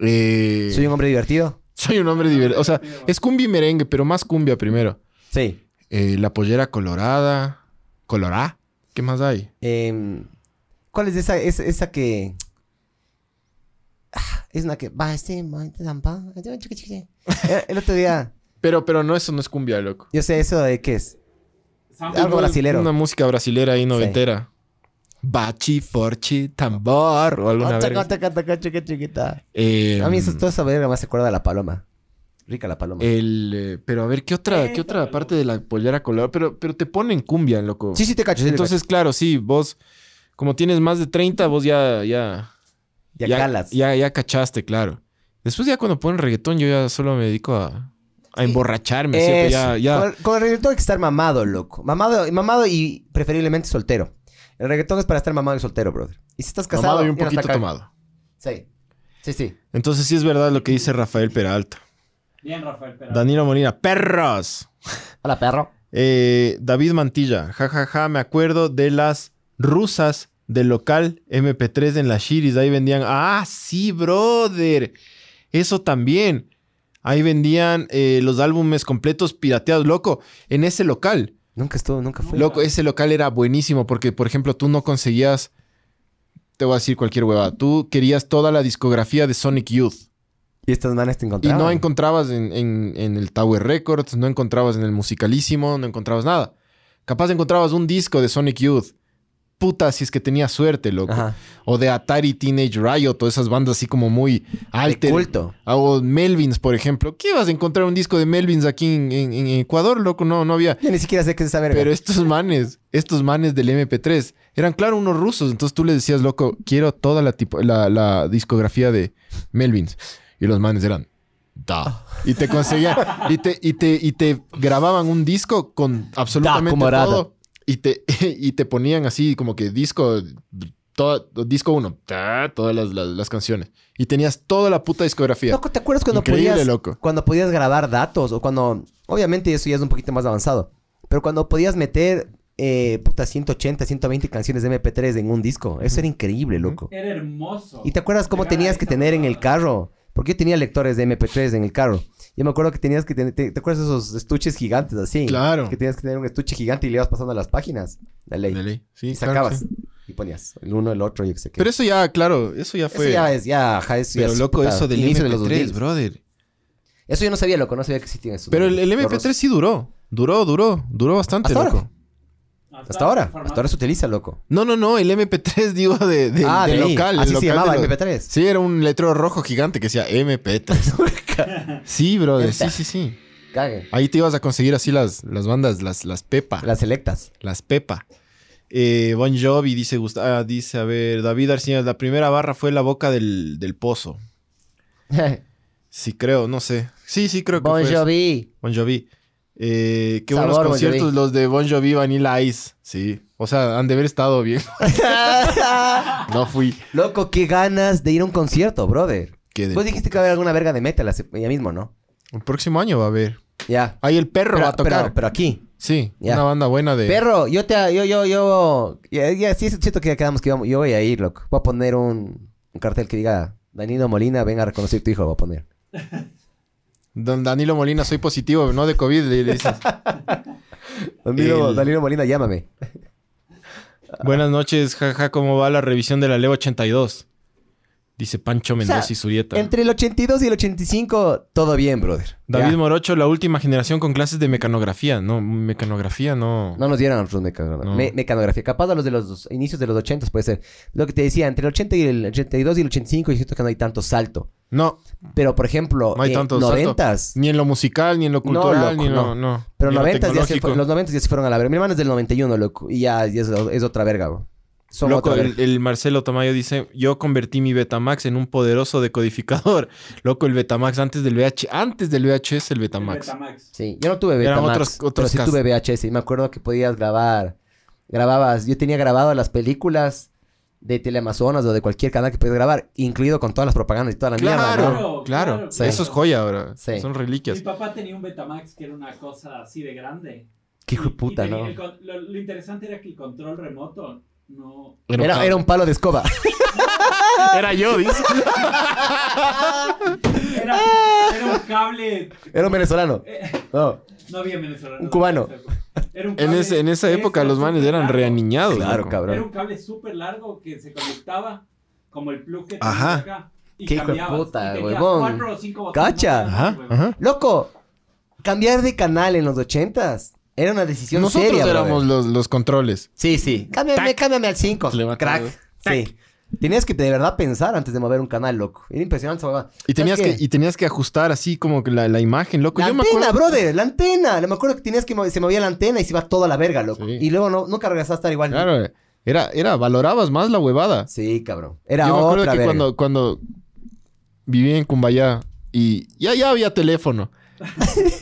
Speaker 2: eh,
Speaker 3: Soy un hombre divertido.
Speaker 2: soy un hombre divertido. O sea, es cumbia y merengue, pero más cumbia primero.
Speaker 3: Sí.
Speaker 2: Eh, la pollera colorada. Colorá. ¿Qué más hay?
Speaker 3: Em, ¿Cuál es esa, es- esa que...? Ah, Es una que... va, este, ma, este, zampa, este, chiqui, chiqui. Eh, El- El otro día...
Speaker 2: Pero, pero no, eso no es cumbia, loco.
Speaker 3: Yo sé eso de qué es.
Speaker 4: Sample.
Speaker 3: Algo
Speaker 2: Es
Speaker 3: brasilero.
Speaker 2: Una música brasilera ahí noventera. Bachi, forchi, tambor o alguna
Speaker 3: Otra,
Speaker 2: verga.
Speaker 3: otra, otra, otra, chiqui, chiquita.
Speaker 2: Eh,
Speaker 3: A mí eso, toda esa verga me hace acordar a la paloma. Rica la paloma.
Speaker 2: el, eh, pero a ver, ¿qué otra, ¿qué otra parte de la pollera colorada? Pero, pero te ponen cumbia, loco.
Speaker 3: sí, sí te cacho. sí te
Speaker 2: Entonces, claro, sí, vos, como tienes más de 30, vos ya, ya,
Speaker 3: cacho. ya, calas.
Speaker 2: Ya, ya cachaste, claro. Después ya cuando ponen reggaetón, yo ya solo me dedico a, a emborracharme. siempre, ya,
Speaker 3: Eso.
Speaker 2: ya.
Speaker 3: Con, el- con el reggaetón hay que estar mamado, loco. Mamado, mamado y preferiblemente soltero. El reggaetón es para estar mamado y soltero, brother. Y si estás casado...
Speaker 2: Tomado y un
Speaker 3: ya no está
Speaker 2: poquito
Speaker 3: ca-
Speaker 2: tomado.
Speaker 3: Sí. Sí, sí.
Speaker 2: Entonces sí es verdad lo que dice Rafael Peralta.
Speaker 4: Bien, Rafael, pero.
Speaker 2: Danilo Molina, perros.
Speaker 3: Hola, perro.
Speaker 2: Eh, David Mantilla, jajaja, me acuerdo de las rusas del local MP3 en la Shiris. Ahí vendían. Ah, sí, brother. Eso también. Ahí vendían eh, los álbumes completos pirateados, loco, en ese local.
Speaker 3: Nunca estuvo, nunca fui.
Speaker 2: Loco, ese local era buenísimo porque, por ejemplo, tú no conseguías, te voy a decir cualquier huevada, tú querías toda la discografía de Sonic Youth.
Speaker 3: Y estas manes te
Speaker 2: Y
Speaker 3: encontraron.
Speaker 2: no encontrabas en, en- en el Tower Records, no encontrabas en el Musicalísimo, no encontrabas nada. Capaz encontrabas un disco de Sonic Youth. Puta, si es que tenías suerte, loco.
Speaker 3: Ajá.
Speaker 2: O de Atari Teenage Riot, o esas bandas así como muy
Speaker 3: De
Speaker 2: alter.
Speaker 3: culto.
Speaker 2: Ah, O Melvins, por ejemplo. ¿Qué ibas a encontrar un disco de Melvins aquí en, en- en Ecuador, loco? No, no había.
Speaker 3: Yo ni siquiera sé qué es esa verga.
Speaker 2: Pero estos manes, estos manes del MP3, eran claro unos rusos. Entonces tú le decías, loco, quiero toda la, tipo- la, la discografía de Melvins. Y los manes eran, da. Y te conseguían, y te, y te, y te grababan un disco con absolutamente
Speaker 3: como arada.
Speaker 2: todo. Y te, <laughs> y te ponían así como que disco, todo, disco uno, ta, todas las, las- las canciones. Y tenías toda la puta discografía.
Speaker 3: Loco, ¿te acuerdas cuando
Speaker 2: Increíble,
Speaker 3: podías...
Speaker 2: loco.
Speaker 3: Cuando podías grabar datos o cuando... Obviamente eso ya es un poquito más avanzado. Pero cuando podías meter... Eh, puta, 180, 120 canciones de MP3 en un disco. Eso era increíble, loco.
Speaker 4: Era hermoso.
Speaker 3: ¿Y te acuerdas cómo
Speaker 4: Llegar a
Speaker 3: tenías que
Speaker 4: esa
Speaker 3: tener en el
Speaker 4: huevada.
Speaker 3: carro? Porque yo tenía lectores de MP3 en el carro. Yo me acuerdo que tenías que tener... ¿Te, te acuerdas de esos estuches gigantes así?
Speaker 2: Claro.
Speaker 3: Que tenías que tener un estuche gigante y le ibas pasando las páginas. La ley.
Speaker 2: De ley. Sí,
Speaker 3: Y
Speaker 2: claro
Speaker 3: sacabas.
Speaker 2: que sí.
Speaker 3: Y ponías el uno, el otro, yo qué sé qué.
Speaker 2: Pero eso ya, claro, eso ya
Speaker 3: Eso
Speaker 2: fue.
Speaker 3: ya es, ya, ajá, eso ya
Speaker 2: pero
Speaker 3: es,
Speaker 2: loco,
Speaker 3: puta,
Speaker 2: eso del
Speaker 3: inicio de los
Speaker 2: MP3,
Speaker 3: 2000.
Speaker 2: brother.
Speaker 3: Eso yo no sabía, loco, no sabía que existía eso.
Speaker 2: Pero el, el
Speaker 3: Los
Speaker 2: MP3
Speaker 3: rusos.
Speaker 2: sí duró. Duró, duró. Duró bastante,
Speaker 3: Hasta ahora.
Speaker 2: loco.
Speaker 3: Hasta ahora,
Speaker 4: formato.
Speaker 3: hasta ahora se utiliza, loco.
Speaker 2: No, no, no. El MP3, <laughs> digo, de, de-
Speaker 3: ah,
Speaker 2: del
Speaker 3: de ahí.
Speaker 2: local. el
Speaker 3: Así
Speaker 2: local
Speaker 3: se llamaba
Speaker 2: de los-
Speaker 3: MP3. <laughs>
Speaker 2: Sí, era un letrero rojo gigante que decía MP3. sí, brother. Sí, sí, sí.
Speaker 3: Cague.
Speaker 2: Ahí te ibas a conseguir así las, las bandas, las, las Pepa.
Speaker 3: Las
Speaker 2: <laughs>
Speaker 3: selectas.
Speaker 2: Las Pepa. Eh, bon Jovi dice, Gust- ah, dice, a ver, David Arcinas, la primera barra fue la boca del, del pozo. Sí, creo, no sé. Sí, sí, creo que
Speaker 3: bon
Speaker 2: fue eso. <laughs>
Speaker 3: Jovi.
Speaker 2: Bon Jovi. Eh, qué
Speaker 3: Sabor,
Speaker 2: buenos
Speaker 3: Bon
Speaker 2: conciertos
Speaker 3: Jovi.
Speaker 2: los de Bon Jovi, Vanilla Ice. Sí. O sea, han de haber estado bien. <laughs> no fui.
Speaker 3: Loco, qué ganas de ir a un concierto, brother.
Speaker 2: Qué del-
Speaker 3: Vos dijiste que va a haber alguna verga de metal hace- ya mismo, ¿no?
Speaker 2: El próximo año va a haber.
Speaker 3: Ya.
Speaker 2: Ahí el perro va a tocar.
Speaker 3: Pero, pero aquí.
Speaker 2: sí,
Speaker 3: Ya.
Speaker 2: una banda buena de.
Speaker 3: Perro, yo te... Yo, yo, yo... Ya, ya, sí, es cierto que ya quedamos que íbamos- yo voy a ir, loco. Voy a poner un, un cartel que diga... Danilo Molina, venga a reconocer tu hijo, voy a poner.
Speaker 2: Don Danilo Molina, soy positivo, no de COVID. le- le
Speaker 3: <laughs>
Speaker 2: dices.
Speaker 3: Danilo,
Speaker 2: El-
Speaker 3: Danilo Molina, llámame.
Speaker 2: Buenas noches, jaja, ¿cómo va la revisión de la Leo 82? Dice Pancho
Speaker 3: sea,
Speaker 2: Mendoza y Zurieta.
Speaker 3: Entre el 82 y el 85, todo bien, brother.
Speaker 2: David
Speaker 3: Ya.
Speaker 2: Morocho, la última generación con clases de mecanografía. No, mecanografía no.
Speaker 3: No nos dieron a nosotros mecanografía.
Speaker 2: No.
Speaker 3: Me- mecanografía. Capaz a los de los inicios de los 80 puede ser. Lo que te decía, entre el 80 y el 82 y el 85, yo siento que no hay tanto salto.
Speaker 2: No,
Speaker 3: Pero, por ejemplo,
Speaker 2: No hay tanto salto.
Speaker 3: 90
Speaker 2: ni en lo musical, ni en lo cultural,
Speaker 3: loco,
Speaker 2: ni en lo.
Speaker 3: no.
Speaker 2: No.
Speaker 3: Pero
Speaker 2: ni en lo
Speaker 3: 90 ya se
Speaker 2: tecnológico.
Speaker 3: fue- los 90 ya se fueron a la verga. Mi hermano es del 91, loco. Y ya, ya es, es otra verga, bro. Son
Speaker 2: Loco,
Speaker 3: otra
Speaker 2: el,
Speaker 3: verga.
Speaker 2: el Marcelo Tamayo dice, yo convertí mi Betamax en un poderoso decodificador. <laughs> Loco, el Betamax antes del VH, antes del VHS el Betamax.
Speaker 4: Betamax.
Speaker 3: Sí, yo no tuve
Speaker 2: Eran
Speaker 3: Betamax.
Speaker 2: otros- otros
Speaker 3: pero sí
Speaker 2: casos.
Speaker 3: tuve VHS. Y me acuerdo que podías grabar. Grababas. Yo tenía grabado las películas de Teleamazonas o de cualquier canal que podías grabar, incluido con todas las propagandas y toda la mierda.
Speaker 2: claro,
Speaker 3: ¿no?
Speaker 2: claro,
Speaker 4: Claro,
Speaker 2: claro.
Speaker 4: claro.
Speaker 2: Eso es joya ahora.
Speaker 3: Sí.
Speaker 2: Son
Speaker 4: Mi
Speaker 2: reliquias.
Speaker 4: papá tenía un Betamax que era una cosa así de grande.
Speaker 3: Qué hijo de
Speaker 4: Y- y
Speaker 3: puta,
Speaker 4: tenía
Speaker 3: ¿no?
Speaker 4: el con- lo, lo interesante era que el control remoto
Speaker 3: <laughs>
Speaker 4: no.
Speaker 3: Era, era un palo de escoba. <laughs>
Speaker 2: Era yo, dice.
Speaker 4: Era, era un cable.
Speaker 3: Era un venezolano.
Speaker 4: eh,
Speaker 3: No.
Speaker 4: no había venezolano.
Speaker 3: Un cubano.
Speaker 4: Era un
Speaker 2: <laughs> En,
Speaker 4: cable
Speaker 2: ese- en esa época
Speaker 4: extra
Speaker 2: los manes eran
Speaker 4: largo.
Speaker 2: reaniñados.
Speaker 3: Claro,
Speaker 2: loco.
Speaker 3: cabrón.
Speaker 4: Era un cable súper largo que se conectaba como el plug que tenías
Speaker 2: Ajá.
Speaker 4: acá. Y
Speaker 3: Qué hijo de
Speaker 4: cambiabas,
Speaker 3: puta,
Speaker 4: y tenías
Speaker 3: huevón.
Speaker 4: cuatro o cinco botones
Speaker 3: Cacha.
Speaker 4: más,
Speaker 2: Ajá,
Speaker 4: huevón.
Speaker 2: ajá.
Speaker 3: Loco, cambiar de canal en los ochentas era una decisión
Speaker 2: Nosotros
Speaker 3: seria. brother.
Speaker 2: éramos los, los controles.
Speaker 3: Sí, sí. Cámbiame, cámbiame al 5.
Speaker 2: Levantado.
Speaker 3: Crack. Sí. Tenías que de verdad pensar antes de mover un canal, loco. Era impresionante esa huevada.
Speaker 2: Y tenías que,
Speaker 3: ¿Sabes qué?
Speaker 2: y tenías que ajustar así como que la, la imagen, loco.
Speaker 3: La
Speaker 2: Yo me
Speaker 3: antena,
Speaker 2: acuerdo.
Speaker 3: brother, la antena. Me acuerdo que tenías que mover- se movía la antena y se iba toda la verga, loco.
Speaker 2: Sí.
Speaker 3: Y luego no, nunca regresaste a estar igual.
Speaker 2: Claro, era, era, valorabas más la huevada.
Speaker 3: Sí, cabrón. Era
Speaker 2: Yo me acuerdo
Speaker 3: otra
Speaker 2: que
Speaker 3: verga.
Speaker 2: cuando, cuando vivía en Cumbayá y ya, ya había teléfono,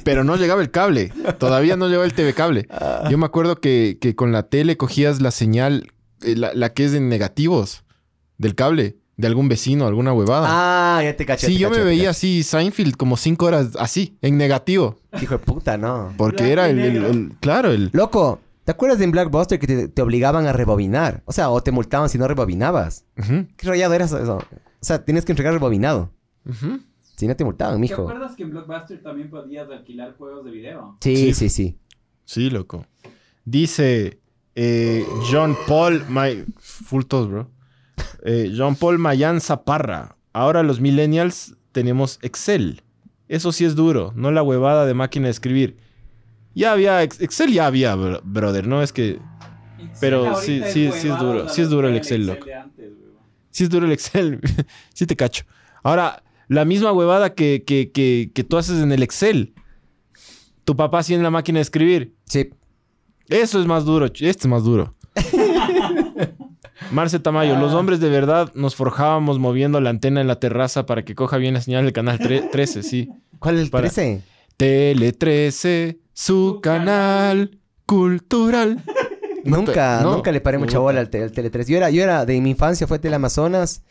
Speaker 2: pero no llegaba el cable. Todavía no llegaba el TV cable. Yo me acuerdo que, que con la tele cogías la señal, eh, la, la que es en negativos del cable, de algún vecino, alguna huevada.
Speaker 3: Ah, ya te caché.
Speaker 2: sí,
Speaker 3: te
Speaker 2: yo
Speaker 3: caché,
Speaker 2: me
Speaker 3: te
Speaker 2: veía
Speaker 3: caché.
Speaker 2: así Seinfeld como cinco horas así, en negativo.
Speaker 3: Hijo de puta, no.
Speaker 2: Porque
Speaker 4: Blanco
Speaker 2: era
Speaker 4: y
Speaker 2: el, el-
Speaker 4: negro.
Speaker 2: el- Claro, el...
Speaker 3: Loco, ¿te acuerdas de en Blackbuster que te, te obligaban a rebobinar? O sea, o te multaban si no rebobinabas.
Speaker 2: Ujú,
Speaker 3: ¿Qué rayado era eso? O sea, tienes que entregar rebobinado.
Speaker 2: ujú.
Speaker 3: Si no te multaban,
Speaker 4: ¿Te
Speaker 3: mijo.
Speaker 4: acuerdas que en Blockbuster también podías alquilar juegos de video?
Speaker 3: Sí, sí, sí.
Speaker 2: Sí, loco. Dice eh, John Paul... My... Full toss, bro. Eh, John Paul Mayan Zaparra. Ahora los millennials tenemos Excel. Eso sí es duro, no la huevada de máquina de escribir. Ya había... ex- Excel ya había, bro- brother. No es que...
Speaker 4: Excel
Speaker 2: Pero
Speaker 4: ahorita
Speaker 2: sí- sí- sí es
Speaker 4: huevadas
Speaker 2: duro,
Speaker 4: a
Speaker 2: sí es
Speaker 4: lo que
Speaker 2: duro el
Speaker 4: era
Speaker 2: Excel, loco.
Speaker 4: de antes, huevón.
Speaker 2: Sí es duro el Excel. <laughs> sí te cacho. Ahora, la misma huevada que, que, que, que tú haces en el Excel. Tu papá sí en la máquina de escribir.
Speaker 3: Sí.
Speaker 2: Eso es más duro. ch- Este es más <laughs> duro. Marce Tamayo, los hombres de verdad nos forjábamos moviendo la antena en la terraza para que coja bien la señal del canal <laughs> tre- 13, sí.
Speaker 3: ¿Cuál es el
Speaker 2: Para.
Speaker 3: 13?
Speaker 2: Tele 13, su canal cultural.
Speaker 3: Nunca,
Speaker 2: no,
Speaker 3: nunca le paré mucha
Speaker 2: nunca.
Speaker 3: bola al, te- al Tele 3. Yo era, yo era, de mi infancia fue Teleamazonas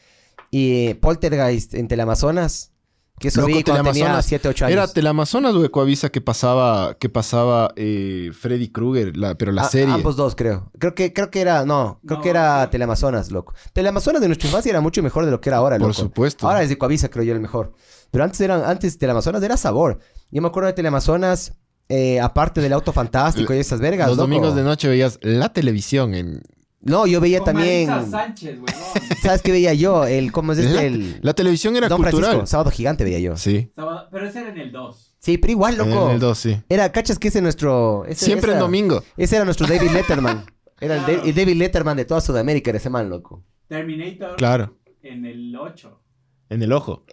Speaker 3: y eh, Poltergeist en Teleamazonas. Que eso
Speaker 2: Loco,
Speaker 3: vi cuando tenía
Speaker 2: Teleamazonas.
Speaker 3: 7, 8 años.
Speaker 2: Era Teleamazonas o Ecoavisa que pasaba, que pasaba eh, Freddy Krueger, la- pero la
Speaker 3: A-
Speaker 2: serie.
Speaker 3: Ah, ambos dos, creo. Creo que, creo que era, no, creo
Speaker 4: No,
Speaker 3: que era
Speaker 4: no.
Speaker 3: Teleamazonas, loco. Teleamazonas de nuestra infancia era mucho mejor de lo que era ahora,
Speaker 2: Por
Speaker 3: loco.
Speaker 2: supuesto.
Speaker 3: Ahora es de Coavisa, creo yo, el mejor. Pero antes eran, antes Teleamazonas era sabor. Yo me acuerdo de Teleamazonas, eh, aparte del auto fantástico y esas vergas.
Speaker 2: Los
Speaker 3: loco.
Speaker 2: domingos de noche veías la televisión en...
Speaker 3: No, yo veía
Speaker 4: Con
Speaker 3: también.
Speaker 4: Marisa Sánchez, huevón.
Speaker 3: ¿Sabes qué veía yo? El, ¿Cómo es
Speaker 2: La,
Speaker 3: este? El,
Speaker 2: la televisión era
Speaker 3: Don
Speaker 2: cultural.
Speaker 3: Francisco, Sábado Gigante veía yo.
Speaker 2: Sí.
Speaker 4: Sábado- Pero ese era en el 2.
Speaker 3: Sí, pero igual,
Speaker 2: En
Speaker 3: loco.
Speaker 2: el- en el 2, sí.
Speaker 3: Era, cachas que ese nuestro. ese-
Speaker 2: Siempre
Speaker 3: esa-
Speaker 2: en domingo.
Speaker 3: Ese era
Speaker 2: <laughs>
Speaker 3: nuestro David Letterman. Era el,
Speaker 4: Claro.
Speaker 3: de- el David Letterman de toda Sudamérica, era ese man, loco.
Speaker 4: Terminator
Speaker 2: Claro.
Speaker 4: en el 8.
Speaker 2: En el ojo.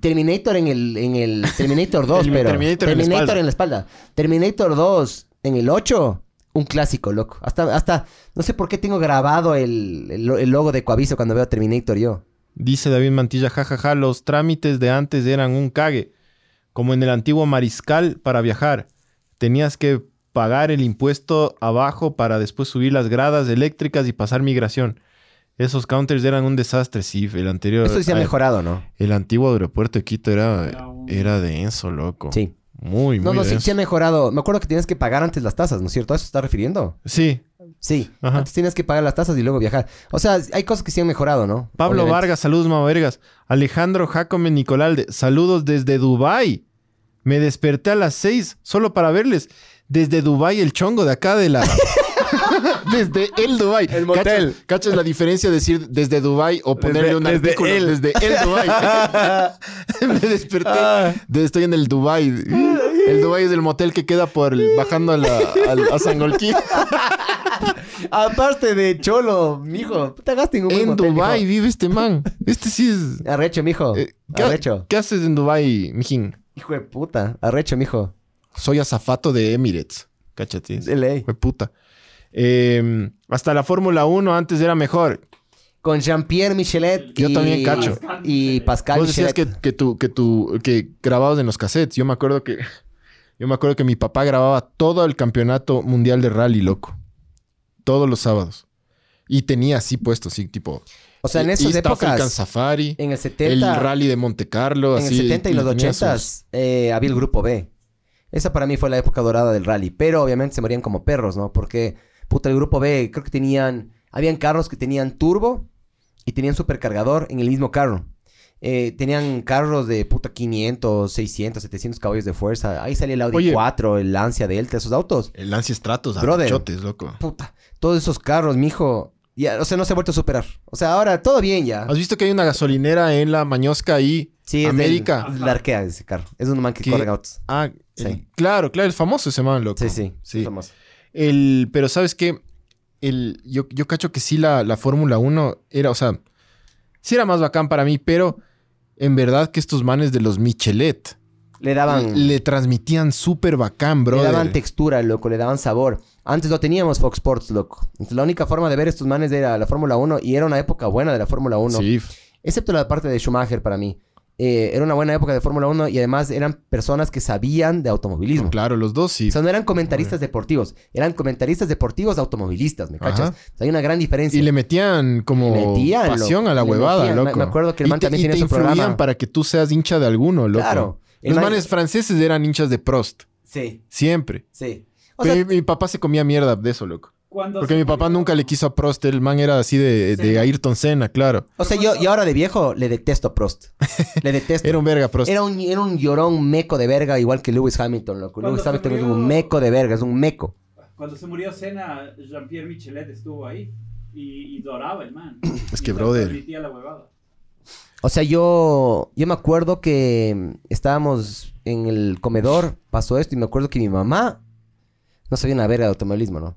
Speaker 3: Terminator en el,
Speaker 2: <laughs>
Speaker 3: en el Terminator 2,
Speaker 2: El
Speaker 3: pero.
Speaker 2: Terminator en la espalda.
Speaker 3: en la espalda. Terminator 2 en el 8. Un clásico, loco. Hasta, hasta, no sé por qué tengo grabado el, el, lo- el logo de Coaviso cuando veo Terminator yo.
Speaker 2: Dice David Mantilla, jajaja, los trámites de antes eran un cague, como en el antiguo mariscal para viajar. Tenías que pagar el impuesto abajo para después subir las gradas eléctricas y pasar migración. Esos counters eran un desastre, sí, el anterior.
Speaker 3: Eso sí ha
Speaker 2: ah,
Speaker 3: mejorado, ¿no?
Speaker 2: El antiguo aeropuerto de Quito
Speaker 4: Era
Speaker 2: era,
Speaker 4: un-
Speaker 2: era denso, loco.
Speaker 3: Sí.
Speaker 2: Muy, muy
Speaker 3: No, no, sí,
Speaker 2: denso.
Speaker 3: sí ha mejorado. Me acuerdo que tienes que pagar antes las tasas, ¿no es cierto? ¿A eso se está refiriendo?
Speaker 2: Sí,
Speaker 3: Sí.
Speaker 2: Ajá.
Speaker 3: Antes tienes que pagar las tasas y luego viajar. O sea, hay cosas que sí han mejorado, ¿no?
Speaker 2: Pablo
Speaker 3: Obviamente.
Speaker 2: Vargas, saludos, mamá Vergas. Alejandro Jacome Nicolalde, saludos desde Dubai. Me desperté a las 6 solo para verles. Desde Dubai el chongo de acá de la...
Speaker 3: <laughs>
Speaker 2: desde el Dubai.
Speaker 3: El motel.
Speaker 2: ¿Cachas, cachas la diferencia de decir desde Dubai o ponerle un
Speaker 5: desde
Speaker 2: artículo?
Speaker 5: el.
Speaker 2: Desde el Dubai. Me desperté. de- Estoy en el Dubai. El Dubai es el motel que queda por el- bajando a, la, al- a Sangolquí.
Speaker 3: Aparte de Cholo, mijo. Te gastas en un buen
Speaker 2: En
Speaker 3: motel,
Speaker 2: Dubai
Speaker 3: mijo.
Speaker 2: vive este
Speaker 3: <laughs>
Speaker 2: man. Este sí es...
Speaker 3: Arrecho, mijo.
Speaker 2: Eh, ¿qué-
Speaker 3: Arrecho.
Speaker 2: ¿Qué haces en Dubai, mijín?
Speaker 3: Hijo de puta. Arrecho, mijo.
Speaker 2: Soy azafato de Emirates. Cáchate.
Speaker 3: De ley.
Speaker 2: Fue puta. Eh, hasta la Fórmula 1 antes era mejor.
Speaker 3: Con Jean-Pierre Michelet.
Speaker 2: Yo
Speaker 3: y-
Speaker 2: también cacho.
Speaker 3: Y Pascal
Speaker 2: Vos decías
Speaker 3: Michelet.
Speaker 2: que, que, tu, que, tu, que grababas en los cassettes. Yo me acuerdo que... <laughs> Yo me acuerdo que mi papá grababa todo el campeonato mundial de rally, loco. Todos los sábados. Y tenía así puesto, así tipo...
Speaker 3: O sea, en
Speaker 2: East
Speaker 3: esas
Speaker 2: African
Speaker 3: épocas.
Speaker 2: Safari,
Speaker 3: En el
Speaker 2: el
Speaker 3: 70.
Speaker 2: rally de Monte Carlo,
Speaker 3: en
Speaker 2: así...
Speaker 3: el 70 y los
Speaker 2: tenía
Speaker 3: 80
Speaker 2: sus-
Speaker 3: eh, había el grupo B. Esa para mí fue la época dorada del rally. Pero obviamente se morían como perros, ¿no? Porque, puta, el grupo B creo que tenían... Habían carros que tenían turbo y tenían supercargador en el mismo carro. Eh, tenían carros de puta 500, 600, 700 caballos de fuerza. Ahí salía el Audi
Speaker 2: Oye.
Speaker 3: 4, el Lancia Delta, esos autos.
Speaker 2: El Lancia Stratos,
Speaker 3: Brother.
Speaker 2: arrechotes, loco.
Speaker 3: Puta, todos esos carros, mijo. Ya, o sea, no se ha vuelto a superar. O sea, ahora todo bien ya.
Speaker 2: ¿Has visto que hay una gasolinera en la Mañosca ahí?
Speaker 3: Sí, es
Speaker 2: América.
Speaker 3: Del, del Arkea ese carro. Es un man que
Speaker 2: ¿Qué?
Speaker 3: corre en autos.
Speaker 2: Ah, el-
Speaker 3: Sí.
Speaker 2: claro, claro, es famoso ese man, loco.
Speaker 3: Sí, sí.
Speaker 2: Sí.
Speaker 3: famoso.
Speaker 2: El, pero ¿sabes qué? El, yo, yo cacho que sí la, la Fórmula 1 era, o sea, sí era más bacán para mí, pero en verdad que estos manes de los Michelet
Speaker 3: Le daban,
Speaker 2: le, le transmitían súper bacán,
Speaker 3: le
Speaker 2: bro.
Speaker 3: daban textura, loco, le daban sabor. Antes no teníamos Fox Sports, loco. Entonces, la única forma de ver estos manes era la Fórmula 1 y era una época buena de la Fórmula 1.
Speaker 2: Sí.
Speaker 3: Excepto la parte de Schumacher para mí. Eh, era una buena época de Fórmula 1 y además eran personas que sabían de automovilismo.
Speaker 2: Claro, los dos sí.
Speaker 3: O sea, no eran comentaristas deportivos, eran comentaristas deportivos automovilistas, ¿me cachas?
Speaker 2: Ajá.
Speaker 3: O sea, hay una gran diferencia.
Speaker 2: Y le metían como
Speaker 3: Le metían,
Speaker 2: pasión
Speaker 3: loco,
Speaker 2: a la
Speaker 3: le
Speaker 2: huevada,
Speaker 3: metían. Me-
Speaker 2: loco.
Speaker 3: me acuerdo que el
Speaker 2: Y
Speaker 3: man
Speaker 2: te-
Speaker 3: también
Speaker 2: y
Speaker 3: tiene
Speaker 2: te
Speaker 3: su programa.
Speaker 2: influían para que tú seas hincha de alguno, loco.
Speaker 3: Claro. El
Speaker 2: Los
Speaker 3: man-
Speaker 2: manes franceses eran hinchas de Prost,
Speaker 3: Sí,
Speaker 2: siempre.
Speaker 3: sí. O sea,
Speaker 2: mi, mi papá se comía mierda de eso, loco.
Speaker 4: Cuando
Speaker 2: Porque
Speaker 4: se
Speaker 2: mi papá
Speaker 4: murió-
Speaker 2: nunca le quiso a Prost, el man era así de, de
Speaker 4: Sí.
Speaker 2: Ayrton Senna, claro.
Speaker 3: o sea, yo, yo ahora de viejo le detesto
Speaker 2: <laughs>
Speaker 3: a Prost. Le detesto.
Speaker 2: Era un verga Prost.
Speaker 3: Era un, era un llorón meco de verga, igual que Lewis Hamilton, loco.
Speaker 4: Cuando
Speaker 3: Lewis
Speaker 4: se
Speaker 3: Hamilton es
Speaker 4: murió-
Speaker 3: un meco de verga, es un meco.
Speaker 4: Cuando se murió Cena, Jean-Pierre Michelet estuvo ahí y, y doraba el man.
Speaker 2: Es
Speaker 4: Y
Speaker 2: que,
Speaker 4: no
Speaker 2: brother.
Speaker 4: permitía la huevada.
Speaker 3: O sea, yo, yo me acuerdo que mm, estábamos en el comedor, pasó esto, y me acuerdo que mi mamá no sabía una verga de automovilismo, ¿no?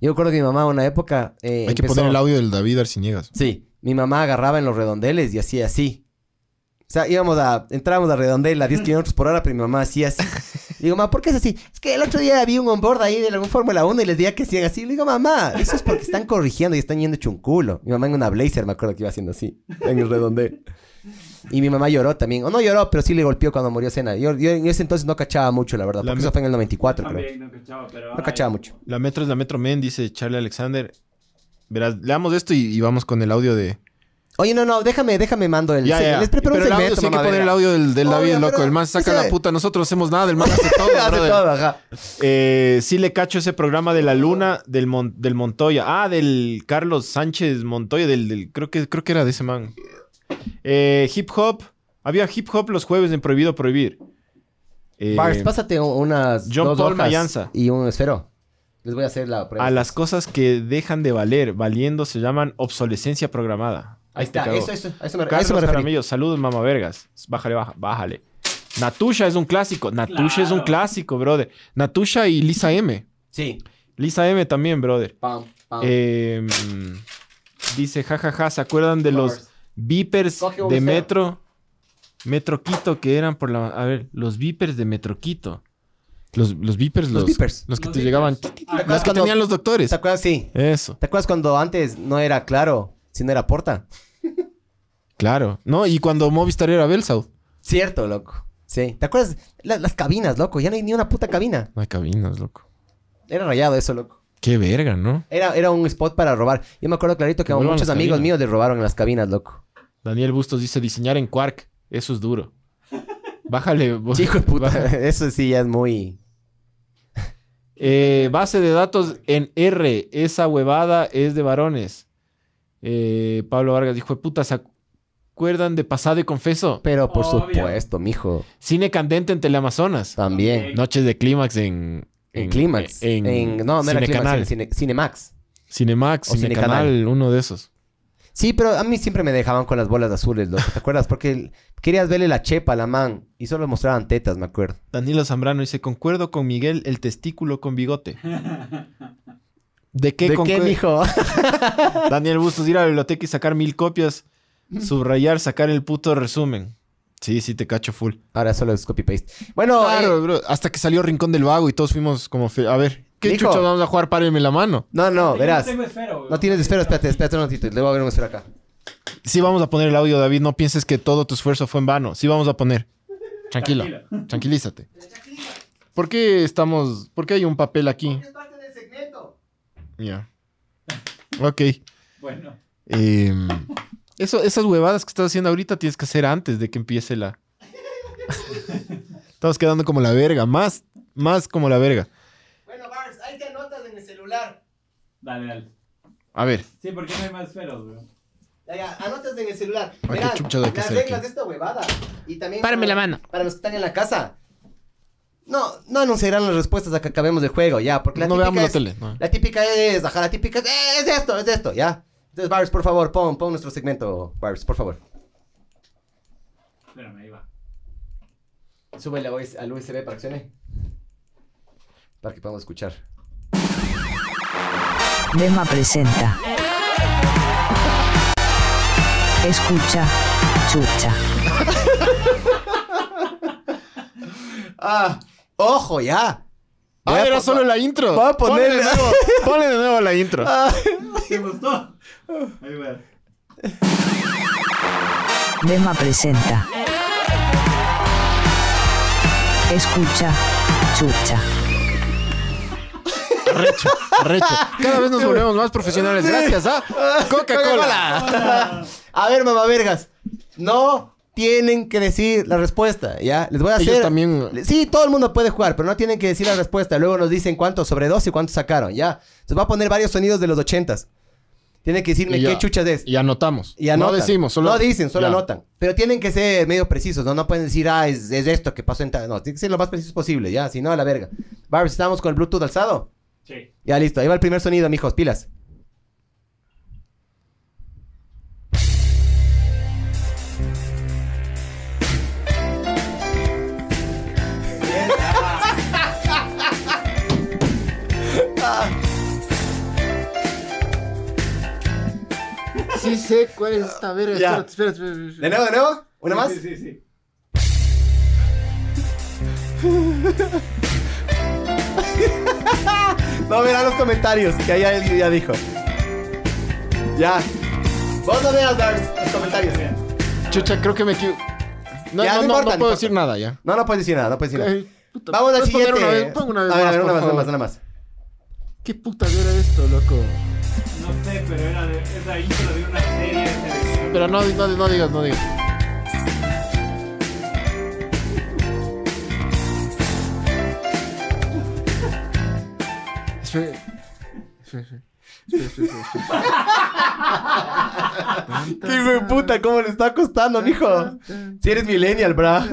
Speaker 3: Yo me acuerdo que mi mamá, una época. eh,
Speaker 2: Hay que
Speaker 3: empezó-
Speaker 2: poner el audio del David Arciniegas.
Speaker 3: Sí, mi mamá agarraba en los redondeles y hacía así. O sea, íbamos a, entrábamos a redondel a 10 kilómetros por hora, pero mi mamá hacía así. Le digo, mamá, ¿por qué es así? Es que el otro día vi un onboard ahí de la Fórmula 1 y les decía que hacían así. Le digo, mamá, eso es porque están corrigiendo y están yendo hecho un culo. Mi mamá en una blazer, me acuerdo que iba haciendo así, en el redondel. Y mi mamá lloró también. O no lloró, pero sí le golpeó cuando murió Cena. Yo, yo en ese entonces no cachaba mucho, la verdad,
Speaker 2: La
Speaker 3: porque
Speaker 2: me-
Speaker 3: eso fue en el 94, creo.
Speaker 4: También no cachaba, pero ahora
Speaker 3: cachaba
Speaker 4: ya-
Speaker 3: mucho.
Speaker 2: La metro es la metro men, dice Charlie Alexander. Verás, leamos esto y, y vamos con el audio de...
Speaker 3: Oye, no, no, déjame, déjame mando el...
Speaker 2: Ya,
Speaker 3: se-
Speaker 2: ya,
Speaker 3: Les
Speaker 2: Pero
Speaker 3: preparo un
Speaker 2: el audio
Speaker 3: segmento,
Speaker 2: sí hay que
Speaker 3: mamá,
Speaker 2: poner el
Speaker 3: verga.
Speaker 2: audio del, del David,
Speaker 3: Obvio,
Speaker 2: loco.
Speaker 3: pero
Speaker 2: El man saca
Speaker 3: ese-
Speaker 2: la puta. Nosotros no hacemos nada, el man hace todo,
Speaker 3: <laughs> Hace
Speaker 2: brother.
Speaker 3: todo, ajá.
Speaker 2: Eh, sí le cacho ese programa de la luna del, Mon- del Montoya. Ah, del Carlos Sánchez Montoya, del, del- creo, que, creo que era de ese man. Eh, hip hop. Había hip hop los jueves en Prohibido Prohibir. Eh,
Speaker 3: Bars, pásate u- unas
Speaker 2: John
Speaker 3: dos
Speaker 2: Paul
Speaker 3: hojas
Speaker 2: Mayanza.
Speaker 3: y un esfero. Les voy a hacer la prueba.
Speaker 2: a las cosas que dejan de valer, valiendo, se llaman obsolescencia programada.
Speaker 3: Ahí
Speaker 2: Te
Speaker 3: está,
Speaker 2: cago.
Speaker 3: eso, eso, a eso me, a
Speaker 2: Carlos
Speaker 3: eso me referí.
Speaker 2: Jaramillo, saludos, mamá vergas. Bájale, baja, bájale. Natusha es un clásico. Natusha es un
Speaker 4: Claro.
Speaker 2: clásico, brother. Natusha y Lisa M.
Speaker 3: Sí.
Speaker 2: Lisa M también, brother.
Speaker 3: Pam, pam.
Speaker 2: Eh, dice, jajaja, ¿se acuerdan de los
Speaker 3: Bars.
Speaker 2: beepers
Speaker 3: Coge un
Speaker 2: de
Speaker 3: cero.
Speaker 2: metro? Metroquito, que eran por la. A ver, los beepers de Metroquito. Los, los beepers, los,
Speaker 3: Los beepers.
Speaker 2: los que
Speaker 4: Los
Speaker 2: te
Speaker 4: beepers.
Speaker 2: llegaban.
Speaker 4: Ajá.
Speaker 2: Las que tenían los doctores.
Speaker 3: Ah, ¿Te acuerdas? Sí.
Speaker 2: Eso,
Speaker 3: ¿Te acuerdas cuando antes no era claro, sino era porta?
Speaker 2: claro. No, y cuando Movistar era Belsouth.
Speaker 3: Cierto, loco. Sí. ¿Te acuerdas? La- las cabinas, loco. Ya no hay ni una puta cabina.
Speaker 2: No hay cabinas, loco.
Speaker 3: Era rayado eso, loco.
Speaker 2: Qué verga, ¿no?
Speaker 3: Era, era un spot para robar. Yo me acuerdo clarito que
Speaker 2: Que
Speaker 3: a
Speaker 2: vuelvan
Speaker 3: muchos
Speaker 2: las
Speaker 3: amigos
Speaker 2: cabinas.
Speaker 3: míos les robaron en las cabinas, loco.
Speaker 2: Daniel Bustos dice diseñar en Quark. Eso es duro. Bájale. vos-
Speaker 3: Hijo de puta.
Speaker 2: baja-
Speaker 3: <laughs> Eso sí ya es muy...
Speaker 2: Eh, base de datos en R. Esa huevada es de varones. Eh, Pablo Vargas dijo, puta, ¿se acuerdan de Pasado y Confeso?
Speaker 3: Pero por
Speaker 4: Obvio.
Speaker 3: supuesto, mijo.
Speaker 2: Cine candente en Teleamazonas.
Speaker 3: También.
Speaker 2: Noches de clímax en...
Speaker 3: En Clímax.
Speaker 2: En,
Speaker 3: En- no, no era Clímax.
Speaker 2: Cinecanal.
Speaker 3: en Cine- Cinemax.
Speaker 2: Cinemax,
Speaker 3: O
Speaker 2: Cinecanal,
Speaker 3: Cinecanal.
Speaker 2: uno de esos.
Speaker 3: Sí, pero a mí siempre me dejaban con las bolas azules, loco. ¿Te acuerdas? Porque querías verle la chepa a la man. Y solo mostraban tetas, me acuerdo.
Speaker 2: Danilo Zambrano dice, concuerdo con Miguel, el testículo con bigote. ¿De qué,
Speaker 3: ¿De qué,
Speaker 2: concuer-
Speaker 3: mijo? <laughs>
Speaker 2: Daniel Bustos, ir a la biblioteca y sacar mil copias, subrayar, sacar el puto resumen. Sí, sí, te cacho full.
Speaker 3: Ahora solo es copy-paste. Bueno, eh,
Speaker 2: Claro, bro. Hasta que salió Rincón del Vago y todos fuimos como... fe- A ver, ¿qué
Speaker 3: Mijo.
Speaker 2: chuchos vamos a jugar? Párenme la mano.
Speaker 3: no, no,
Speaker 4: Yo
Speaker 3: verás.
Speaker 4: No tengo esfero.
Speaker 3: No tienes esfera, espérate,
Speaker 4: <laughs>
Speaker 3: espérate un ratito. Le voy a ver un esfera acá.
Speaker 2: Sí vamos a poner el audio, David. No pienses que todo tu esfuerzo fue en vano. Sí vamos a poner. Tranquilo. Tranquilízate. ¿Por qué estamos... ¿Por qué hay un papel aquí? Ya. Ok.
Speaker 4: Bueno,
Speaker 2: Em, eso, esas huevadas que estás haciendo ahorita tienes que hacer antes de que empiece la... Estamos quedando como la verga. Más, más como la verga.
Speaker 3: Bueno, Bars, ahí te anotas en el celular.
Speaker 4: dale, dale.
Speaker 2: A ver.
Speaker 4: Sí, porque no hay más esferos, bro.
Speaker 3: anotas en el celular.
Speaker 2: qué Verán, chuchas hay que las hacer reglas aquí.
Speaker 3: de esta huevada. Y también.
Speaker 2: Párame la mano.
Speaker 3: Para los que están en la casa. No, no anunciarán las respuestas hasta que acabemos el juego, ya. Porque la
Speaker 2: No
Speaker 3: típica
Speaker 2: veamos la
Speaker 3: es-
Speaker 2: tele. no.
Speaker 3: La típica es, ajá, la típica es, "Eh, es esto, es esto, ya. Entonces, Barbs, por favor, pon, pon nuestro segmento, Barbs, por favor.
Speaker 4: Espérame, ahí va.
Speaker 3: Sube la voz al USB para que suene. Para que podamos escuchar.
Speaker 5: Dema presenta. Escucha, chucha.
Speaker 3: ¡Ah! ¡Ojo, ya!
Speaker 2: Ah,
Speaker 3: Ya,
Speaker 2: era
Speaker 3: por
Speaker 2: solo la intro.
Speaker 3: Voy a
Speaker 2: Ponle de
Speaker 3: ponerle-
Speaker 2: nuevo, ponle de nuevo la intro.
Speaker 3: Ah,
Speaker 4: ¿Te gustó? Ahí va.
Speaker 5: Dema presenta. Escucha, chucha.
Speaker 2: Recho, recho. Cada vez nos volvemos más profesionales. Gracias a Coca-Cola.
Speaker 3: Ah. Coca-Cola. <laughs> A ver, mamá vergas. No tienen que decir la respuesta, ¿ya? Les voy a hacer...
Speaker 2: Ellos también-
Speaker 3: Le- Sí, todo el mundo puede jugar, pero no tienen que decir la respuesta. Luego nos dicen cuántos sobre dos y cuántos sacaron, ¿ya? Se va a poner varios sonidos de los ochentas. Tienen que decirme
Speaker 2: Y ya.
Speaker 3: qué chuchas es.
Speaker 2: Y anotamos.
Speaker 3: Y anotan.
Speaker 2: No decimos, solo.
Speaker 3: No dicen, solo
Speaker 2: Ya.
Speaker 3: anotan. Pero tienen que ser medio precisos, ¿no? No pueden decir, ah, es, es esto que pasó en tal... No, tiene que ser lo más preciso posible, ¿ya? Si no, a la verga. Barbs, ¿estamos con el Bluetooth alzado?
Speaker 4: Sí.
Speaker 3: Ya, listo. Ahí va el primer sonido, mijos. Pilas.
Speaker 2: Sí sé cuál es esta verga.
Speaker 3: Ya.
Speaker 2: Espérate, espérate, espérate, espérate.
Speaker 3: ¿De nuevo, de nuevo? ¿Una
Speaker 4: Sí,
Speaker 3: más?
Speaker 4: Sí, sí, sí.
Speaker 3: No, verá los comentarios, que ahí alguien ya dijo. Ya. Vos no veas, Dars, los comentarios.
Speaker 2: Chucha, creo que me equivoco. No,
Speaker 3: Ya,
Speaker 2: no,
Speaker 3: no
Speaker 2: no, no
Speaker 3: importa, no
Speaker 2: puedo
Speaker 3: importa.
Speaker 2: decir nada ya.
Speaker 3: No, no puedes decir nada, no puedes decir nada.
Speaker 2: Ay, puta,
Speaker 3: Vamos al
Speaker 2: ¿puedes poner
Speaker 3: siguiente.
Speaker 2: Una vez, pon una vez
Speaker 3: a ver,
Speaker 2: más,
Speaker 3: a ver,
Speaker 2: por
Speaker 3: una más, una
Speaker 2: favor.
Speaker 3: más, una más.
Speaker 2: ¿Qué puta verga era esto, loco?
Speaker 4: No sé, pero era de, es la intro de una serie de televisión.
Speaker 2: Pero no, no, no digas, no digas. Espera. Espera, espera. Espera, espera, espera, espera.
Speaker 3: Qué hijo de puta, cómo le está costando,
Speaker 2: <laughs>
Speaker 3: mijo. Si eres millennial, bra.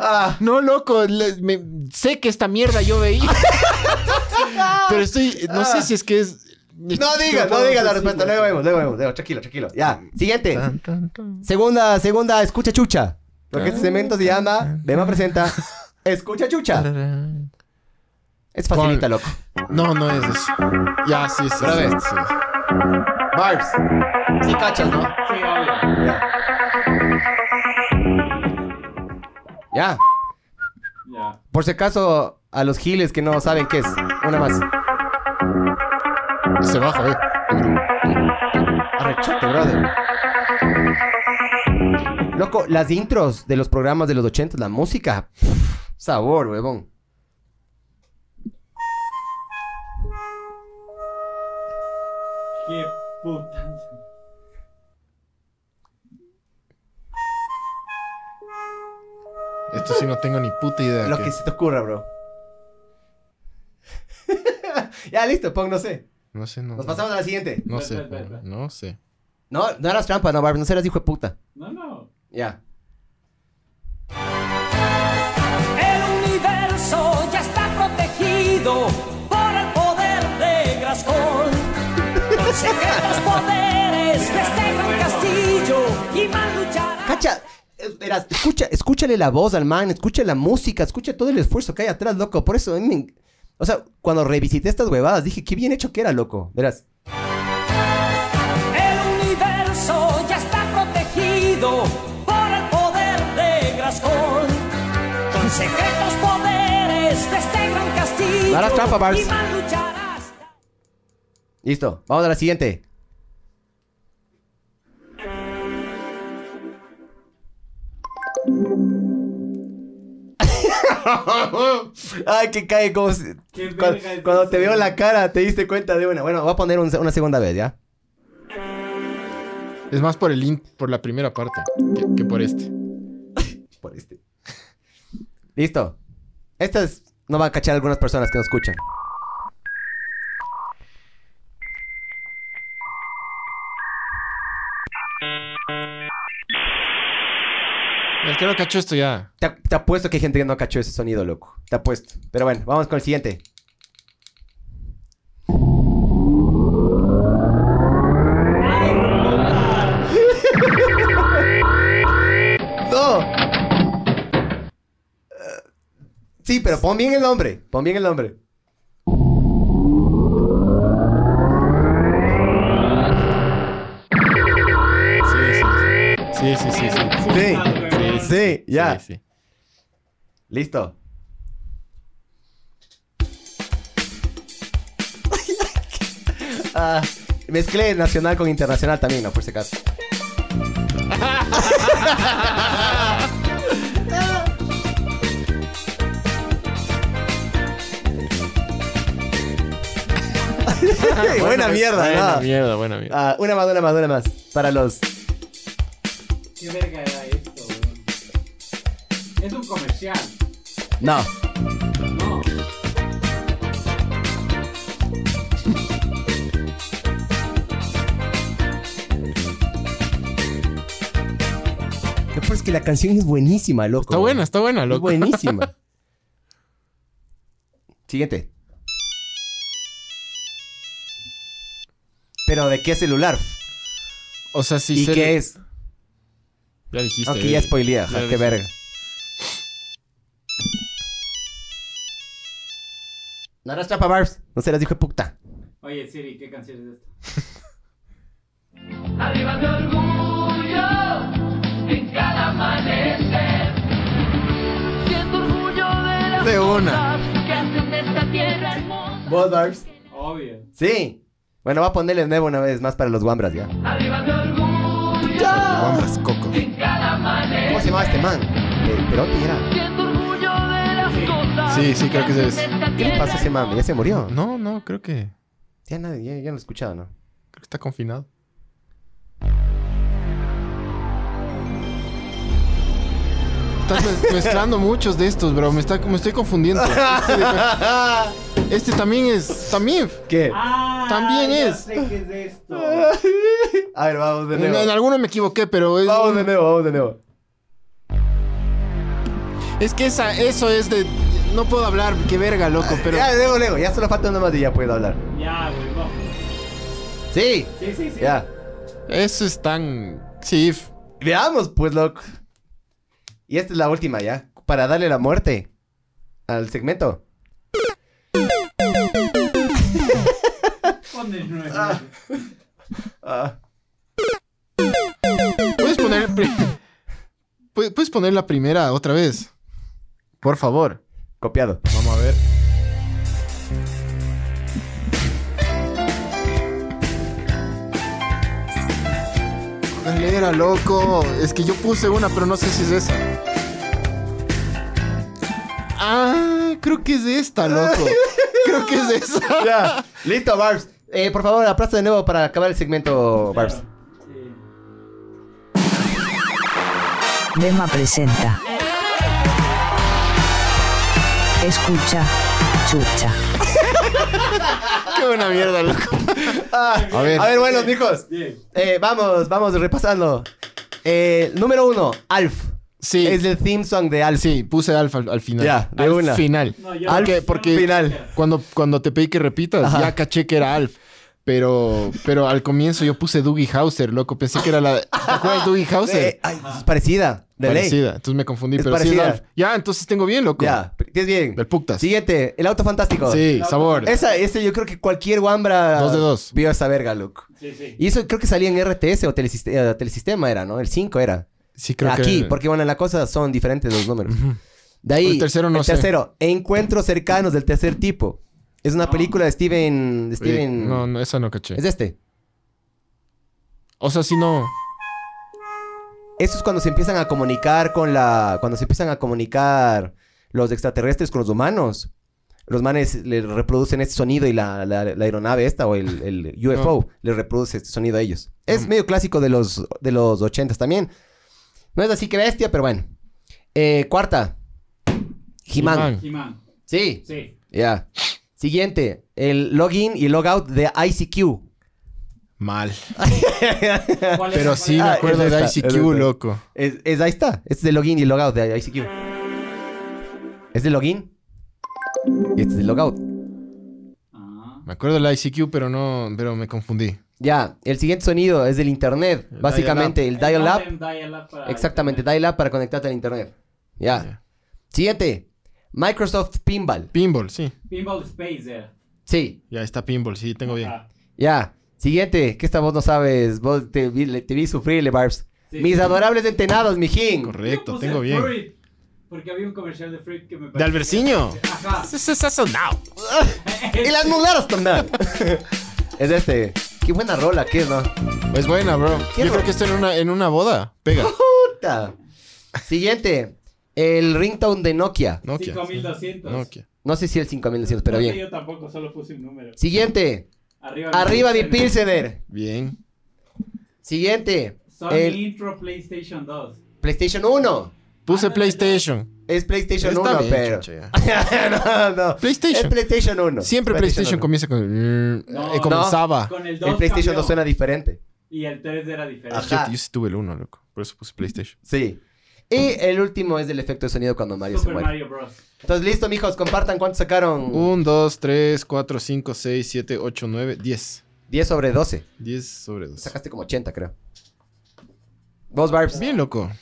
Speaker 3: Ah,
Speaker 2: No, loco, le- me- sé que esta mierda yo <laughs> veía. Pero estoy, no sé si es que es...
Speaker 3: <laughs> no digas, no digas la respuesta. Luego vemos, luego vemos, luego. Tranquilo, tranquilo. Ya. Siguiente.
Speaker 2: Tan, tan, tan. Ah.
Speaker 3: Segunda, segunda, escucha chucha. Lo que este segmento se llama,
Speaker 2: <laughs>
Speaker 3: Dema presenta, escucha chucha.
Speaker 2: Tararán.
Speaker 3: Es facilita, loco.
Speaker 2: No, no es eso. Ya, sí, sí.
Speaker 3: Otra
Speaker 2: sí,
Speaker 3: vez.
Speaker 2: sí, sí.
Speaker 3: Barbs. Sí cachas, ¿no?
Speaker 4: Sí, obvio.
Speaker 3: Ya.
Speaker 4: Ya.
Speaker 3: Por si acaso, a los giles que no saben qué es. Una más.
Speaker 2: Se baja, eh.
Speaker 3: Arrechate, brother. Loco, las intros de los programas de los 80, la música. pff, sabor, huevón.
Speaker 4: Qué puta.
Speaker 2: Esto sí no tengo ni puta idea.
Speaker 3: Lo
Speaker 2: qué
Speaker 3: que
Speaker 2: es.
Speaker 3: se te ocurra, bro. <laughs> ya, listo, pon, no sé.
Speaker 2: No sé, no.
Speaker 3: Nos pasamos a la siguiente.
Speaker 2: No
Speaker 4: Espera,
Speaker 2: sé,
Speaker 4: espera, espera.
Speaker 2: no sé.
Speaker 3: No, no eras trampa, no, Barb, no serás hijo de puta.
Speaker 4: No, no.
Speaker 3: Ya.
Speaker 6: El universo ya está protegido por el poder de
Speaker 3: <laughs>
Speaker 6: Graskol. Los secretos poderes de este gran castillo y mal luchará.
Speaker 3: Cacha, eh, verás, escucha, escúchale la voz al man, escucha la música, escucha todo el esfuerzo que hay atrás, loco. Por eso, a mí me- o sea, cuando revisité estas huevadas, dije, qué bien hecho que era, loco. Verás.
Speaker 6: El universo ya está protegido por el poder de Graskol. Con secretos poderes de este gran castillo
Speaker 3: Darás trampa, Bars.
Speaker 6: y mal lucharás.
Speaker 3: Listo, vamos a la siguiente. <laughs> Ay, que cae como si-
Speaker 4: Qué
Speaker 3: cuan- Cuando,
Speaker 4: verga es
Speaker 3: te
Speaker 4: eso.
Speaker 3: veo la cara, te diste cuenta de una. Bueno, voy a poner un- una segunda vez, ¿ya?
Speaker 2: Es más por el in- por la primera parte que, que por este.
Speaker 3: Por este. Listo. Estas no van a cachar algunas personas que no escuchan.
Speaker 2: El que no cachó esto ya.
Speaker 3: Te, te apuesto que hay gente que no cachó ese sonido, loco. Te apuesto. Pero bueno, vamos con el siguiente. <laughs> ¡No! Eh, Sí, pero pon bien el nombre. Pon bien el nombre.
Speaker 2: Sí, sí, sí, sí. sí.
Speaker 3: Sí,
Speaker 4: Sí.
Speaker 3: sí, ya.
Speaker 2: Sí, sí.
Speaker 3: Listo. Ah, mezclé nacional con internacional también, no, por si acaso. buena mierda,
Speaker 2: Buena
Speaker 3: ¿no?
Speaker 2: mierda, buena mierda.
Speaker 3: Ah, una más, una más, una más. Para los.
Speaker 4: Qué verga era esto, weón. Es un comercial.
Speaker 3: No.
Speaker 4: No.
Speaker 3: Lo peor es que la canción es buenísima, loco.
Speaker 2: Está buena, está buena,
Speaker 3: Es
Speaker 2: loco. <laughs>
Speaker 3: buenísima. Siguiente. Pero ¿de qué celular?
Speaker 2: O sea, sí
Speaker 3: ¿Y
Speaker 2: sé-
Speaker 3: qué es?
Speaker 2: Ya dijiste.
Speaker 3: Aunque ya
Speaker 2: eh.
Speaker 3: spoileé, ajá,
Speaker 2: Ya
Speaker 3: qué
Speaker 2: dijiste.
Speaker 3: verga. No harás trampa, Barbs. No se las dijo puta.
Speaker 4: Oye, Siri, ¿qué canción es esta?
Speaker 7: Arriba de orgullo en cada amanecer. Siento orgullo de las
Speaker 2: De una.
Speaker 7: cosas que hacen de esta tierra hermosa.
Speaker 3: ¿Vos, Barbs?
Speaker 4: Obvio.
Speaker 3: Sí. Bueno, va a ponerle de nuevo una vez más para los Wambras ya.
Speaker 7: Arriba de orgullo
Speaker 2: Guambras coco.
Speaker 7: en cada
Speaker 3: ¿Cómo se
Speaker 7: amanecer.
Speaker 3: llamaba este man? Eh, Perotti era.
Speaker 7: Siento orgullo de las cosas.
Speaker 2: Sí, sí, creo que ese es.
Speaker 3: ¿Qué le pasa a ese man? ¿Ya se murió?
Speaker 2: No, no, creo que.
Speaker 3: Ya nadie, ya, ya no lo he escuchado, ¿no?
Speaker 2: Creo que está confinado. Estás mez- mezclando muchos de estos, bro. Me, está, me estoy confundiendo. Este, de- este también es. También.
Speaker 3: ¿Qué?
Speaker 4: Ah,
Speaker 2: También
Speaker 4: ya
Speaker 2: es.
Speaker 4: sé qué es esto.
Speaker 3: A ver, vamos de
Speaker 2: En, en alguno me equivoqué, pero es.
Speaker 3: Vamos de nuevo, vamos de nuevo.
Speaker 2: Es que esa, eso es de. No puedo hablar, qué verga, loco, pero.
Speaker 3: Ya, luego, luego. Ya solo falta una más y ya puedo hablar.
Speaker 4: Ya, güey, vamos.
Speaker 3: Sí.
Speaker 4: Sí, sí, sí.
Speaker 3: Ya.
Speaker 2: Eso es tan. Sí. f-
Speaker 3: Veamos, pues, loco. Y esta es la última, ya. Para darle la muerte al segmento.
Speaker 4: Pon de nuevo.
Speaker 3: Ah,
Speaker 2: <laughs> Puedes poner. pri- Pu- Puedes poner la primera otra vez. Por favor. <laughs>
Speaker 3: Copiado.
Speaker 2: Vamos a ver. ¿Cuál era, loco? Es que yo puse una, pero no sé si es esa. Ah, creo que es esta,
Speaker 3: <laughs>
Speaker 2: loco. Creo que es esa.
Speaker 3: Ya. Listo, Barbs. Eh, por favor, aplasta de nuevo para acabar el segmento, Barbs.
Speaker 4: Eh,
Speaker 5: Bema presenta. Escucha, chucha.
Speaker 2: Qué buena mierda, loco.
Speaker 3: Ah,
Speaker 2: A ver.
Speaker 3: A ver, buenos mijos.
Speaker 4: bien.
Speaker 3: Eh, vamos, vamos repasando. Eh, número uno, Alf.
Speaker 2: Sí.
Speaker 3: Es el theme song de Alf.
Speaker 2: Sí, puse alfa al, al final.
Speaker 3: Ya, de
Speaker 2: al
Speaker 3: una.
Speaker 2: final.
Speaker 4: No, yo-
Speaker 2: Porque,
Speaker 4: yo-
Speaker 2: porque
Speaker 3: Final.
Speaker 2: Cuando, cuando te pedí que repitas,
Speaker 3: Ajá.
Speaker 2: ya caché que era Alf. Pero, pero al comienzo yo puse Dougie Hauser, loco. Pensé que era la. ¿Te acuerdas de Dougie
Speaker 3: Eh,
Speaker 2: Hauser?
Speaker 3: ay, es parecida, <laughs> de ley.
Speaker 2: Parecida. Entonces me confundí,
Speaker 3: Es
Speaker 2: pero sí
Speaker 3: parecida.
Speaker 2: es Alf. Ya, entonces tengo bien, loco.
Speaker 3: Ya, tienes bien.
Speaker 2: Del putas. Sí,
Speaker 3: Siguiente, el auto fantástico.
Speaker 2: sabor.
Speaker 3: Esa, ese yo creo que cualquier Wambra
Speaker 2: Dos de dos.
Speaker 3: vio esa verga, look.
Speaker 4: Sí, sí.
Speaker 3: Y eso creo que salía en RTS o Telesist- eh, Telesistema era, ¿no? El 5 era.
Speaker 2: Sí, creo que.
Speaker 3: Aquí, porque bueno, la cosa son diferentes los números. De ahí,
Speaker 2: El tercero no
Speaker 3: el
Speaker 2: sé.
Speaker 3: tercero, Encuentros cercanos del tercer tipo. Es una
Speaker 4: Ah.
Speaker 3: película de Steven... de
Speaker 2: Eh,
Speaker 3: Steven...
Speaker 2: No, no, esa no caché.
Speaker 3: Es de este.
Speaker 2: O sea, si no.
Speaker 3: Eso es cuando se empiezan a comunicar con la... Cuando se empiezan a comunicar los extraterrestres con los humanos. Los manes le reproducen este sonido y la, la- la aeronave esta o el, el UFO le reproduce este sonido a ellos. Es medio clásico de los, de los 80 también. No es así que bestia, pero bueno. Eh, cuarta. He-Man.
Speaker 2: He-Man.
Speaker 4: He-Man.
Speaker 3: Sí.
Speaker 2: <laughs>
Speaker 4: Sí.
Speaker 3: Ya. Siguiente, el login y logout de ICQ.
Speaker 2: Mal.
Speaker 4: ¿Cuál es-
Speaker 2: Pero
Speaker 4: cuál
Speaker 2: sí
Speaker 4: es?
Speaker 2: me
Speaker 3: Ah,
Speaker 2: acuerdo
Speaker 3: es
Speaker 2: de
Speaker 3: esta, es
Speaker 2: ICQ,
Speaker 3: esta.
Speaker 2: loco.
Speaker 3: Es, es- ahí está. Este es el login y logout de ICQ. Este es el login. Y este es el logout.
Speaker 4: Ah.
Speaker 2: Me acuerdo del ICQ, pero no. Pero me confundí.
Speaker 3: Ya, el siguiente sonido es del internet.
Speaker 2: El
Speaker 3: Básicamente, el dial-up.
Speaker 4: modem dial-up para-
Speaker 3: Exactamente, dial-up para conectarte al internet. Ya.
Speaker 2: Ya.
Speaker 3: Siguiente, Microsoft Pinball.
Speaker 2: Pinball, sí.
Speaker 4: Pinball Space era.
Speaker 3: Sí,
Speaker 2: Ya está Pinball, sí, tengo bien.
Speaker 4: Ah,
Speaker 3: Ya, siguiente, que esta vos no sabes, vos te vi, le- te vi sufrirle, Barbs.
Speaker 4: Sí.
Speaker 3: Mis adorables entenados, mijín.
Speaker 2: Correcto,
Speaker 4: Yo puse
Speaker 2: tengo bien.
Speaker 4: Fruit, porque había un comercial de Fruit que me
Speaker 2: ¿De
Speaker 4: parecía-
Speaker 2: Alberciño?
Speaker 4: Ajá.
Speaker 2: Ese es sonado.
Speaker 3: Y las mularas también. es este. Qué buena rola que es, ¿no?
Speaker 2: Es buena, bro.
Speaker 3: ¿Qué
Speaker 2: Yo
Speaker 3: ro-
Speaker 2: creo que esto en una, en una boda.
Speaker 4: <laughs>
Speaker 2: Pega.
Speaker 3: Puta. Siguiente, el ringtone de Nokia.
Speaker 2: Nokia.
Speaker 4: 5200.
Speaker 2: Nokia.
Speaker 3: No sé si el 5200, pero
Speaker 4: No sé,
Speaker 3: bien.
Speaker 4: Yo tampoco, solo puse un número.
Speaker 3: Siguiente,
Speaker 4: Arriba,
Speaker 3: arriba mi
Speaker 4: Pilsen.
Speaker 3: Pilsener.
Speaker 2: Bien.
Speaker 3: Siguiente,
Speaker 4: Sony
Speaker 3: el
Speaker 4: Intro PlayStation 2.
Speaker 3: PlayStation 1.
Speaker 2: Puse
Speaker 4: Ah, no,
Speaker 2: PlayStation.
Speaker 3: Es PlayStation
Speaker 2: Está
Speaker 3: 1,
Speaker 2: bien,
Speaker 3: pero.
Speaker 2: chucha,
Speaker 3: <laughs> no, no.
Speaker 2: PlayStation.
Speaker 3: Es PlayStation 1.
Speaker 2: Siempre PlayStation
Speaker 3: 1.
Speaker 2: comienza con... eh,
Speaker 4: No,
Speaker 2: eh, comenzaba.
Speaker 4: Con el 2
Speaker 3: Ah, El PlayStation
Speaker 4: cambió,
Speaker 3: 2 suena diferente.
Speaker 4: Y el 3 era diferente.
Speaker 3: Ajá.
Speaker 2: Yo, yo sí tuve el 1, loco. Por eso puse PlayStation.
Speaker 3: Sí. Y el último es del efecto de sonido cuando Mario se
Speaker 4: Super
Speaker 3: muere.
Speaker 4: Mario Bros.
Speaker 3: Entonces, listo, mijos, compartan cuántos sacaron.
Speaker 2: 1, 2, 3, 4, 5, 6, 7, 8, 9, 10.
Speaker 3: 10 sobre 12.
Speaker 2: 10 sobre 2.
Speaker 3: Sacaste como 80, creo. Vos, Barbs.
Speaker 2: Bien, loco.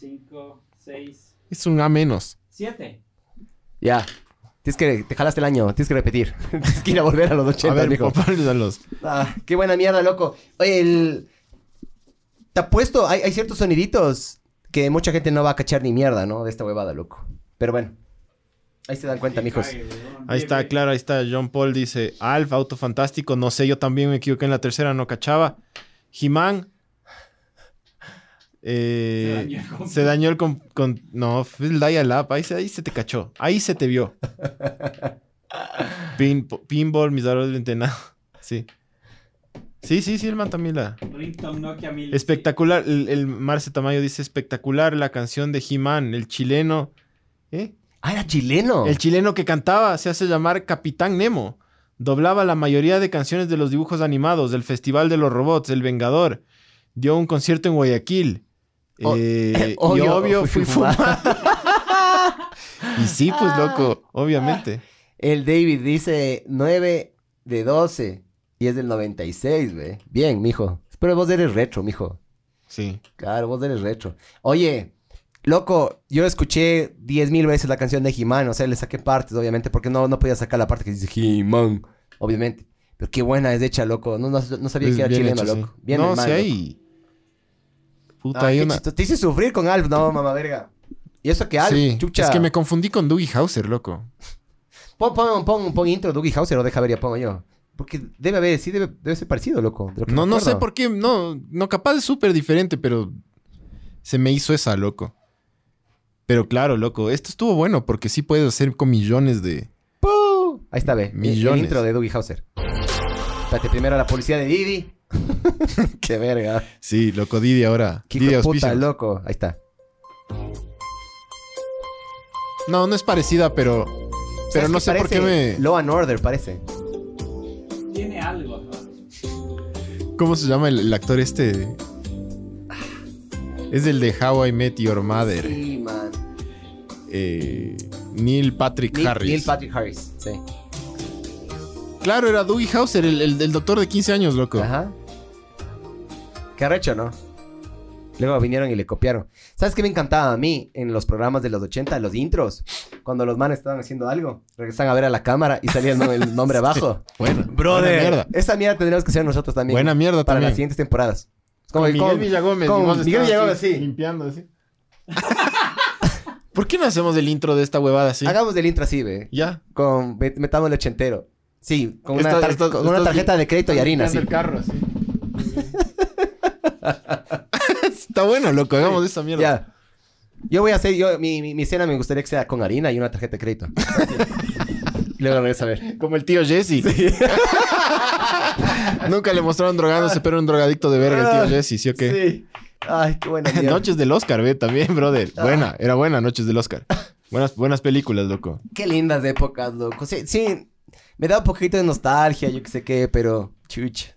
Speaker 4: 5, 6,
Speaker 2: Es un A menos.
Speaker 4: 7.
Speaker 3: Ya. Tienes que, te jalaste el año, tienes que repetir. <laughs> tienes que ir a volver a los 80,
Speaker 2: A ver,
Speaker 3: mijo.
Speaker 2: ponle a los...
Speaker 3: Ah, qué buena mierda, loco. Oye, el... Te apuesto, hay, hay ciertos soniditos que mucha gente no va a cachar ni mierda, ¿no? De esta huevada, loco. Pero bueno. Ahí se dan cuenta, mijos.
Speaker 2: Ahí está, claro, ahí está. John Paul dice, Alf, auto fantástico. No sé, yo también me equivoqué en la tercera, no cachaba. He-Man. Eh,
Speaker 4: Se dañó el comp-
Speaker 2: se dañó el con, no, fue el dial up, ahí se, ahí se te cachó, ahí se te vio. Pin- pinball, mis aros de entena- <laughs> Sí. Sí, sí, sí, el man también la.
Speaker 4: Ringtone Nokia 1000.
Speaker 2: Espectacular, el, el Marce Tamayo dice espectacular la canción de He-Man, el chileno. ¿Eh?
Speaker 3: Ah, era chileno. <laughs>
Speaker 2: El chileno que cantaba se hace llamar Capitán Nemo. Doblaba la mayoría de canciones de los dibujos animados, del Festival de los Robots, El Vengador. Dio un concierto en Guayaquil.
Speaker 3: O-
Speaker 2: Eh, y
Speaker 3: <coughs> obvio,
Speaker 2: obvio
Speaker 3: fui
Speaker 2: fui
Speaker 3: fumar.
Speaker 2: fumar. y sí, pues loco, obviamente.
Speaker 3: <laughs> El David dice 9 de 12 y es del 96, güey. Bien, mijo. Pero vos eres retro, mijo.
Speaker 2: Sí.
Speaker 3: Claro, vos eres retro. Oye, loco, yo escuché 10.000 veces la canción de He-Man. O sea, le saqué partes, obviamente, porque no, no podía sacar la parte que dice He-Man, obviamente. Pero qué buena es hecha, loco. No, no, no sabía
Speaker 2: Es
Speaker 3: que era
Speaker 2: Pues bien
Speaker 3: chileno,
Speaker 2: hecho, sí.
Speaker 3: loco. Bien
Speaker 2: no,
Speaker 3: hermano,
Speaker 2: sí
Speaker 3: loco.
Speaker 2: hay. Puta,
Speaker 3: Ah,
Speaker 2: hay
Speaker 3: qué
Speaker 2: una.
Speaker 3: chistoso. Te hice sufrir con Alf, no, mamá verga. Y eso que algo,
Speaker 2: sí.
Speaker 3: chucha.
Speaker 2: Es que me confundí con Dougie Hauser, loco.
Speaker 3: Pon, pon, pon, pon intro de Dougie Hauser o deja ver, ya pongo yo. Porque debe haber, sí debe, debe ser parecido, loco. de lo que
Speaker 2: No,
Speaker 3: me
Speaker 2: no sé
Speaker 3: acuerdo.
Speaker 2: por qué. No, no capaz es súper diferente, pero se me hizo esa, loco. Pero claro, loco, esto estuvo bueno porque sí puedes hacer con millones de...
Speaker 3: ¡Pum! Ahí está, ve. el- El
Speaker 2: Millones.
Speaker 3: intro de Dougie Hauser. Espérate, primero la policía
Speaker 2: <laughs>
Speaker 3: de Didi. <laughs> qué verga.
Speaker 2: Sí, loco, Didi ahora.
Speaker 3: Qué
Speaker 2: Didi
Speaker 3: hijo de puta,
Speaker 2: auspicia.
Speaker 3: loco. Ahí está.
Speaker 2: No, no es parecida, pero... Pero
Speaker 3: ¿Sabes
Speaker 2: no
Speaker 3: qué
Speaker 2: sé por qué
Speaker 3: parece?
Speaker 2: me...
Speaker 3: Law and Order parece.
Speaker 4: Tiene algo. ¿no?
Speaker 2: ¿Cómo se llama el, el actor este? Es el de How I Met Your Mother.
Speaker 3: Ah. Sí, man.
Speaker 2: Eh, Neil Patrick
Speaker 3: Neil,
Speaker 2: Harris.
Speaker 3: Neil Patrick Harris. Sí.
Speaker 2: claro, era Dougie Hauser, el, el- el doctor de 15 años, loco.
Speaker 3: Ajá. Qué arrecho, ¿no? Luego vinieron y le copiaron. ¿Sabes qué me encantaba a mí en los programas de los 80, los intros? Cuando los manes estaban haciendo algo, regresan a ver a la cámara y salía el, nom-
Speaker 2: <laughs>
Speaker 3: el nombre abajo.
Speaker 2: Bueno,
Speaker 3: Brother,
Speaker 2: Buena mierda.
Speaker 3: esa mierda tendríamos que hacer nosotros también.
Speaker 2: Buena mierda
Speaker 3: Para las
Speaker 2: también.
Speaker 3: siguientes temporadas. Es Como, como-
Speaker 2: Villagómez.
Speaker 3: con Miguel Villagómez, sí.
Speaker 2: Limpiando así. <laughs> ¿Por qué no hacemos el intro de esta huevada así?
Speaker 3: Hagamos del intro así, ve.
Speaker 2: Ya.
Speaker 3: Con, met- metamos el ochentero. Sí, con una,
Speaker 2: Estás-
Speaker 3: tar-
Speaker 2: estás-
Speaker 3: con una
Speaker 2: estás
Speaker 3: tarjeta de crédito y harina, sí.
Speaker 2: Limpiando carro así. <laughs> Está bueno, loco. Hagamos esa mierda.
Speaker 3: Ya. Yo voy a hacer, yo, mi, mi, mi cena me gustaría que sea con harina y una tarjeta de <laughs> crédito. y luego regreso a ver.
Speaker 2: Como el tío Jesse. <laughs> Nunca le mostraron drogándose, pero era un drogadicto de verga el tío Jesse, ¿sí o qué?
Speaker 3: Sí. Ay, qué buena <laughs>
Speaker 2: <laughs>
Speaker 3: mierda.
Speaker 2: Noches del Oscar, ve, también, brother. Buena, era buena Noches del Oscar. Buenas, buenas películas, loco.
Speaker 3: Qué lindas épocas, loco. Sí, sí, me da un poquito de nostalgia, yo qué sé qué, pero chucha.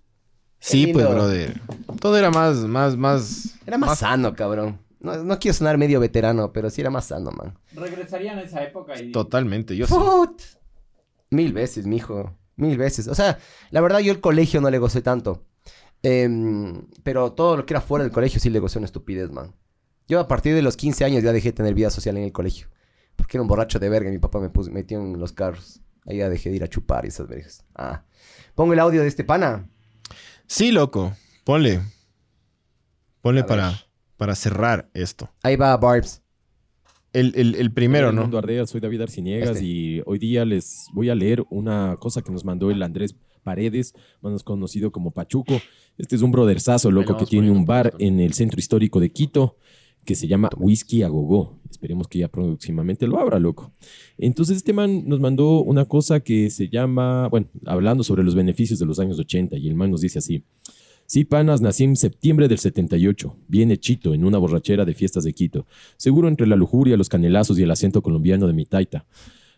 Speaker 2: Sí,
Speaker 3: Qué
Speaker 2: pues,
Speaker 3: lindo.
Speaker 2: brother. Todo era más, más, más.
Speaker 3: Era más, sano, cabrón. No, no quiero sonar medio veterano, pero sí era más sano, man.
Speaker 4: Regresarían a esa época y
Speaker 2: Totalmente,
Speaker 3: <laughs>
Speaker 2: yo sí.
Speaker 3: Put. Mil veces, mijo. Mil veces. O sea, la verdad yo el colegio no le gocé tanto. Em, pero todo lo que era fuera del colegio sí le gocé una estupidez, man. Yo a partir de los 15 años ya dejé de tener vida social en el colegio. Porque era un borracho de verga y mi papá me puso- metió en los carros. Ahí ya dejé de ir a chupar y esas vergas. Ah. Pongo el audio de este pana.
Speaker 2: Sí, loco. Ponle. Ponle
Speaker 3: A ver.
Speaker 2: para, para cerrar esto.
Speaker 3: Ahí va Barbs.
Speaker 2: El, el- el primero,
Speaker 8: Hola,
Speaker 2: ¿no?
Speaker 8: Mundo Ardea, soy David Arciniegas
Speaker 3: Este.
Speaker 8: y hoy día les voy a leer una cosa que nos mandó el Andrés Paredes, más conocido como Pachuco. Este es un brotherzazo loco que tiene un bar en el centro histórico de Quito que se llama Whisky a Gogo. Esperemos que ya próximamente lo abra, loco. Entonces este man nos mandó una cosa que se llama, bueno, hablando sobre los beneficios de los años 80 y el man nos dice así. Sí, panas, nací en septiembre del 78, bien hechito, en una borrachera de fiestas de Quito seguro entre la lujuria, los canelazos y el acento colombiano de mi taita.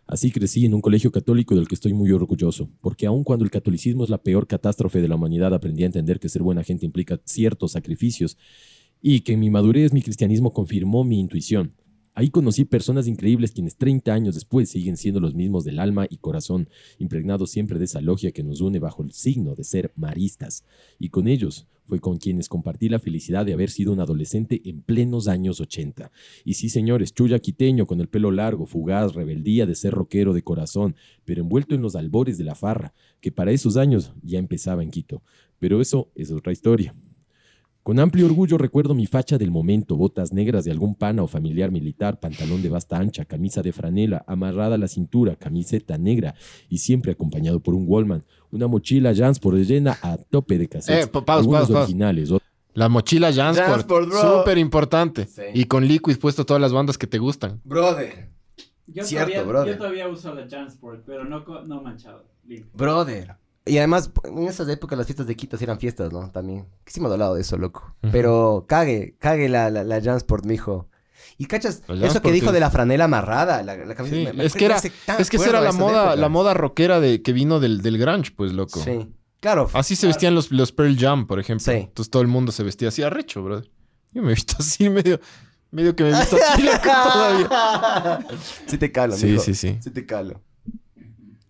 Speaker 8: Así crecí en un colegio católico del que estoy muy orgulloso, porque aun cuando el catolicismo es la peor catástrofe de la humanidad, aprendí a entender que ser buena gente implica ciertos sacrificios y que en mi madurez mi cristianismo confirmó mi intuición. Ahí conocí personas increíbles quienes 30 años después siguen siendo los mismos del alma y corazón, impregnados siempre de esa logia que nos une bajo el signo de ser maristas. Y con ellos fue con quienes compartí la felicidad de haber sido un adolescente en plenos años 80. Y sí, señores, chulla quiteño con el pelo largo, fugaz, rebeldía de ser rockero de corazón, pero envuelto en los albores de la farra, que para esos años ya empezaba en Quito. Pero eso es otra historia. Con amplio orgullo recuerdo mi facha del momento, botas negras de algún pana o familiar militar, pantalón de basta ancha, camisa de franela, amarrada a la cintura, camiseta negra y siempre acompañado por un Wallman, una mochila Jans por llena a tope de cassettes,
Speaker 2: Eh, pa- paus,
Speaker 8: algunos
Speaker 2: paus, paus.
Speaker 8: originales,
Speaker 2: La mochila Jansport.
Speaker 3: Jansport, bro.
Speaker 2: Súper importante.
Speaker 3: Sí.
Speaker 2: Y con Liquid puesto todas las bandas que te gustan.
Speaker 3: Brother.
Speaker 4: yo,
Speaker 3: Cierto,
Speaker 4: todavía,
Speaker 3: brother.
Speaker 4: yo todavía uso la Jansport, pero no, co- no manchado. limpio.
Speaker 3: Brother. Y además, en esas épocas las fiestas de Quitos eran fiestas, ¿no? También. Que sí hemos hablado de eso, loco.
Speaker 2: Ujú.
Speaker 3: Pero cague, cague la, la, la Jansport, mijo. Y cachas,
Speaker 2: La
Speaker 3: eso que
Speaker 2: Jansport
Speaker 3: dijo
Speaker 2: es-
Speaker 3: de la franela amarrada, la, la
Speaker 2: Sí,
Speaker 3: camiseta. me- me
Speaker 2: es que era,
Speaker 3: parece tan
Speaker 2: es que esa era
Speaker 3: cuerdo
Speaker 2: la
Speaker 3: esas
Speaker 2: moda,
Speaker 3: épocas.
Speaker 2: la moda rockera de, que vino del, del grunge, pues, loco.
Speaker 3: Sí. Claro.
Speaker 2: Así se vestían los, los Pearl Jam, por ejemplo.
Speaker 3: Sí.
Speaker 2: Entonces todo el mundo se vestía así arrecho, brother. Yo me he visto así medio, medio que me he visto así
Speaker 3: <laughs>
Speaker 2: loco <laughs> todavía.
Speaker 3: sí te calo,
Speaker 2: Sí,
Speaker 3: mijo.
Speaker 2: sí, sí.
Speaker 3: Sí te calo.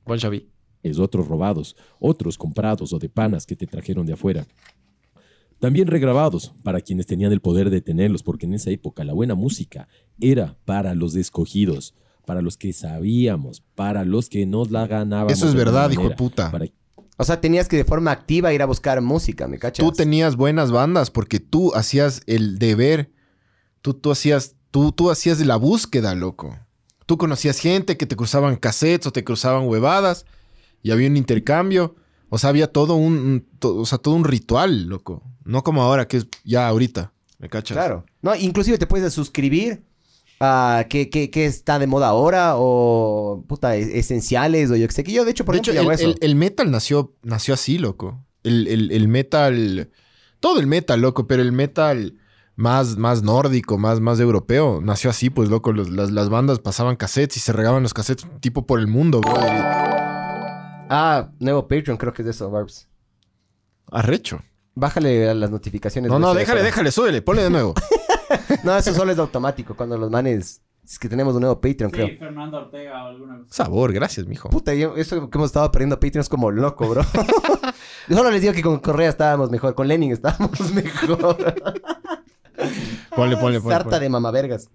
Speaker 2: Juan Xavi.
Speaker 8: es otros robados, otros comprados o de panas que te trajeron de afuera. También regrabados para quienes tenían el poder de tenerlos, porque en esa época la buena música era para los escogidos, para los que sabíamos, para los que nos la ganábamos.
Speaker 2: Eso es
Speaker 8: de alguna
Speaker 2: verdad, hijo de
Speaker 8: manera,
Speaker 2: puta.
Speaker 8: para
Speaker 3: O sea, tenías que de forma activa ir a buscar música, ¿me cachas?
Speaker 2: Tú tenías buenas bandas porque tú hacías el deber. Tú, tú hacías Tú, tú hacías la búsqueda, loco. Tú conocías gente que te cruzaban cassettes o te cruzaban huevadas y había un intercambio. O sea, había todo un, un- to- o sea, todo un ritual, loco. No como ahora, que es ya ahorita. ¿Me cachas?
Speaker 3: Claro. No, inclusive te puedes suscribir ah, a qué, qué- qué está de moda ahora o puta, es- esenciales o yo qué sé. qué. Yo, de hecho, por
Speaker 2: de
Speaker 3: ejemplo,
Speaker 2: hecho,
Speaker 3: ya hago
Speaker 2: el, el-
Speaker 3: eso.
Speaker 2: el metal nació, nació así, loco. El, el- el metal. Todo el metal, loco, pero el metal más, más nórdico, más, más europeo, nació así, pues, loco. Los- las, las bandas pasaban cassettes y se regaban los cassettes tipo por el mundo, bro.
Speaker 3: Ah, nuevo Patreon, creo que es de eso, Barbs.
Speaker 2: Arrecho.
Speaker 3: Bájale a las notificaciones.
Speaker 2: No,
Speaker 3: de
Speaker 2: no,
Speaker 3: ese-
Speaker 2: déjale, déjale, súbele, ponle de nuevo. <laughs>
Speaker 3: No, eso solo es de automático. Cuando los manes. Es que tenemos un nuevo Patreon, creo.
Speaker 4: Sí, Fernando Ortega o alguna cosa.
Speaker 2: Sabor, gracias, mijo.
Speaker 3: Puta, yo- eso que hemos estado perdiendo Patreon es como loco,
Speaker 2: <laughs>
Speaker 3: bro. Yo Solo les digo que con Correa estábamos mejor, con Lenin estábamos <laughs> mejor.
Speaker 2: Ponle, ponle, ponle.
Speaker 3: Sarta
Speaker 2: ponle.
Speaker 3: de mamavergas.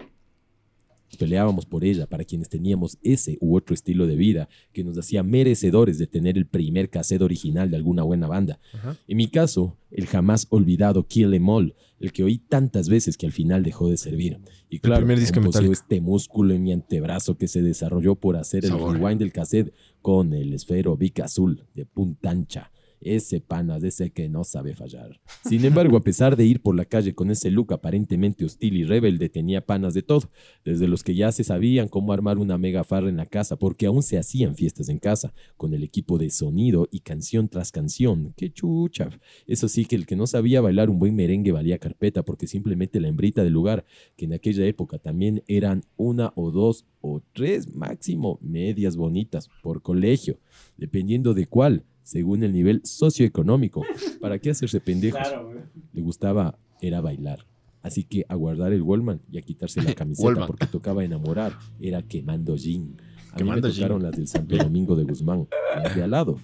Speaker 9: Peleábamos por ella para quienes teníamos ese u otro estilo de vida que nos hacía merecedores de tener el primer cassette original de alguna buena banda. En mi caso, el jamás olvidado Kill Em All, el que oí tantas veces que al final dejó de servir. Y claro,
Speaker 2: primer disco de
Speaker 9: composeo
Speaker 2: Metallica.
Speaker 9: este músculo en mi antebrazo que se desarrolló por hacer el
Speaker 2: Sabor.
Speaker 9: rewind del cassette con el esfero Vic Azul de puntancha. Ese pana de ese que no sabe fallar. Sin embargo, a pesar de ir por la calle con ese look aparentemente hostil y rebelde, tenía panas de todo, desde los que ya se sabían cómo armar una mega farra en la casa, porque aún se hacían fiestas en casa, con el equipo de sonido y canción tras canción. ¡Qué chucha! Eso sí, que el que no sabía bailar un buen merengue valía carpeta, porque simplemente la hembrita del lugar, que en aquella época también eran una o dos o tres máximo medias bonitas por colegio, dependiendo de cuál, según el nivel socioeconómico. ¿Para qué hacerse pendejos?
Speaker 4: Claro, güey. <laughs>
Speaker 9: le gustaba era bailar. Así que a guardar el Wallman y a
Speaker 2: <laughs>
Speaker 9: quitarse la camiseta
Speaker 2: Wallman.
Speaker 9: porque tocaba enamorar era quemando jean. A mí me
Speaker 2: Quemando jean.
Speaker 9: tocaron las del Santo Domingo de Guzmán, las de al lado.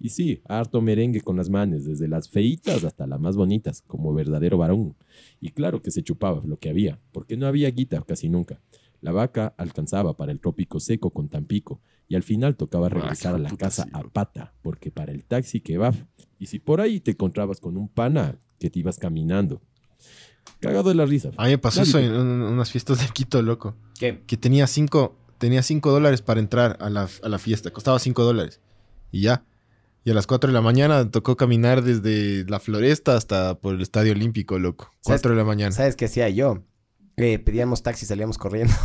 Speaker 9: Y sí, harto merengue con las manes, desde las feitas hasta las más bonitas, como verdadero varón. Y claro que se chupaba lo que había, porque no había guita casi nunca. La vaca alcanzaba para el trópico seco con Tampico, y al final
Speaker 2: Ah,
Speaker 9: tocaba regresar a la casa a pata, porque para el taxi que va. Y si por ahí te encontrabas con un pana que te ibas caminando. Cagado de la risa.
Speaker 2: A mí me pasó eso
Speaker 9: Nadie-
Speaker 2: en un- unas fiestas de Quito, loco.
Speaker 3: ¿Qué?
Speaker 2: Que tenía cinco, tenía cinco dólares para entrar a la, a la fiesta. Costaba cinco dólares. Y ya. Y a las 4 de la mañana tocó caminar desde la floresta hasta por el Estadio Olímpico, loco.
Speaker 3: ¿Sabes-
Speaker 2: 4 de la mañana.
Speaker 3: ¿Sabes qué hacía yo? Eh, pedíamos taxi y salíamos corriendo. <laughs>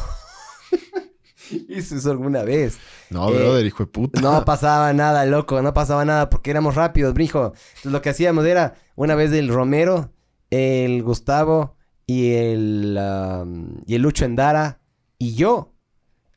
Speaker 3: Hice eso alguna vez.
Speaker 2: No,
Speaker 3: Eh,
Speaker 2: brother, hijo de
Speaker 3: <laughs>
Speaker 2: puta.
Speaker 3: No pasaba nada, loco, no pasaba nada porque éramos rápidos, brijo. Entonces lo que hacíamos era, una vez el Romero, el Gustavo y el, am, y el Lucho Endara y yo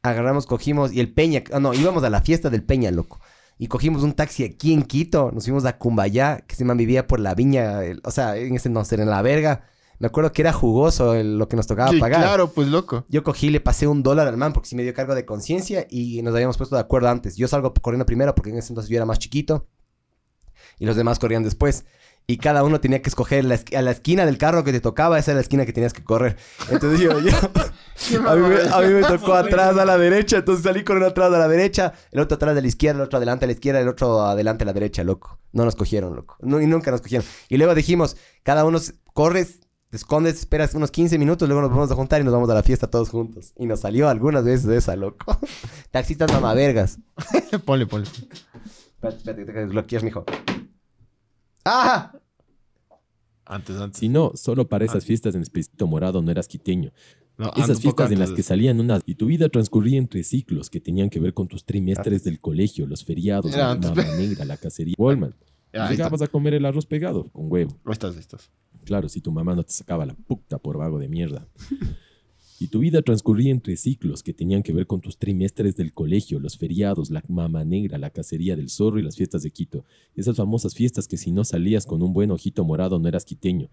Speaker 3: agarramos, cogimos, y el Peña, ah, no, íbamos a la fiesta del Peña, loco. Y cogimos un taxi aquí en Quito, nos fuimos a Cumbayá, que se me vivía por la viña, el- o sea, en ese no, era en la verga. Me acuerdo que era jugoso el- lo que nos tocaba
Speaker 2: Sí,
Speaker 3: pagar.
Speaker 2: Claro, pues loco. <laughs>
Speaker 3: Yo cogí y le pasé un dólar al man porque sí me dio cargo de conciencia y nos habíamos puesto de acuerdo antes. Yo salgo corriendo primero porque en ese entonces yo era más chiquito y los demás corrían después. Y cada uno tenía que escoger la esqui- a la esquina del carro que te tocaba, esa era la esquina que tenías que correr. Entonces yo, yo- <laughs> a, mí me, a mí me tocó atrás a la derecha, entonces salí corriendo atrás a la derecha, el otro atrás de la izquierda, el otro adelante a la izquierda, el otro adelante a la derecha, loco. No nos cogieron, loco. No, y nunca nos cogieron. Y luego dijimos, cada uno s- corres, te escondes, esperas unos 15 minutos, luego nos vamos a juntar y nos vamos a la fiesta todos juntos. Y nos salió algunas veces esa, loco. <laughs> Taxistas mamavergas.
Speaker 2: ponle, ponle.
Speaker 3: Espérate, espérate, que tengo que desbloquear, mijo. ¡Ah!
Speaker 2: Antes, antes.
Speaker 9: Si no, solo para esas fiestas en Especito Morado no eras quiteño.
Speaker 2: Ah. No, antes,
Speaker 9: Esas
Speaker 2: un
Speaker 9: fiestas
Speaker 2: poco
Speaker 9: en las
Speaker 2: antes.
Speaker 9: que salían unas... Y tu vida transcurría entre ciclos que tenían que ver con tus trimestres del colegio, los feriados,
Speaker 2: Ah. Era
Speaker 9: la
Speaker 2: antes.
Speaker 9: mamá negra, la cacería. Wallman.
Speaker 2: Ah, <laughs> ahí está.
Speaker 9: Llegabas a comer el arroz pegado con huevo.
Speaker 2: Ahí estás, ahí estás.
Speaker 9: Claro, si tu mamá no te sacaba la puta por vago de mierda. Y tu vida transcurría entre ciclos que tenían que ver con tus trimestres del colegio, los feriados, la mama negra, la cacería del zorro y las fiestas de Quito. Esas famosas fiestas que si no salías con un buen ojito morado no eras quiteño.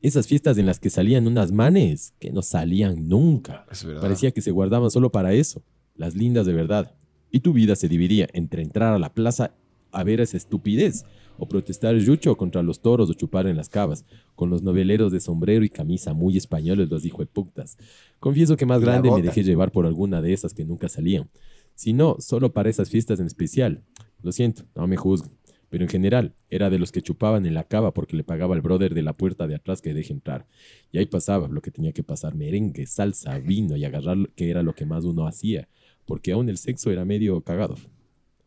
Speaker 9: Esas fiestas en las que salían unas manes que no salían nunca.
Speaker 2: Es verdad.
Speaker 9: Parecía que se guardaban solo para eso, las lindas de verdad. Y tu vida se dividía entre entrar a la plaza a ver esa estupidez, o protestar yucho contra los toros o chupar en las cavas, con los noveleros de sombrero y camisa muy españoles, los dijo putas. Confieso que más
Speaker 3: Y la
Speaker 9: grande me
Speaker 3: bota.
Speaker 9: dejé llevar por alguna de esas que nunca salían. Si no, solo para esas fiestas en especial. Lo siento, no me juzguen. pero en general era de los que chupaban en la cava porque le pagaba al brother de la puerta de atrás que deje entrar. Y ahí pasaba lo que tenía que pasar, merengue, salsa, vino y agarrar lo- que era lo que más uno hacía, porque aún el sexo era medio cagado.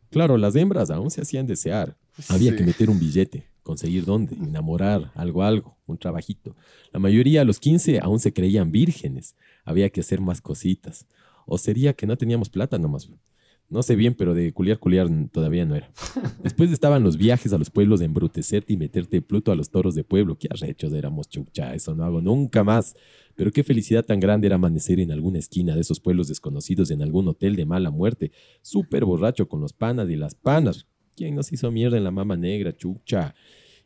Speaker 9: Claro, las hembras aún se hacían desear. Había
Speaker 2: Sí.
Speaker 9: que meter un billete, conseguir dónde, enamorar, algo, algo, un trabajito. La mayoría a los 15 aún se creían vírgenes. Había que hacer más cositas. O sería que no teníamos plata nomás. No sé bien, pero de culiar, culiar n- todavía no era. Después estaban los viajes a los pueblos de embrutecerte y meterte pluto a los toros de pueblo. Qué arrechos éramos, chucha, eso no hago nunca más. Pero qué felicidad tan grande era amanecer en alguna esquina de esos pueblos desconocidos, en algún hotel de mala muerte, súper borracho con los panas y las panas. ¿Quién nos hizo mierda en la mama negra, chucha?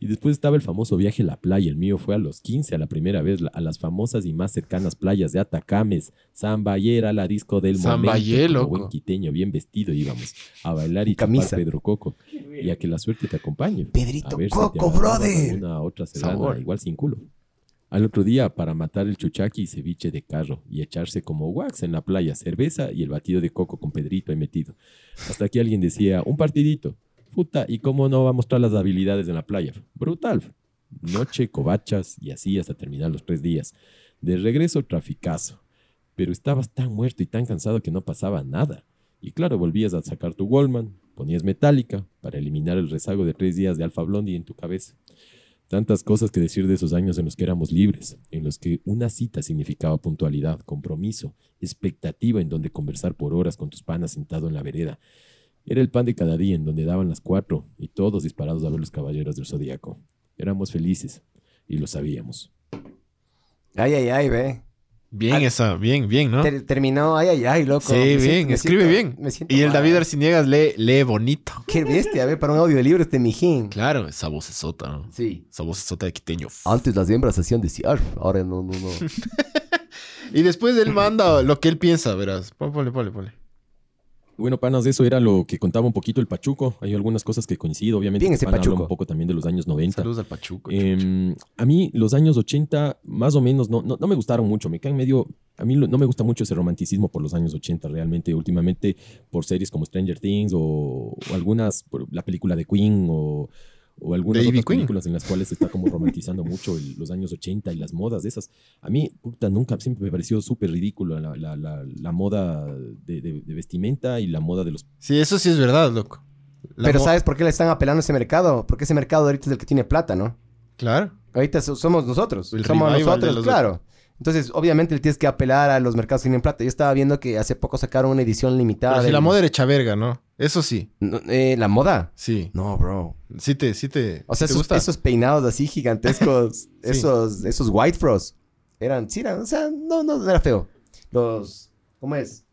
Speaker 9: Y después estaba el famoso viaje a la playa. El mío fue a los 15 a la primera vez la- a las famosas y más cercanas playas de Atacames, Zamballera, la disco del
Speaker 2: Zambayé,
Speaker 9: momento. Como
Speaker 2: loco.
Speaker 9: buen quiteño, bien vestido íbamos a bailar y
Speaker 3: Con camisa.
Speaker 9: chupar Pedro Coco y a que la suerte te acompañe.
Speaker 3: Pedrito
Speaker 9: A ver si te
Speaker 3: Coco,
Speaker 9: agarrabas
Speaker 3: brother.
Speaker 9: alguna otra serrana,
Speaker 2: Sabor.
Speaker 9: igual sin culo. Al otro día, para matar el chuchaqui y ceviche de carro y echarse como wax en la playa, cerveza y el batido de coco con Pedrito ahí metido. Hasta que alguien decía, un partidito. Puta, ¿y cómo no va a mostrar las habilidades en la playa? Brutal. Noche, cobachas y así hasta terminar los tres días. De regreso, traficazo. Pero estabas tan muerto y tan cansado que no pasaba nada. Y claro, volvías a sacar tu Goldman, ponías metálica para eliminar el rezago de tres días de Alfa Blondie en tu cabeza. Tantas cosas que decir de esos años en los que éramos libres, en los que una cita significaba puntualidad, compromiso, expectativa en donde conversar por horas con tus panas sentado en la vereda. Era el pan de cada día en donde daban las cuatro y todos disparados a ver los caballeros del zodiaco. Éramos felices y lo sabíamos.
Speaker 3: Ay, ay, ay, ve.
Speaker 2: Bien
Speaker 3: Ah,
Speaker 2: esa, bien, bien, ¿no?
Speaker 3: Ter- terminó, ay, ay, ay, loco.
Speaker 2: Sí,
Speaker 3: Me
Speaker 2: bien,
Speaker 3: siento- me
Speaker 2: escribe
Speaker 3: siento-
Speaker 2: bien.
Speaker 3: me siento
Speaker 2: Y el
Speaker 3: mal.
Speaker 2: David Arciniegas lee, lee bonito.
Speaker 3: Qué bestia, ve, para un audiolibro este mijín.
Speaker 10: Claro, esa voz es sota, ¿no?
Speaker 3: Sí.
Speaker 10: Esa voz es sota de quiteño.
Speaker 3: Antes las hembras hacían desear, ahora no, no, no.
Speaker 2: Y después él manda lo que él piensa, verás. Pon- Ponle, ponle, ponle.
Speaker 9: Bueno, panas, eso era lo que contaba un poquito el Pachuco. Hay algunas cosas que coincido, obviamente.
Speaker 3: Bien
Speaker 9: este
Speaker 3: ese
Speaker 9: pan habla
Speaker 3: Pachuco.
Speaker 9: un poco también de los años 90.
Speaker 10: Saludos al Pachuco.
Speaker 9: Em, a mí los años 80 más o menos no, no, no me gustaron mucho, me caen medio... A mí lo- no me gusta mucho ese romanticismo por los años 80 realmente, últimamente por series como Stranger Things o, o algunas, por la película de Queen o, o algunas
Speaker 2: Baby
Speaker 9: otras
Speaker 2: Queen.
Speaker 9: películas en las cuales se está como romantizando mucho el- los años 80 y las modas de esas. A mí, puta, nunca, siempre me pareció súper ridículo la, la- la- la moda de, de- de vestimenta y la moda de los...
Speaker 2: Sí, eso sí es verdad, loco. <laughs> La
Speaker 3: Pero
Speaker 2: mo-
Speaker 3: ¿sabes por qué le están apelando a ese mercado? Porque ese mercado ahorita es el que tiene plata, ¿no?
Speaker 2: Claro.
Speaker 3: Ahorita so- somos nosotros.
Speaker 2: El
Speaker 3: somos
Speaker 2: revival de
Speaker 3: nosotros,
Speaker 2: los-
Speaker 3: claro. Entonces, obviamente, le tienes que apelar a los mercados que tienen plata. Yo estaba viendo que hace poco sacaron una edición limitada.
Speaker 2: Pero si
Speaker 3: del-
Speaker 2: la moda era hecha verga, ¿no? Eso sí,
Speaker 3: No, eh, ¿La moda?
Speaker 2: sí.
Speaker 3: No, bro.
Speaker 2: Sí te, sí te,
Speaker 3: O sea,
Speaker 2: sí te
Speaker 3: esos,
Speaker 2: gusta.
Speaker 3: esos peinados
Speaker 2: <laughs>
Speaker 3: así gigantescos, esos, esos White Frost, eran, sí, eran, o sea, no, no, era feo. Los, ¿cómo es?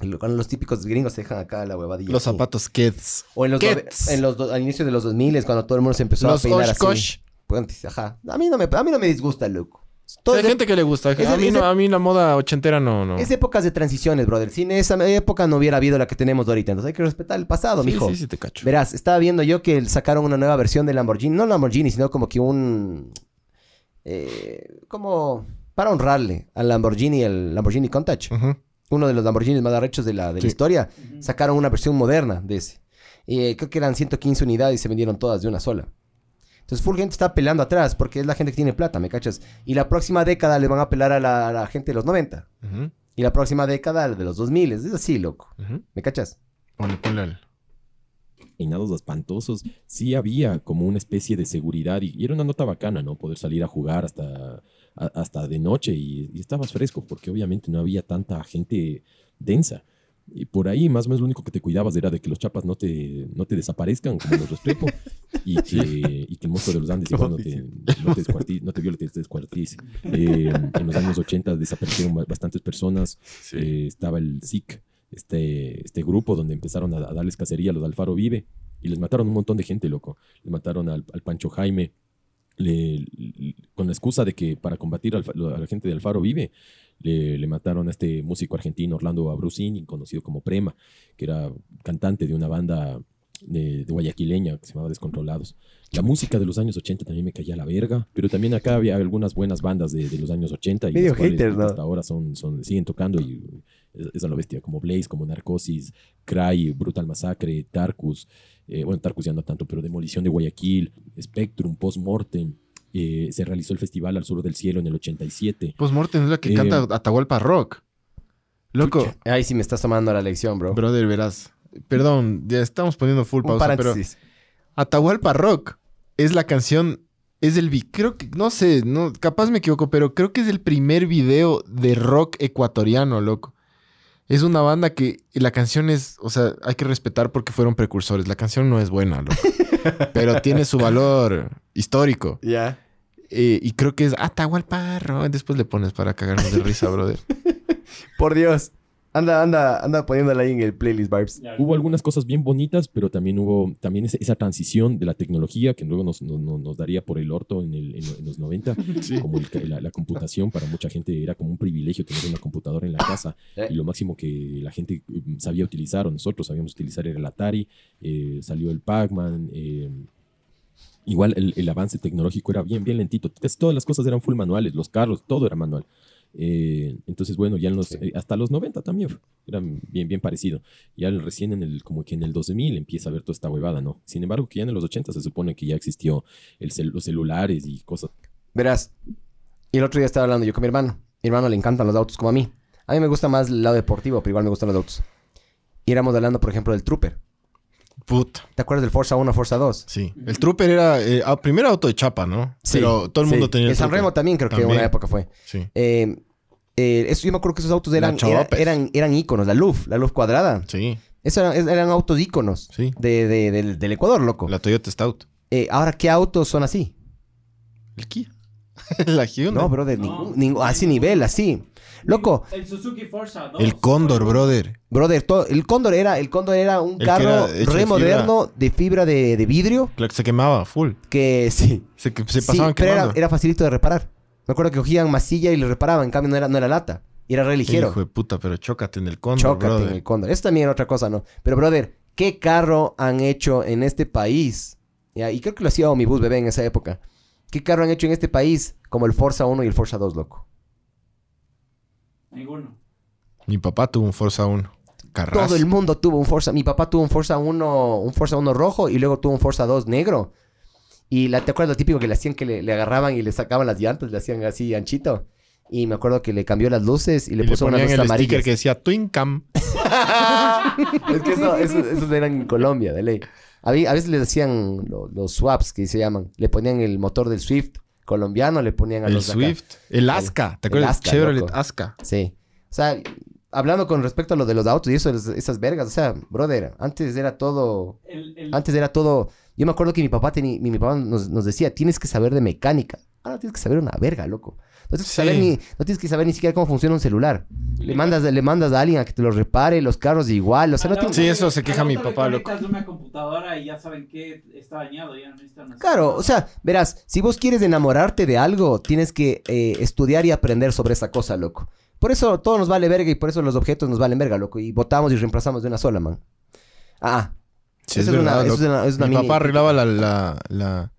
Speaker 3: Lo- Cuando los típicos gringos se dejan acá la huevadilla.
Speaker 2: Los
Speaker 3: así.
Speaker 2: zapatos kids.
Speaker 3: O en los, nove-
Speaker 2: Kets.
Speaker 3: en los do- al inicio de los 2000 cuando todo el mundo se empezó a
Speaker 2: Los
Speaker 3: peinar
Speaker 2: Oshkosh.
Speaker 3: así. Pues antes, ajá. A mí no me, a mí no me disgusta, loco. Todo
Speaker 2: Hay
Speaker 3: de-
Speaker 2: gente que le gusta.
Speaker 3: Ese-
Speaker 2: a, mí no,
Speaker 3: ese-
Speaker 2: a mí la moda ochentera no, no.
Speaker 3: Es épocas de transiciones, brother. Sin esa época no hubiera habido la que tenemos ahorita. Entonces hay que respetar el pasado,
Speaker 10: sí,
Speaker 3: mijo.
Speaker 10: sí, sí, te cacho.
Speaker 3: Verás, estaba viendo yo que sacaron una nueva versión de Lamborghini. No Lamborghini, sino como que un... eh, como... Para honrarle al Lamborghini, el Lamborghini Countach.
Speaker 2: Ujú.
Speaker 3: Uno de los Lamborghinis más arrechos de la, de la
Speaker 2: Sí.
Speaker 3: historia.
Speaker 4: Ujú.
Speaker 3: Sacaron una versión moderna de ese. Eh, creo que eran 115 unidades y se vendieron todas de una sola. Entonces, full gente está pelando atrás porque es la gente que tiene plata, ¿me cachas? Y la próxima década le van a apelar a la, a la gente de los 90.
Speaker 2: Ujú,
Speaker 3: Y la próxima década a la de los 2000. Es así, loco.
Speaker 2: ujú.
Speaker 3: ¿Me cachas?
Speaker 2: Ponle, ponle al-
Speaker 9: peinados espantosos, sí había como una especie de seguridad y, y era una nota bacana, ¿no? Poder salir a jugar hasta, a- hasta de noche y, y estabas fresco porque obviamente no había tanta gente densa. Y por ahí más o menos lo único que te cuidabas era de que los chapas no te, no te desaparezcan como los Restrepo y, que, y que el monstruo de los Andes igual no te, no te, descuarti- no te viole, te descuartice. Eh, en los años 80 desaparecieron ba- bastantes personas eh, estaba el SIC, este, este grupo donde empezaron a, a darles cacería a los de Alfaro Vive y les mataron un montón de gente, loco. Les mataron al, al Pancho Jaime le- le- con la excusa de que para combatir al, fa- a la gente de Alfaro Vive le, le mataron a este músico argentino Orlando Abruzini, conocido como Prema, que era cantante de una banda de, de guayaquileña que se llamaba Descontrolados. La música de los años 80 también me caía a la verga, pero también acá había algunas buenas bandas de, de los años 80 y
Speaker 3: Medio
Speaker 9: las cuales
Speaker 3: haters, ¿no?
Speaker 9: hasta ahora son, son, siguen tocando y Es, es a lo bestia, como Blaze, como Narcosis, Cry, Brutal Massacre, Tarkus, eh, bueno, Tarkus ya no tanto, pero Demolición de Guayaquil, Spectrum, Postmortem. eh, se realizó el festival al sur del cielo en el 87.
Speaker 2: Postmortem es la que
Speaker 9: Eh,
Speaker 2: canta Atahualpa Rock. Loco,
Speaker 3: Ahí sí me estás tomando la lección, bro.
Speaker 2: brother, verás. Perdón, ya estamos poniendo full
Speaker 3: Un
Speaker 2: pausa, pero
Speaker 3: paréntesis.
Speaker 2: Atahualpa Rock es la canción, es el vi, creo que, no sé, no, capaz me equivoco, pero creo que es el primer video de rock ecuatoriano, loco. Es una banda que la canción es, o sea, hay que respetar porque fueron precursores. La canción no es buena, <laughs> loco. pero tiene su valor histórico.
Speaker 3: Ya.
Speaker 2: Eh, y creo que es Atahualpa Rock. Después le pones para cagarnos de risa, brother.
Speaker 3: Por Dios. Anda, anda, anda poniéndola ahí en el playlist, Barbs.
Speaker 4: Ya,
Speaker 9: Hubo algunas cosas bien bonitas, pero también hubo también esa, esa transición de la tecnología que luego nos, nos- nos- nos daría por el orto en, el- en lo- en los 90, como el ca- la, la computación para mucha gente era como un privilegio tener una computadora en la casa
Speaker 3: Eh.
Speaker 9: y lo máximo que la gente mm, sabía utilizar o nosotros sabíamos utilizar era el Atari, eh, salió el Pac-Man. eh, igual el, el avance tecnológico era bien, bien lentito. Casi todas las cosas eran full manuales, los carros, todo era manual. Eh, entonces, bueno, ya en los, eh, hasta los 90 también era bien, bien parecido. Ya el- recién en el, como que en el 2000 empieza a ver toda esta huevada, ¿no? Sin embargo, que ya en los 80 se supone que ya existió el cel- los celulares y cosas.
Speaker 3: Verás. Y el otro día estaba hablando yo con mi hermano. Mi hermano le encantan los autos como a mí. A mí me gusta más el lado deportivo, pero igual me gustan los autos. Y éramos hablando, por ejemplo, del Trooper.
Speaker 2: <laughs> Puta.
Speaker 3: ¿Te acuerdas del Forza 1, Forza 2?
Speaker 2: Sí. El Trooper era eh, ah, primero auto de chapa, ¿no?
Speaker 3: Sí,
Speaker 2: Pero todo el mundo
Speaker 3: sí.
Speaker 2: tenía el
Speaker 3: En San
Speaker 2: Trooper.
Speaker 3: Remo también creo que
Speaker 2: También.
Speaker 3: una época fue.
Speaker 2: Sí.
Speaker 3: Eh, eh, eso, yo me acuerdo que esos autos eran,
Speaker 2: La
Speaker 3: era-
Speaker 2: Chopes.
Speaker 3: eran, eran íconos. La Luf, la Luf cuadrada.
Speaker 2: Sí.
Speaker 3: Esos eran, es- eran autos íconos
Speaker 2: Sí.
Speaker 3: de, de- del, del Ecuador, loco.
Speaker 2: La Toyota Stout.
Speaker 3: Eh, ahora, ¿qué autos son así?
Speaker 2: El Kia. <laughs> la Hyundai.
Speaker 3: No, brother,
Speaker 4: No.
Speaker 3: ningún, ningún- así nivel, así. Loco,
Speaker 4: El Suzuki Forza 2.
Speaker 2: el Cóndor, brother.
Speaker 3: brother, to- el Cóndor era, el Cóndor era un
Speaker 2: que
Speaker 3: carro
Speaker 2: era hecho
Speaker 3: re
Speaker 2: de
Speaker 3: moderno de fibra de, de vidrio
Speaker 2: Claro que se quemaba, full.
Speaker 3: que sí.
Speaker 2: Se, que- se
Speaker 3: sí,
Speaker 2: pasaban
Speaker 3: pero era,
Speaker 2: quemando.
Speaker 3: era facilito de reparar. Me acuerdo que cogían masilla y le reparaban, en cambio no era, no era lata. Y era re ligero.
Speaker 2: Hijo de puta, pero chócate en el Cóndor,
Speaker 3: Chócate
Speaker 2: brother.
Speaker 3: en el Cóndor. Eso también era otra cosa, ¿no? Pero, brother, ¿qué carro han hecho en este país? Ya, y creo que lo hacía Omnibus Bebé en esa época. ¿Qué carro han hecho en este país como el Forza 1 y el Forza 2, loco?
Speaker 4: Ninguno.
Speaker 2: Mi papá tuvo un Forza 1. Carrazo.
Speaker 3: Todo el mundo tuvo un Forza. Mi papá tuvo un Forza 1, un Forza 1 rojo y luego tuvo un Forza 2 negro. Y la, ¿te acuerdas lo típico que le hacían que le, le agarraban y le sacaban las llantas, le hacían así anchito? Y me acuerdo que le cambió las luces y
Speaker 2: Y
Speaker 3: le
Speaker 2: le
Speaker 3: puso unas
Speaker 2: ponían
Speaker 3: luces
Speaker 2: el
Speaker 3: amarillas.
Speaker 2: sticker que decía Twin Cam.
Speaker 3: Es que eso, eso- esos eran en Colombia, de ley. A, vi- a veces les hacían lo- los swaps que se llaman. Le ponían el motor del Swift colombiano, le ponían a
Speaker 2: El
Speaker 3: los de acá.
Speaker 2: Swift. El Asca. ¿Te
Speaker 3: el
Speaker 2: acuerdas?
Speaker 3: Asca,
Speaker 2: Chevrolet
Speaker 3: loco.
Speaker 2: Asca.
Speaker 3: Sí. O sea, hablando con respecto a lo de los autos y eso, es- esas vergas. O sea, brother, antes era todo.
Speaker 4: El, el,
Speaker 3: Antes era todo. Yo me acuerdo que mi papá, tenía, mi, mi papá nos, nos decía: tienes que saber de mecánica. Ahora tienes que saber una verga, loco. No tienes, que
Speaker 2: Sí.
Speaker 3: saber ni, no tienes que saber ni siquiera cómo funciona un celular. Le mandas, le mandas a alguien a que te lo repare, los carros igual. O sea, no
Speaker 4: Al
Speaker 3: tienes-
Speaker 4: auto
Speaker 2: Sí,
Speaker 4: le-
Speaker 2: eso se
Speaker 4: al
Speaker 2: queja mi
Speaker 4: auto le
Speaker 2: papá, loco.
Speaker 4: conectas una computadora y ya saben que está dañado, ya no necesitan hacer
Speaker 3: Claro,
Speaker 4: nada.
Speaker 3: o sea, verás, si vos quieres enamorarte de algo, tienes que eh, estudiar y aprender sobre esa cosa, loco. Por eso todo nos vale verga y por eso los objetos nos valen verga, loco. Y votamos y reemplazamos de una sola, man. Ah,
Speaker 2: Sí,
Speaker 3: Eso es una- eso
Speaker 2: loco.
Speaker 3: es una- es una
Speaker 2: Mi
Speaker 3: mini-
Speaker 2: papá arreglaba la, la, la,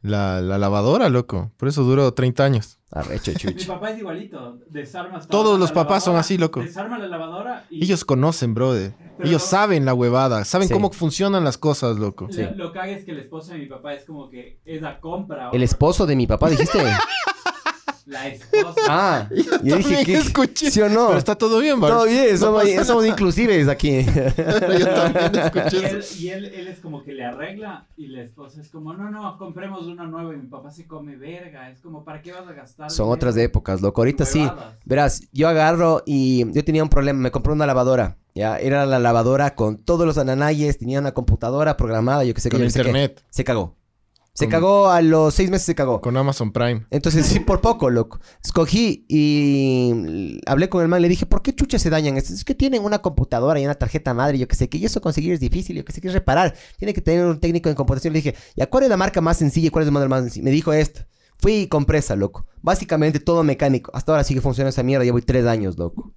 Speaker 2: la, la lavadora, loco. Por eso duró 30 años.
Speaker 3: arrecho,
Speaker 4: Mi
Speaker 3: chucho.
Speaker 4: papá es igualito. Desarmas toda
Speaker 2: Todos
Speaker 4: la
Speaker 2: los papás son
Speaker 4: lavadora,
Speaker 2: así, loco.
Speaker 4: Desarma la lavadora y
Speaker 2: Ellos conocen, brother.
Speaker 4: Pero
Speaker 2: Ellos
Speaker 4: no-
Speaker 2: saben la huevada. Saben
Speaker 3: Sí.
Speaker 2: cómo funcionan las cosas, loco.
Speaker 4: la- lo cague es que el esposo de mi papá es como que es la compra.
Speaker 3: El
Speaker 4: o-
Speaker 3: esposo de mi
Speaker 2: <laughs>
Speaker 3: papá, dijiste.
Speaker 4: La esposa.
Speaker 3: <laughs> Ah, yo dije
Speaker 2: también
Speaker 3: que.
Speaker 2: escuché.
Speaker 3: ¿Sí o no?
Speaker 2: Pero está todo bien, Bart.
Speaker 3: Todo
Speaker 2: <laughs>
Speaker 3: bien, somos, somos inclusives aquí.
Speaker 2: Yo también
Speaker 4: Y
Speaker 2: escuché
Speaker 4: él,
Speaker 2: eso.
Speaker 4: y él, él es como que le arregla y la esposa es como, no, no, compremos uno nuevo y mi papá se come verga. Es como, ¿para qué vas a gastar?
Speaker 3: Son otras épocas, loco. Ahorita sí.
Speaker 4: Huevadas.
Speaker 3: Verás, yo agarro y yo tenía un problema, me compré una lavadora. Ya, era la lavadora con todos los ananayes, tenía una computadora programada, yo qué sé qué,
Speaker 2: Con
Speaker 3: yo qué sé qué.
Speaker 2: internet,
Speaker 3: Se cagó. Se
Speaker 2: Con-
Speaker 3: cagó a los seis meses, se cagó.
Speaker 2: con Amazon Prime.
Speaker 3: Entonces, sí, por poco, loco. Escogí y hablé con el man. Le dije, ¿por qué chucha se dañan? estos? Es que tienen una computadora y una tarjeta madre. Yo que sé que y eso conseguir es difícil. Yo que sé que es reparar. Tiene que tener un técnico en computación. Le dije, ¿ya cuál es la marca más sencilla y cuál es la modelo más sencilla? Me dijo esto. Fui y compré esa, loco. Básicamente todo mecánico. Hasta ahora sigue funcionando esa mierda. Ya voy tres años, loco.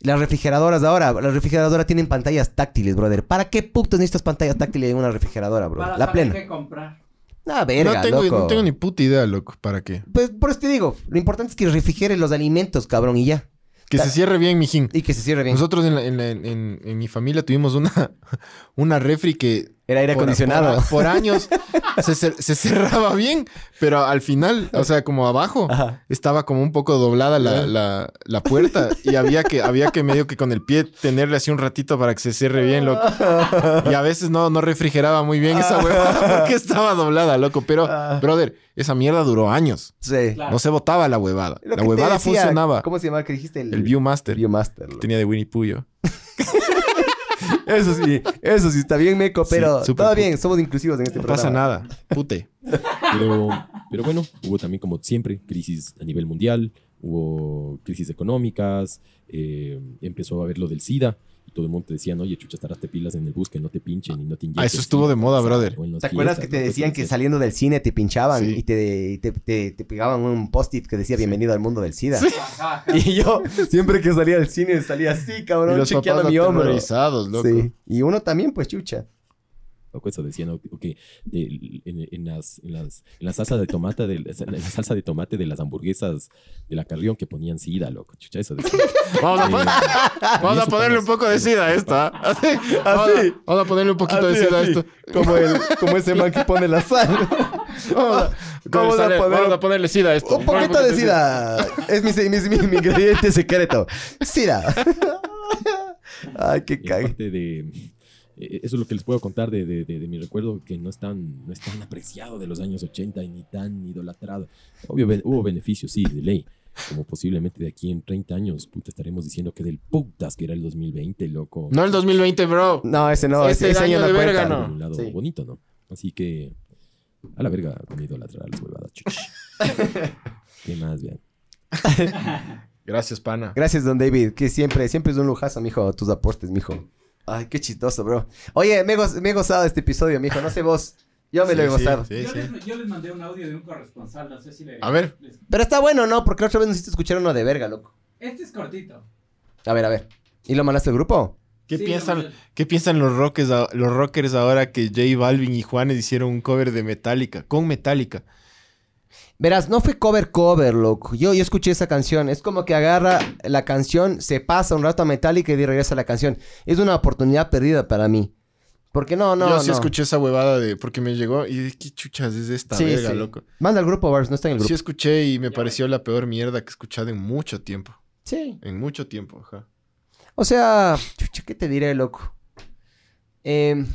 Speaker 3: Las refrigeradoras de ahora, las refrigeradoras tienen pantallas táctiles, brother. ¿Para qué putas necesitas pantallas táctiles en una refrigeradora, bro?
Speaker 4: Para
Speaker 3: La
Speaker 4: saber
Speaker 3: plena.
Speaker 4: qué comprar.
Speaker 3: Ah, verga,
Speaker 2: no, tengo,
Speaker 3: loco.
Speaker 2: no tengo ni puta idea, loco, para qué.
Speaker 3: Pues por eso te digo, lo importante es que refrigeres los alimentos, cabrón, y ya.
Speaker 2: Que se cierre bien, mijín.
Speaker 3: Y que se cierre bien.
Speaker 2: Nosotros en, la- en la- en- en mi familia tuvimos una, <laughs> una refri que...
Speaker 3: Era aire
Speaker 2: por-
Speaker 3: acondicionado.
Speaker 2: Por, por años se, cer- se cerraba bien, pero al final, o sea, como abajo,
Speaker 3: <laughs> Ajá.
Speaker 2: estaba como un poco doblada la, la- la puerta y había que, había que medio que con el pie tenerle así un ratito para que se cierre bien, loco. Y a veces no, no refrigeraba muy bien esa huevada
Speaker 3: Ah.
Speaker 2: porque estaba doblada, loco. Pero, brother, esa mierda duró años.
Speaker 3: <laughs> Sí.
Speaker 4: Claro.
Speaker 2: No se botaba la huevada.
Speaker 3: Lo
Speaker 2: La
Speaker 3: que te
Speaker 2: huevada
Speaker 3: decía,
Speaker 2: funcionaba.
Speaker 3: ¿Cómo se llamaba que dijiste?
Speaker 2: El Viewmaster.
Speaker 3: Viewmaster.
Speaker 2: que
Speaker 3: loco.
Speaker 2: tenía de Winnie Puyo.
Speaker 3: Eso sí, eso sí, está bien, Meco,
Speaker 2: Sí,
Speaker 3: pero
Speaker 2: súper
Speaker 3: todo
Speaker 2: puto.
Speaker 3: bien, somos inclusivos en este
Speaker 2: No
Speaker 3: programa.
Speaker 2: pasa nada. Pute.
Speaker 3: <laughs>
Speaker 9: Pero, pero bueno, hubo también, como siempre, crisis a nivel mundial, hubo crisis económicas, eh, empezó a haber lo del SIDA. Y todo el mundo te decía, oye, chucha, estarás te pilas en el bus, que no te pinchen y no te inyecten.
Speaker 2: Ah, eso estuvo de moda, brother.
Speaker 3: ¿Te acuerdas que te decían que saliendo del cine te pinchaban
Speaker 2: Sí.
Speaker 3: y te, y te, te- te pegaban un post-it que decía bienvenido al mundo del SIDA?
Speaker 4: Ajá,
Speaker 3: <laughs>
Speaker 4: ajá.
Speaker 3: Y yo siempre que salía del cine salía así,
Speaker 2: y
Speaker 3: cabrón,
Speaker 2: los
Speaker 3: chequeando
Speaker 2: papás
Speaker 3: mi hombro.
Speaker 2: aterrorizados, loco.
Speaker 3: Sí. Y uno también, pues chucha.
Speaker 9: Eso decían, o o que de- en, en las, en, las, en la salsa de tomate de, en la salsa de tomate de las hamburguesas de la Carrión que ponían sida, loco. Chucha, eso decían.
Speaker 2: Vamos a,
Speaker 3: <laughs>
Speaker 9: Eh,
Speaker 2: pon- vamos a
Speaker 9: eso
Speaker 2: ponerle
Speaker 9: parece-
Speaker 2: un poco de sida a esta. Así. Vamos,
Speaker 3: Así.
Speaker 2: a, vamos a ponerle un poquito de
Speaker 3: Así,
Speaker 2: sida a
Speaker 3: así.
Speaker 2: esto.
Speaker 3: Como, el, como ese man que pone
Speaker 2: <laughs>
Speaker 3: la sal.
Speaker 2: Vamos a,
Speaker 3: Vamos a
Speaker 2: sale-
Speaker 3: poner-
Speaker 2: vamos a ponerle sida a esto.
Speaker 3: Un poquito de sida. Es mi, mi- mi- mi ingrediente secreto.
Speaker 2: <laughs>
Speaker 3: Sida. Ay, qué
Speaker 9: Y
Speaker 2: pues,
Speaker 3: cague.
Speaker 9: aparte de, eh, eso es lo que les puedo contar de, de- de- de mi recuerdo, que no es, tan, no es tan apreciado de los años 80 y ni tan idolatrado. Obvio, ben- hubo beneficios, sí, de ley. Como posiblemente de aquí en 30 años, puta, estaremos diciendo que del putas que era el 2020, loco.
Speaker 2: No el 2020, bro.
Speaker 3: No, ese no,
Speaker 2: Ese
Speaker 3: ese, ese año
Speaker 2: este daño
Speaker 3: no
Speaker 2: de
Speaker 3: cuenta.
Speaker 2: verga,
Speaker 9: Por
Speaker 2: no.
Speaker 9: un lado
Speaker 3: Sí.
Speaker 9: bonito, ¿no? Así que, a la verga, con idolatrar a las huevadas, chuch. ¿Qué más, vean?
Speaker 2: Gracias, pana.
Speaker 3: Gracias, don David, que siempre, siempre es un lujazo, mijo, tus aportes, mijo. Ay, qué chistoso, bro. Oye, me, he goz- me he gozado este episodio, mijo, no sé vos. Yo me lo he
Speaker 2: Sí, sí,
Speaker 3: gozado.
Speaker 2: sí,
Speaker 4: yo,
Speaker 2: sí.
Speaker 4: Les, yo les mandé un audio de un corresponsal, no sé si le...
Speaker 2: A ver.
Speaker 4: les-
Speaker 3: Pero está bueno, ¿no? Porque la otra vez nos hiciste escuchar uno de verga, loco.
Speaker 4: Este es cortito.
Speaker 3: A ver, a ver. ¿Y lo mandaste al grupo?
Speaker 2: ¿Qué,
Speaker 4: Sí,
Speaker 2: piensan,
Speaker 4: lo mandé.
Speaker 2: ¿Qué piensan los rockers, a- los rockers ahora que J Balvin y Juanes hicieron un cover de Metallica? Con Metallica.
Speaker 3: Verás, no fue cover cover, loco. Yo, yo escuché esa canción. Es como que agarra la canción, se pasa un rato a Metallica y regresa la canción. Es una oportunidad perdida para mí. Porque no, no,
Speaker 2: Yo sí
Speaker 3: no.
Speaker 2: escuché esa huevada de... Porque me llegó y dije, ¿qué chuchas es esta
Speaker 3: Sí,
Speaker 2: verga,
Speaker 3: sí.
Speaker 2: loco?
Speaker 3: Manda al grupo, Bars, no está en el
Speaker 2: Sí
Speaker 3: grupo.
Speaker 2: escuché y me
Speaker 4: Ya,
Speaker 2: pareció la peor mierda que he escuchado en mucho tiempo.
Speaker 3: sí.
Speaker 2: En mucho tiempo, ajá.
Speaker 3: O sea, chucha, ¿qué te diré, loco? Eh,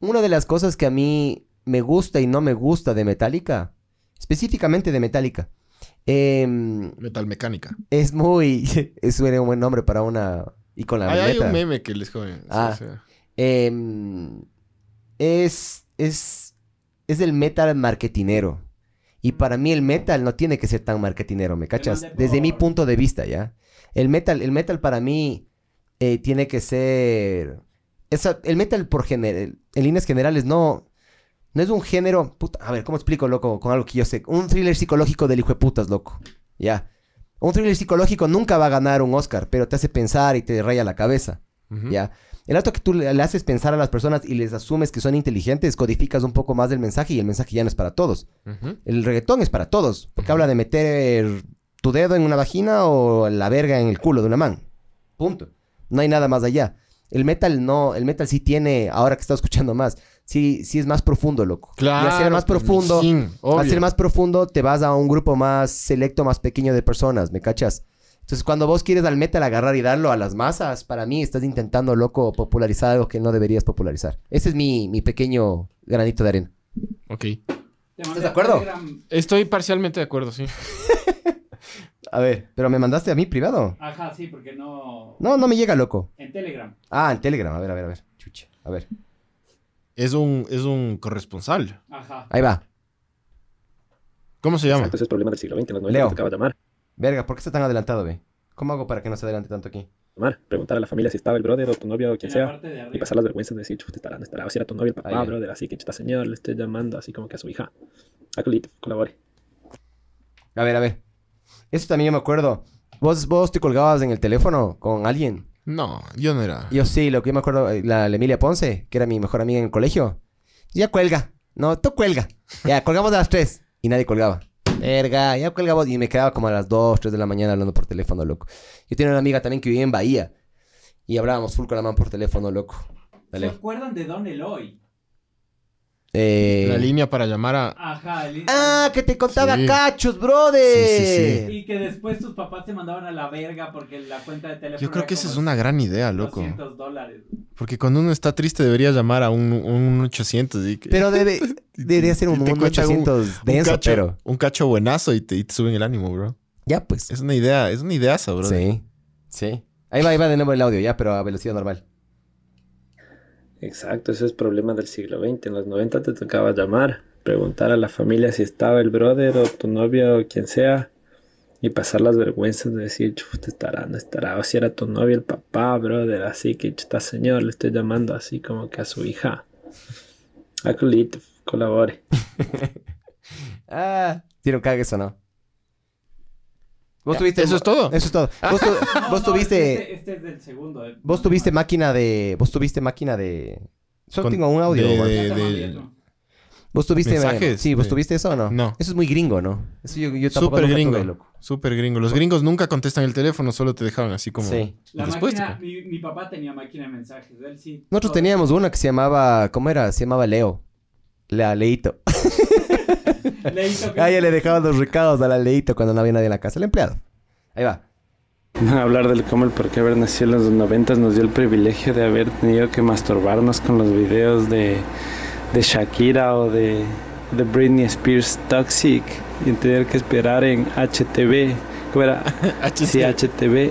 Speaker 3: una de las cosas que a mí me gusta y no me gusta de Metallica, específicamente de Metallica, eh,
Speaker 2: Metal Mecánica.
Speaker 3: es muy. <laughs> Es un buen nombre para una. Y con la
Speaker 2: Ahí hay
Speaker 3: violeta.
Speaker 2: un meme que les joven.
Speaker 3: Ah. Eh, es, es, es el metal marketinero. Y para mí el metal no tiene que ser tan marketinero, ¿me cachas?
Speaker 4: mandé
Speaker 3: Desde mi
Speaker 4: por-
Speaker 3: punto de vista, ¿ya? El metal, el metal para mí eh, tiene que ser... esa- el metal por gener- en líneas generales no... No es un género... puta, a ver, ¿cómo explico, loco? Con algo que yo sé. Un thriller psicológico del hijo de putas, loco. ¿Ya? Un thriller psicológico nunca va a ganar un Oscar, pero te hace pensar y te raya la cabeza. ¿ya? El acto que tú le, le haces pensar a las personas y les asumes que son inteligentes, codificas un poco más del mensaje y el mensaje ya no es para todos. El reggaetón es para todos, porque habla de meter tu dedo en una vagina o la verga en el culo de una man. Punto. No hay nada más allá. El metal no, el metal sí tiene, ahora que está escuchando más, sí, sí es más profundo, loco. Y al ser más profundo, al ser más profundo, te vas a un grupo más selecto, más pequeño de personas, ¿me cachas? Entonces, cuando vos quieres al metal agarrar y darlo a las masas, para mí estás intentando, loco, popularizar algo que no deberías popularizar. Ese es mi, mi pequeño granito de arena.
Speaker 2: Ok.
Speaker 4: Te mandé
Speaker 3: de acuerdo?
Speaker 4: Telegram.
Speaker 2: Estoy parcialmente de acuerdo, sí.
Speaker 3: A ver. Pero me mandaste a mí privado.
Speaker 4: Ajá, sí, porque no...
Speaker 3: No, no me llega, loco.
Speaker 4: En Telegram.
Speaker 3: Ah, en Telegram. A ver, a ver, a ver. Chucha. A ver.
Speaker 2: Es un, es un corresponsal.
Speaker 4: Ajá.
Speaker 3: Ahí va.
Speaker 2: ¿Cómo se llama?
Speaker 8: Entonces es problema del siglo XX, las novelas
Speaker 3: Leo.
Speaker 8: que te acaba de llamar.
Speaker 3: Verga, ¿por qué está tan adelantado, ve? ¿Cómo hago para que no se adelante tanto aquí?
Speaker 8: llamar. Preguntar a la familia si estaba el brother o tu novia o quien
Speaker 4: En la
Speaker 8: sea.
Speaker 4: parte de
Speaker 8: Y
Speaker 4: arriba.
Speaker 8: pasar las vergüenzas de decir, chuta, estará, no estará, o si era tu novia el papá,
Speaker 3: Ah, ya.
Speaker 8: brother, así que esta señor le esté llamando así como que a su hija. Acolito, colabore.
Speaker 3: A ver, a ver. Eso también yo me acuerdo. Vos, vos te colgabas en el teléfono con alguien.
Speaker 2: No, yo no era.
Speaker 3: Yo sí, lo que yo me acuerdo, eh, la, la Emilia Ponce, que era mi mejor amiga en
Speaker 2: <laughs>
Speaker 3: el colegio. Ya cuelga. No, tú cuelga. Ya, colgamos a las tres. Y nadie colgaba. Verga, ya cuelga vos. Y me quedaba como a las 2, 3 de la mañana hablando por teléfono, loco. Yo tenía una amiga también que vivía en Bahía. Y hablábamos full con la man por teléfono, loco.
Speaker 4: ¿Se
Speaker 3: Dale.
Speaker 4: acuerdan de Don Eloy?
Speaker 3: Eh,
Speaker 2: La línea para llamar a...
Speaker 4: Ajá, el-
Speaker 3: Ah, que te contaba
Speaker 2: Sí.
Speaker 3: cachos, brother.
Speaker 2: Sí, sí,
Speaker 4: Y que después tus papás te mandaban a la verga porque la cuenta de teléfono.
Speaker 2: Yo creo
Speaker 4: era
Speaker 2: que esa
Speaker 4: como
Speaker 2: es una gran idea, loco.
Speaker 4: 200 dólares.
Speaker 2: Porque cuando uno está triste debería llamar a un, un 800 y que... <laughs>
Speaker 3: Pero debe, debería ser un,
Speaker 2: Y te
Speaker 3: un
Speaker 2: cuentan un-
Speaker 3: 800
Speaker 2: un
Speaker 3: denso,
Speaker 2: cacho,
Speaker 3: pero...
Speaker 2: un cacho buenazo y te, y te suben el ánimo, bro.
Speaker 3: Ya, pues.
Speaker 2: Es una idea, es una ideaza, bro.
Speaker 3: Sí, sí. Ahí va, ahí va de nuevo el audio, ya, pero a velocidad normal.
Speaker 8: Exacto, ese es problema del siglo XX. En los 90 te tocaba llamar, preguntar a la familia si estaba el brother o tu novia o quien sea, y pasar las vergüenzas de decir, te estará, no estará, o si era tu novia el papá, brother, así que está
Speaker 2: <laughs>
Speaker 8: señor, le estoy llamando así como que a su hija. Acolito, colabore.
Speaker 3: Ah, ¿Tiene un cague eso no? ¿Vos
Speaker 2: Ya,
Speaker 3: tuviste...
Speaker 2: ¿eso es todo? Ah.
Speaker 3: Eso es todo.
Speaker 2: <laughs>
Speaker 3: Vos, tu-
Speaker 4: No,
Speaker 3: vos
Speaker 4: no,
Speaker 3: tuviste...
Speaker 4: Este, este es del segundo. eh.
Speaker 3: Vos tuviste máquina de... Vos tuviste máquina de... Solo
Speaker 2: Con-
Speaker 3: tengo un audio.
Speaker 2: de-
Speaker 3: güey.
Speaker 4: Ya te
Speaker 2: de-
Speaker 4: mandé
Speaker 2: de-
Speaker 4: otro.
Speaker 3: ¿Vos tuviste...
Speaker 2: mensajes,
Speaker 3: Sí, ¿vos
Speaker 2: sí.
Speaker 3: tuviste eso o no?
Speaker 2: No.
Speaker 3: Eso es muy gringo, ¿no? Eso yo, yo tampoco
Speaker 2: Súper
Speaker 3: nunca
Speaker 2: gringo.
Speaker 3: tuve, loco.
Speaker 2: Súper gringo. Los gringos nunca contestan el teléfono, solo te dejaban así como...
Speaker 3: Sí.
Speaker 4: La
Speaker 2: Después te-
Speaker 4: máquina, mi, mi papá tenía máquina de mensajes. Él sí.
Speaker 3: Nosotros
Speaker 4: todo.
Speaker 3: teníamos una que se llamaba... ¿Cómo era? Se llamaba Leo. La Leito. <laughs>
Speaker 4: Leito, que-
Speaker 3: Ah, ya le dejaban los recados a la Leito cuando no había nadie en la casa. El empleado. Ahí va.
Speaker 8: Hablar del cómo el por qué haber nacido en los noventas nos dio el privilegio de haber tenido que masturbarnos con los videos de, de Shakira o de, de Britney Spears Toxic y tener que esperar en HTV, ¿cómo era? Sí, HTV,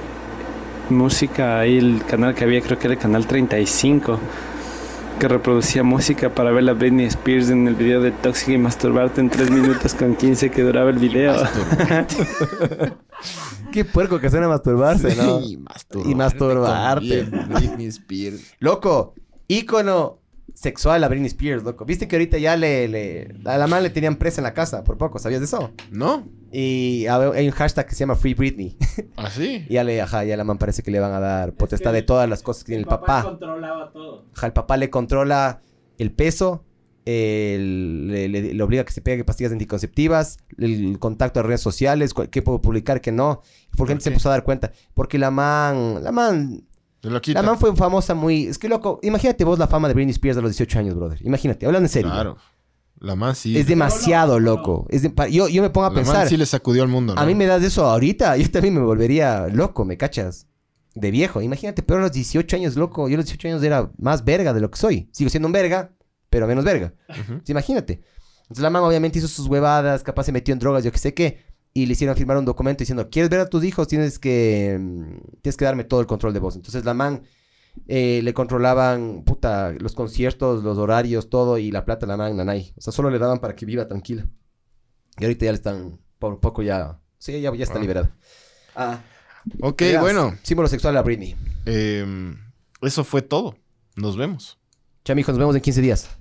Speaker 8: música, ahí el canal que había creo que era el canal 35 que reproducía música para ver a Britney Spears en el video de Toxic y masturbarte en 3 minutos con 15 que duraba el video.
Speaker 3: Qué puerco que suena masturbarse, ¿no?
Speaker 2: <laughs> Y masturbarte.
Speaker 3: Y masturbarte.
Speaker 2: con Britney Spears.
Speaker 3: Loco, ícono sexual a Britney Spears, loco. Viste que ahorita ya le... le- a la man le tenían presa en la casa, por poco. ¿Sabías de eso?
Speaker 2: ¿No?
Speaker 3: Y a ver, hay un hashtag que se llama Free Britney.
Speaker 2: ¿Así?
Speaker 3: y ya le... Ajá, ya la man parece que le van a dar potestad
Speaker 4: que
Speaker 3: de todas las cosas que tiene
Speaker 4: mi
Speaker 3: el papá.
Speaker 4: controlaba todo.
Speaker 3: Ajá, el papá le controla el peso, el- le, le- le obliga a que se pegue pastillas anticonceptivas, el contacto a redes sociales, cu- qué puedo publicar, qué no. Porque gente se empezó a dar cuenta. Porque la man, la man,
Speaker 2: Te lo
Speaker 3: la
Speaker 2: quita.
Speaker 3: man fue famosa muy... Es que loco, imagínate vos la fama de Britney Spears a los 18 años, brother. Imagínate, hablando en serio.
Speaker 2: Claro. La man sí.
Speaker 3: Es demasiado loco. Es de- pa- yo, yo me pongo a
Speaker 2: la man
Speaker 3: pensar,
Speaker 2: sí le sacudió al mundo, ¿no?
Speaker 3: a mí me das eso ahorita, <laughs> yo también me volvería loco, ¿me cachas? De viejo. Imagínate, pero a los 18 años, loco. Yo a los 18 años era más verga de lo que soy. Sigo siendo un verga, pero menos verga.
Speaker 2: Ujú.
Speaker 3: Sí, imagínate. Entonces la mamá obviamente hizo sus huevadas, capaz se metió en drogas, yo qué sé qué. Y le hicieron firmar un documento diciendo, ¿quieres ver a tus hijos? Tienes que, mm, tienes que darme todo el control de vos. Entonces la man eh, le controlaban, puta, los conciertos, los horarios, todo. Y la plata la man, nanay. O sea, solo le daban para que viva tranquila. Y ahorita ya le están, por poco ya... Sí, ya, ya está
Speaker 2: Ah.
Speaker 3: liberada. Ah,
Speaker 2: Ok,
Speaker 3: verás,
Speaker 2: bueno.
Speaker 3: Símbolo sexual a Britney.
Speaker 2: Eh, eso fue todo. Nos vemos.
Speaker 3: Chamijo, nos vemos en 15 días.